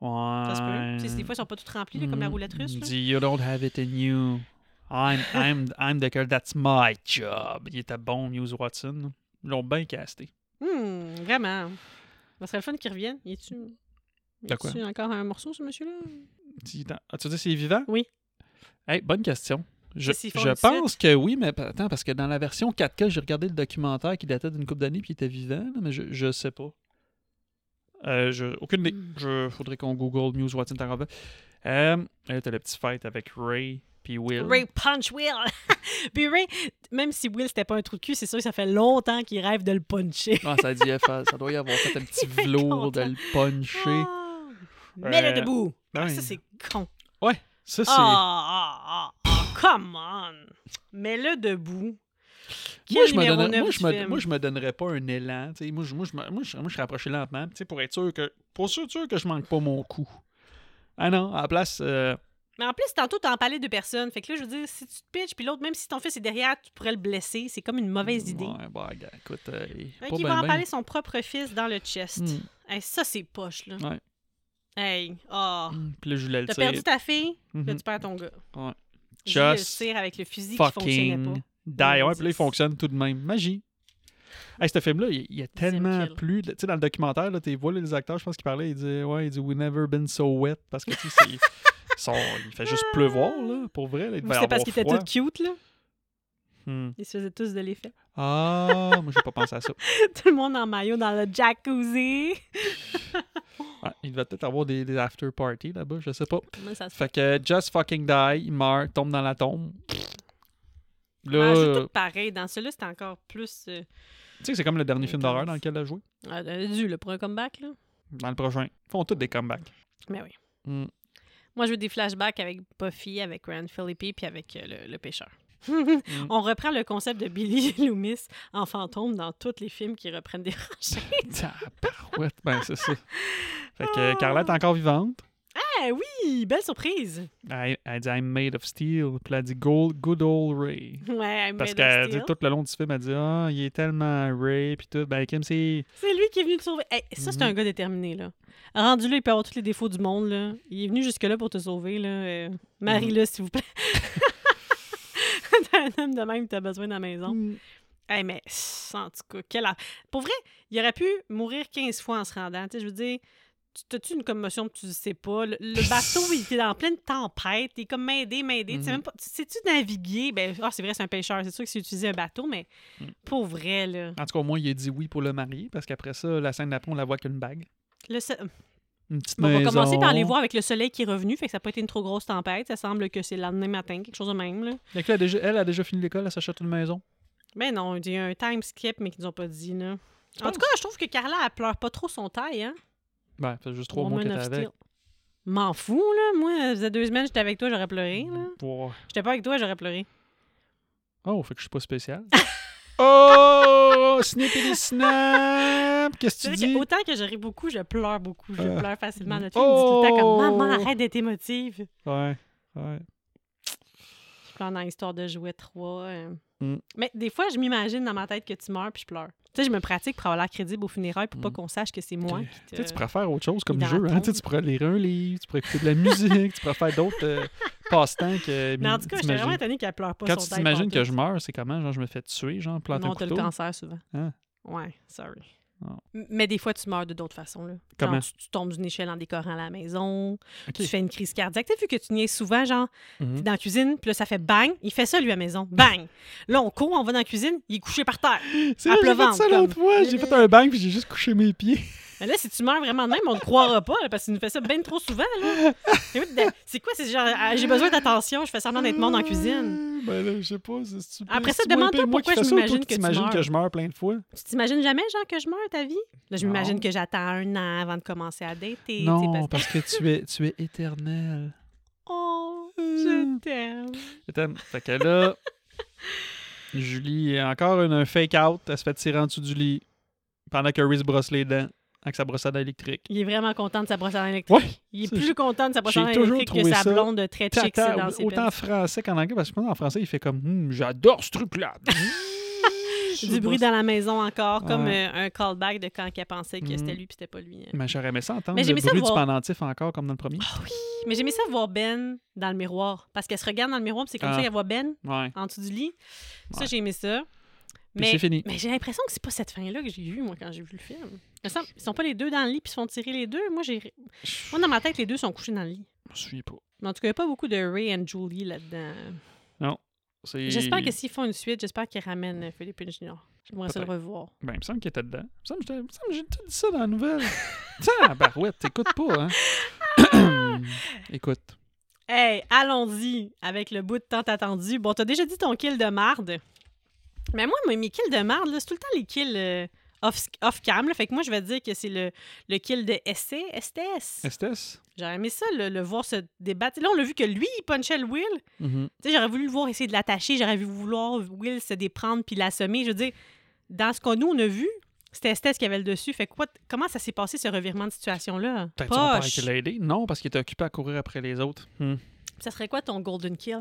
Ça se peut.
Ouais.
Tu sais, Des fois, ils sont pas tous remplis, là, comme la
Mhm.
roulette russe.
Il
là.
dit You don't have it in you. I'm, I'm, I'm the girl, that's my job. Il était bon, Muse Watson. Ils l'ont bien casté.
Hum, vraiment. Ça serait le fun qu'il revienne. Y est-tu
De quoi?
y a-tu encore un morceau, ce monsieur-là?
Tu as dit c'est vivant?
Oui.
Hey, bonne question. Je,
Qu'est-ce qu'ils font
je
une
pense que oui, mais pa- attends, parce que dans la version 4K, j'ai regardé le documentaire qui datait d'une couple d'années puis il était vivant, là, mais je, je sais pas. Euh, je, aucune idée.
Hmm.
Je faudrait qu'on Google News Watson Tarava. Euh, là, t'as le petit fight avec Ray puis Will.
Ray punch Will! Puis Ray, même si Will, c'était pas un trou de cul, c'est sûr que ça fait longtemps qu'il rêve de le puncher.
Ah, ça dit FA, ça doit y avoir fait un petit
Il est
velours de
content.
le puncher.
Ah! Mets-le
Euh,
debout! Ah,
Ouais.
ça, c'est con.
Ça, c'est-
Ah, ah, ah, come on! Mets-le debout.
Moi,
Quel
je me
numéro
donnais-
neuf
moi, je
du
me,
film?
moi, je me donnerais pas un élan. tu sais. Moi, je, moi, je, me- moi, je, moi, je serais approché lentement tu sais, pour être sûr que. Pour sûr, sûr que je manque pas mon coup. Ah non, à la place. euh,
Mais en plus, tantôt, t'as empalé deux personnes. Fait que là, je veux dire, si tu te pitches, puis l'autre, même si ton fils est derrière, tu pourrais le blesser. C'est comme une mauvaise idée.
ouais, bah, gars, écoute. euh,
Fait
pas
qu'il
ben,
va
ben.
empaler son propre fils dans le chest.
Hmm,
Hey, ça, c'est poche, là.
Ouais.
Hey, oh.
hmm. Puis là, je voulais le
T'as
tirer.
perdu ta fille, là,
Mhm.
tu perds ton gars.
Ouais.
J'ai eu le
Just
tir avec le fusil qui fonctionnait pas.
fucking die. Ouais,
Oui,
puis là, il
dix.
fonctionne tout de même. Magie. Hey, ce film-là, il il y a tellement
kill.
plus. de- Tu sais, dans le documentaire, là, tu vois là, les acteurs, je pense qu'ils parlaient, ils disaient, ouais, ils disent, we never been so wet. Parce que, tu sais, c'est- ils sont- il fait juste pleuvoir, là, pour vrai. là, il
Ou
devait
C'était parce
avoir
qu'ils étaient
froid.
tous cute, là.
Hmm.
Ils se faisaient tous de l'effet.
Ah, moi, j'ai pas pensé à ça.
Tout le monde en maillot dans le jacuzzi.
Ouais, il va peut-être avoir des, des after parties là-bas, je sais pas.
Mais ça se fait.
Fait que Just Fucking Die, il meurt, tombe dans la tombe. Là,
Ah, c'est
euh,
tout pareil. Dans celui-là, c'est encore plus euh,
tu sais que c'est comme le dernier film d'horreur dans lequel elle a joué.
euh, dû là, pour un comeback. Là.
Dans le prochain. Ils font tous des comebacks.
Mais oui.
Mm.
Moi, je veux des flashbacks avec Buffy, avec Rand Philippi, puis avec euh, le, le pêcheur.
Mm.
On reprend le concept de Billy Loomis en fantôme dans tous les films qui reprennent des rangées.
Tabarouette, ben c'est ça. Fait que euh, Carlette est encore vivante.
Ah oui, belle surprise.
Elle, elle dit I'm made of steel. Puis elle dit Gold, good old Ray.
Ouais, I made
Parce
of
qu'elle dit
steel.
tout le long du film, elle dit Ah, il est tellement Ray. Puis tout. Ben Kim, c'est.
C'est lui qui est venu te sauver. Hey, ça, c'est
Mhm.
un gars déterminé, là. Rendu là, il peut avoir tous les défauts du monde, là. Il est venu jusque-là pour te sauver, là. Euh,
Mhm.
Marie-le, s'il vous plaît. T'as un homme de même que t'as besoin dans la maison.
Mhm.
Hey, mais, pff, en tout cas, quel... a- Pour vrai, il aurait pu mourir 15 fois en se rendant. Tu sais, je veux dire, tu- t'as-tu une commotion que tu ne sais pas? Le, le bateau, il était en pleine tempête. Il est comme m'aider, m'aider. Tu sais
Mhm.
même pas... tu- Sais-tu naviguer? Ben, ah, c'est vrai, c'est un pêcheur. C'est sûr que c'est utiliser un bateau, mais
Mm.
pour vrai, là...
En tout cas, au moins, il a dit oui pour le marier. Parce qu'après ça, la scène d'après, on la voit qu'une bague.
Le se-
Une petite
On va
maison.
commencer par les voir avec le soleil qui est revenu, fait que ça n'a pas été une trop grosse tempête. Ça semble que c'est le lendemain matin, quelque chose de même. Là.
Fait que là, elle, a déjà, elle a déjà fini l'école, elle s'achète une maison.
Ben non, il y a un time skip, mais qu'ils nous ont pas dit. Là. En
penses?
tout cas, je trouve que Carla, elle pleure pas trop son taille. Hein?
Ben, ça fait juste trois mois
Woman
qu'elle
of
est avec.
Steel. M'en fous, là. Moi, ça faisait deux semaines, j'étais avec toi, j'aurais pleuré. hein, Là.
Wow.
J'étais pas avec toi, j'aurais pleuré.
Oh, fait que je suis pas spécial. oh! Snippity snap! Qu'est-ce que tu
C'est vrai
dis?
que autant que je ris beaucoup, je pleure beaucoup. Je
Euh.
pleure facilement. Notre
Oh.
fille me dit tout le temps comme Maman, arrête d'être émotive.
Ouais, ouais.
Je pleure dans Histoire de jouets 3. euh.
Mm.
Mais des fois, je m'imagine dans ma tête que tu meurs puis je pleure. Tu sais, je me pratique pour avoir l'air crédible au funérailles pour pas
Mm.
qu'on sache que c'est moi qui
Ok.
te-
Tu sais, tu pourrais faire autre chose comme
dans
jeu.
la
Hein? Tu sais,
tombe.
tu pourrais lire un livre, tu pourrais écouter de la musique, tu pourrais faire d'autres euh, passe-temps que.
Mais en tout cas, j'étais
t'imagines.
vraiment étonnée qu'elle pleure pas
Quand
son
tu t'imagines que je meurs, c'est comment? Genre, je me fais tuer, genre, planter
Non,
un
t'as le
couteau.
cancer souvent.
Hein?
Ouais, sorry.
Oh.
M- Mais des fois, tu meurs de d'autres façons. Là.
Comment?
Genre, tu, tu tombes d'une échelle en décorant la maison,
Ok.
tu fais une crise cardiaque. T'as vu que tu niais souvent, genre,
Mhm.
t'es dans la cuisine, puis là, ça fait bang, il fait ça, lui, à la maison, bang. Là, on court, on va dans la cuisine, il est couché par terre.
C'est vrai, j'ai fait
pleuvante,
ça l'autre
comme.
fois. J'ai fait un bang puis j'ai juste couché mes pieds.
Mais là, si tu meurs vraiment de même, on ne croira pas, là, parce qu'il nous fait ça bien trop souvent. là. C'est quoi, de- C'est quoi, c'est genre, ah, j'ai besoin d'attention, je fais semblant d'être monde en cuisine.
Ben là, je sais pas, c'est stupide.
Après ça,
C'est moi,
demande-toi
moi qui
pourquoi
fais
je
ça, ou toi
m'imagine
qui
que tu
t'imagines
meurs.
que je meurs plein de fois.
Tu t'imagines jamais, genre, que je meurs ta vie? Là, je m'imagine
Non.
que j'attends un an avant de commencer à dater. tu sais, parce-
Non, parce que tu es, tu es éternel.
Oh,
Hmm.
je t'aime.
Je t'aime. Fait que là, Julie, encore une, un fake out. Elle se fait tirer en dessous du lit pendant que Reese brosse les dents avec sa brosse à dents électrique.
Il est vraiment content de sa brosse à dents électrique.
Ouais!
Il est
Ça,
plus content de sa brosse à
j'ai
dents
toujours
électrique que
trouvé
sa
ça
blonde très chic c'est
T'attends,
dans ses
autant
peines.
en français qu'en anglais, parce que je pense en français, il fait comme Hum, j'adore ce truc-là. Hmm.
Du bruit dans la maison encore, comme
Ouais.
euh, un callback de quand elle pensait que
Hmm.
c'était lui puis c'était pas lui. hein.
Mais j'aurais aimé ça entendre.
Mais
le
j'aimais ça
bruit du
voir-
pendentif encore, comme dans le premier.
Mais j'aimais ça voir Ben dans le miroir. Parce qu'elle se regarde dans le miroir, puis c'est comme
Ah.
ça qu'elle voit Ben
Ouais.
en dessous du lit. Ça,
Ouais.
j'ai aimé ça.
Puis c'est
Mais,
fini.
mais j'ai l'impression que c'est pas cette fin-là que j'ai vue, moi, quand j'ai vu le film. Il me semble- Ils sont pas les deux dans le lit puis ils se font tirer les deux. Moi, j'ai...
Je
moi, dans ma tête, les deux sont couchés dans le lit.
me souviens pas.
Mais en tout cas, il n'y a pas beaucoup de Ray and Julie là-dedans.
C'est-
J'espère que s'ils font une suite, j'espère qu'ils ramènent euh, Philippe Junior. J'aimerais ça le revoir.
Ben, il me semble qu'il était dedans. Il me semble que j'étais- il me semble que j'ai tout dit ça dans la nouvelle. Tiens, barouette, t'écoutes pas, hein? Écoute.
Hey, allons-y avec le bout de temps attendu. Bon, t'as déjà dit ton kill de marde. Mais moi, mes- mes kills de marde, là, c'est tout le temps les kills euh, off- off-cam. là. fait que moi, je vais dire que c'est le, le kill de SC, STS.
Estes?
J'aurais aimé ça, le, le voir se débattre. Là, on l'a vu que lui, il punchait le Will.
Mhm.
Tu sais, j'aurais voulu le voir essayer de l'attacher, j'aurais voulu vouloir Will se déprendre puis l'assommer. Je veux dire, dans ce qu'on nous, on a vu, c'était Estes qui avait le dessus. Fait que what- comment ça s'est passé, ce revirement de situation-là?
Peut-être son père
Poche.
qui l'a aidé. Non, parce qu'il était occupé à courir après les autres. Hmm.
Ça serait quoi ton golden kill?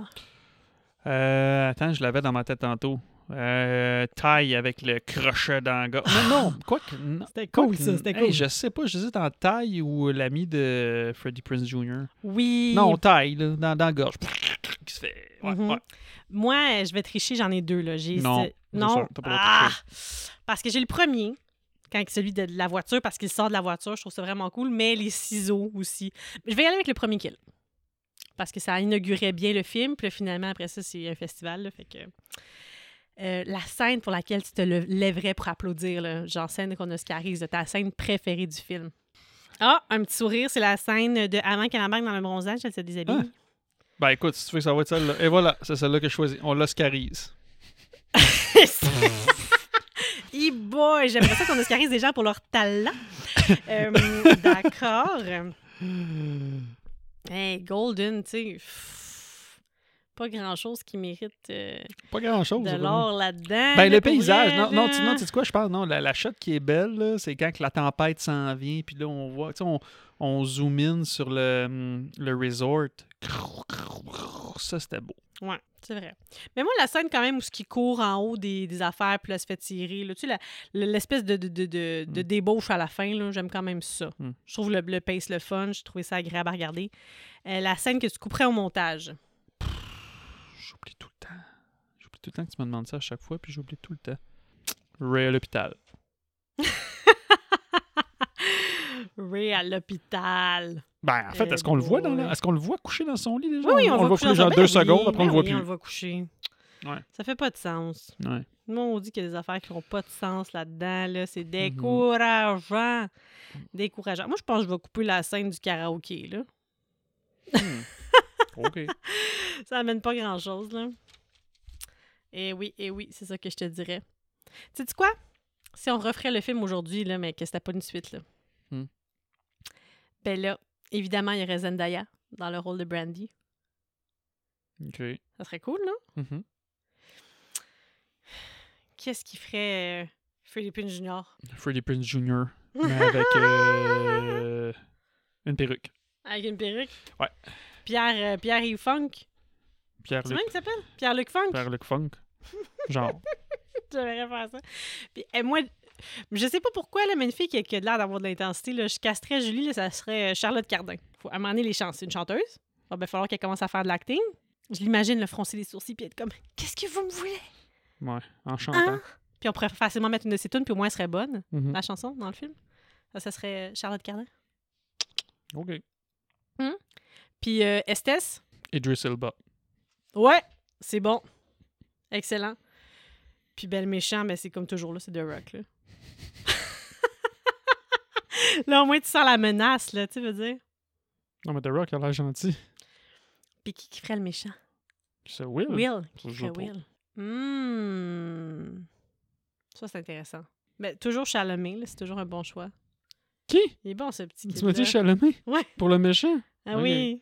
Euh, attends, je l'avais dans ma tête tantôt. Euh, taille avec le crochet dans le gars. Mais non, quoi que. non.
Ah! C'était
Quoi que- Hey, je sais pas, j'hésite en taille ou l'ami de Freddie Prince Jr.
Oui.
Non, taille, là, dans, dans la gorge. Qui se fait. Ouais,
Mhm.
ouais.
Moi, euh, je vais tricher, j'en ai deux. Là. J'ai
Non,
ce-
c'est
Non?
sûr, t'as pas le droit
Ah!
de
Parce que j'ai le premier, quand celui de la voiture, parce qu'il sort de la voiture, je trouve ça vraiment cool, mais les ciseaux aussi. Je vais y aller avec le premier kill. Parce que ça inaugurait bien le film, puis là, finalement, après ça, c'est un festival. là, fait que... Euh, la scène pour laquelle tu te le- lèverais pour applaudir, là, genre scène qu'on Oscarise, de ta scène préférée du film. Ah, un petit sourire, c'est la scène de avant qu'elle embarque dans le bronzage, elle se déshabille.
Ben écoute, si tu veux que ça va être celle-là. Et voilà, c'est celle-là que je choisis. On l'oscarise.
e boy, j'aimerais ça qu'on oscarise des gens pour leur talent. Euh, D'accord. Hey, Golden, tu sais, pff, pas grand-chose qui mérite euh,
Pas grand-chose.
de
vraiment.
l'or là-dedans.
Ben,
là,
le
pour
paysage,
vrai,
non, non,
là.
tu, non, tu sais quoi, je parle, non, la, la shot qui est belle, là, c'est quand que la tempête s'en vient, puis là, on voit, tu sais, on, on zoom in sur le, hum, le resort. Ça, c'était beau.
Ouais, c'est vrai. Mais moi, la scène quand même où ce qui court en haut des, des affaires puis là, se fait tirer, là, tu sais, la- le- l'espèce de, de, de, de- de
Mm.
débauche à la fin, là, j'aime quand même ça.
Mm.
Je trouve le, le pace le fun, j'ai trouvé ça agréable à regarder. Euh, la scène que tu couperais au montage.
J'oublie tout le temps. J'oublie tout le temps que tu me demandes ça à chaque fois, puis j'oublie tout le temps. Ray à l'hôpital.
Ray à l'hôpital.
Ben, en fait,
Eh
est-ce qu'on le voit dans la-
boy.
Est-ce qu'on le voit couché dans son lit déjà?
Oui, oui, on,
on le voit
coucher dans
couché genre
son-
deux
Ben oui,
secondes, après on le
ben
voit
oui,
plus.
On le voit coucher.
Ouais.
Ça fait pas de sens.
Ouais.
Moi, on dit qu'il y a des affaires qui n'ont pas de sens là-dedans. Là. C'est
Mm-hmm.
décourageant. Décourageant. Moi, je pense que je vais couper la scène du karaoké. Là. Hmm.
OK.
Ça amène pas grand-chose, là. Eh oui, eh oui, c'est ça que je te dirais. Tu sais quoi? Si on referait le film aujourd'hui, là, mais que c'était pas une suite, là.
Hmm.
Ben là, évidemment, il y aurait Zendaya dans le rôle de Brandy.
OK.
Ça serait cool, là.
Mhm.
Qu'est-ce qui ferait euh, Philippine Junior?
Freddie Prinze Jr. Mais avec euh, une perruque.
Avec une perruque?
Ouais.
Pierre, euh, Pierre Yves Funk. C'est
Pierre-Luc
même qu'il s'appelle? Pierre-Luc Funk?
Pierre-Luc Funk. Genre.
J'aimerais faire ça. Puis, eh, moi, je sais pas pourquoi, là, mais une fille qui a, qui a de l'air d'avoir de l'intensité, là, je casterais Julie, là, ça serait euh, Charlotte Cardin. Faut à un moment donné, les chances. C'est une chanteuse. Il va bien falloir qu'elle commence à faire de l'acting. Je l'imagine le froncer les sourcils puis être comme Qu'est-ce que vous me voulez
Ouais, en chantant.
hein? Ah. Puis on pourrait facilement mettre une de ses tunes, puis au moins elle serait bonne,
Mhm.
la chanson, dans le film. Ça, ça serait euh, Charlotte Cardin.
OK.
Puis euh, Estes
Idris Elba.
Ouais, c'est bon. Excellent. Puis Belle Méchant, mais c'est comme toujours là, c'est The Rock. Là. là, au moins, tu sens la menace, là, tu veux dire.
Non, mais The Rock a l'air gentil.
Puis qui, qui ferait le méchant?
C'est Will.
Will. Qui
Hmm. Je
ferait
sais pas.
Will? Hmm. Ça, c'est intéressant. Mais toujours Chalamet, là, c'est toujours un bon choix.
Qui?
Il est bon, ce petit
Tu m'as dit
kid-là.
Chalamet?
Ouais.
Pour le méchant?
Ah
Ok.
oui.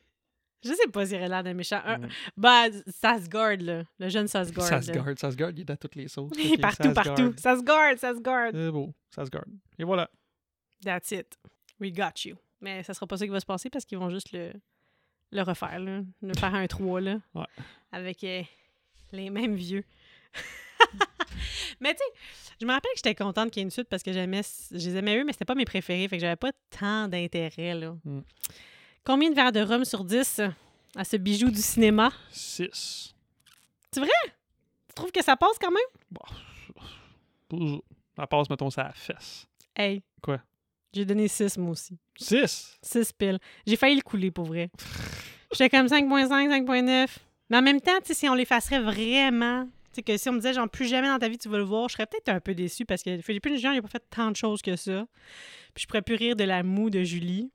Je sais pas s'il aurait l'air d'un méchant. Un-
Ouais.
Ben, Sasgard, là. Le jeune Sasgard. là.
Sasgard. Sasgard, il est à toutes les sauces.
Oui,
Ok,
partout,
Sasgard.
partout. Sasgard, Sasgard.
C'est beau. Sasgard. Et voilà.
That's it. We got you. Mais ça sera pas ça qui va se passer parce qu'ils vont juste le, le refaire, là. Le faire un 3, là.
Ouais.
Avec euh, les mêmes vieux. mais tu sais, je me rappelle que j'étais contente qu'il y ait une suite parce que j'aimais, je les aimais eux, mais c'était pas mes préférés. Fait que j'avais pas tant d'intérêt, là.
Mm.
Combien de verres de rhum sur 10 euh, à ce bijou du cinéma?
6.
Tu trouves que ça passe quand même?
La passe, mettons, ça à la fesse.
Hey.
Quoi?
J'ai donné 6, moi aussi.
6!
6 piles. J'ai failli le couler pour vrai. J'étais comme 5.5, 5.9. Mais en même temps, tu sais, si on l'effacerait vraiment, tu sais, que si on me disait, genre, plus jamais dans ta vie tu vas le voir, je serais peut-être un peu déçue parce que Philippe Jean, il a pas fait tant de choses que ça. Puis je pourrais plus rire de la moue de Julie.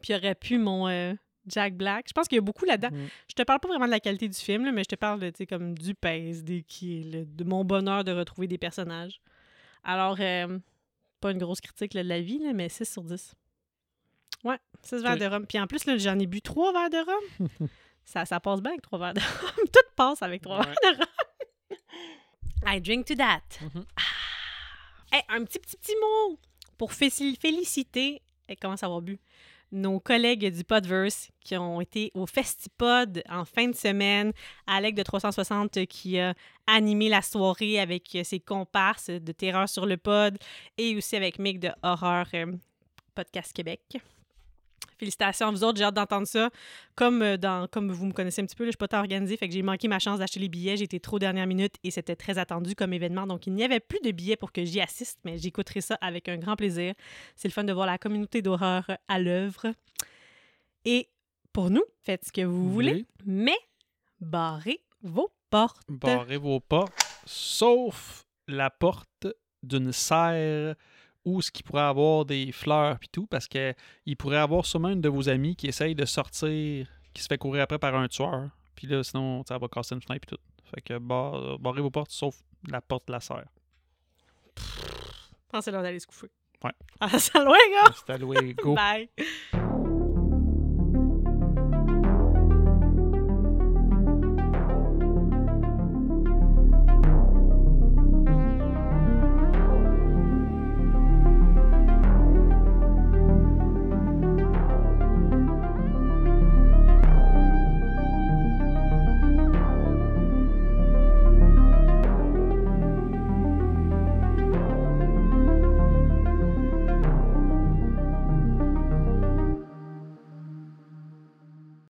Puis il y aurait pu mon euh, Jack Black. Je pense qu'il y a beaucoup là-dedans.
Mm.
Je te parle pas vraiment de la qualité du film, là, mais je te parle, de, tu sais, comme du pèse, des kills, de mon bonheur de retrouver des personnages. Alors, euh, pas une grosse critique là, de la vie, là, mais 6 sur 10. Ouais, 6 verres
Ok.
de rhum. Puis en plus, là, j'en ai bu 3 verres de rhum. ça, ça passe bien avec 3 verres de rhum. Tout passe avec 3
Ouais.
verres de rhum. I drink to that.
Mhm.
Ah. Hey, un petit, petit, petit mot pour féci- féliciter, eh, elle commence à avoir bu, nos collègues du Podverse qui ont été au Festipod en fin de semaine. Alec de 360 qui a animé la soirée avec euh, ses comparses de Terreur sur le Pod et aussi avec Mick de Horreur euh, Podcast Québec. Félicitations à vous autres, j'ai hâte d'entendre ça. Comme, euh, dans, comme vous me connaissez un petit peu, là, je ne suis pas tant organisée, fait que j'ai manqué ma chance d'acheter les billets. J'étais trop dernière minute et c'était très attendu comme événement. Donc, il n'y avait plus de billets pour que j'y assiste, mais j'écouterai ça avec un grand plaisir. C'est le fun de voir la communauté d'horreur à l'œuvre. Et pour nous, faites ce que vous voulez, mais barrez vos portes.
Barrez vos portes, sauf la porte d'une serre où ce qu'il pourrait avoir des fleurs puis tout, parce que il pourrait avoir sûrement une de vos amies qui essaye de sortir, qui se fait courir après par un tueur. Puis là, sinon, ça va casser une fenêtre puis tout. Fait que bar- barrez vos portes, sauf la porte de la serre.
Pensez leur d'aller se coucher.
Ouais.
À la salle, ouais, gars.
C'est Ah, alloué, go.
Bye.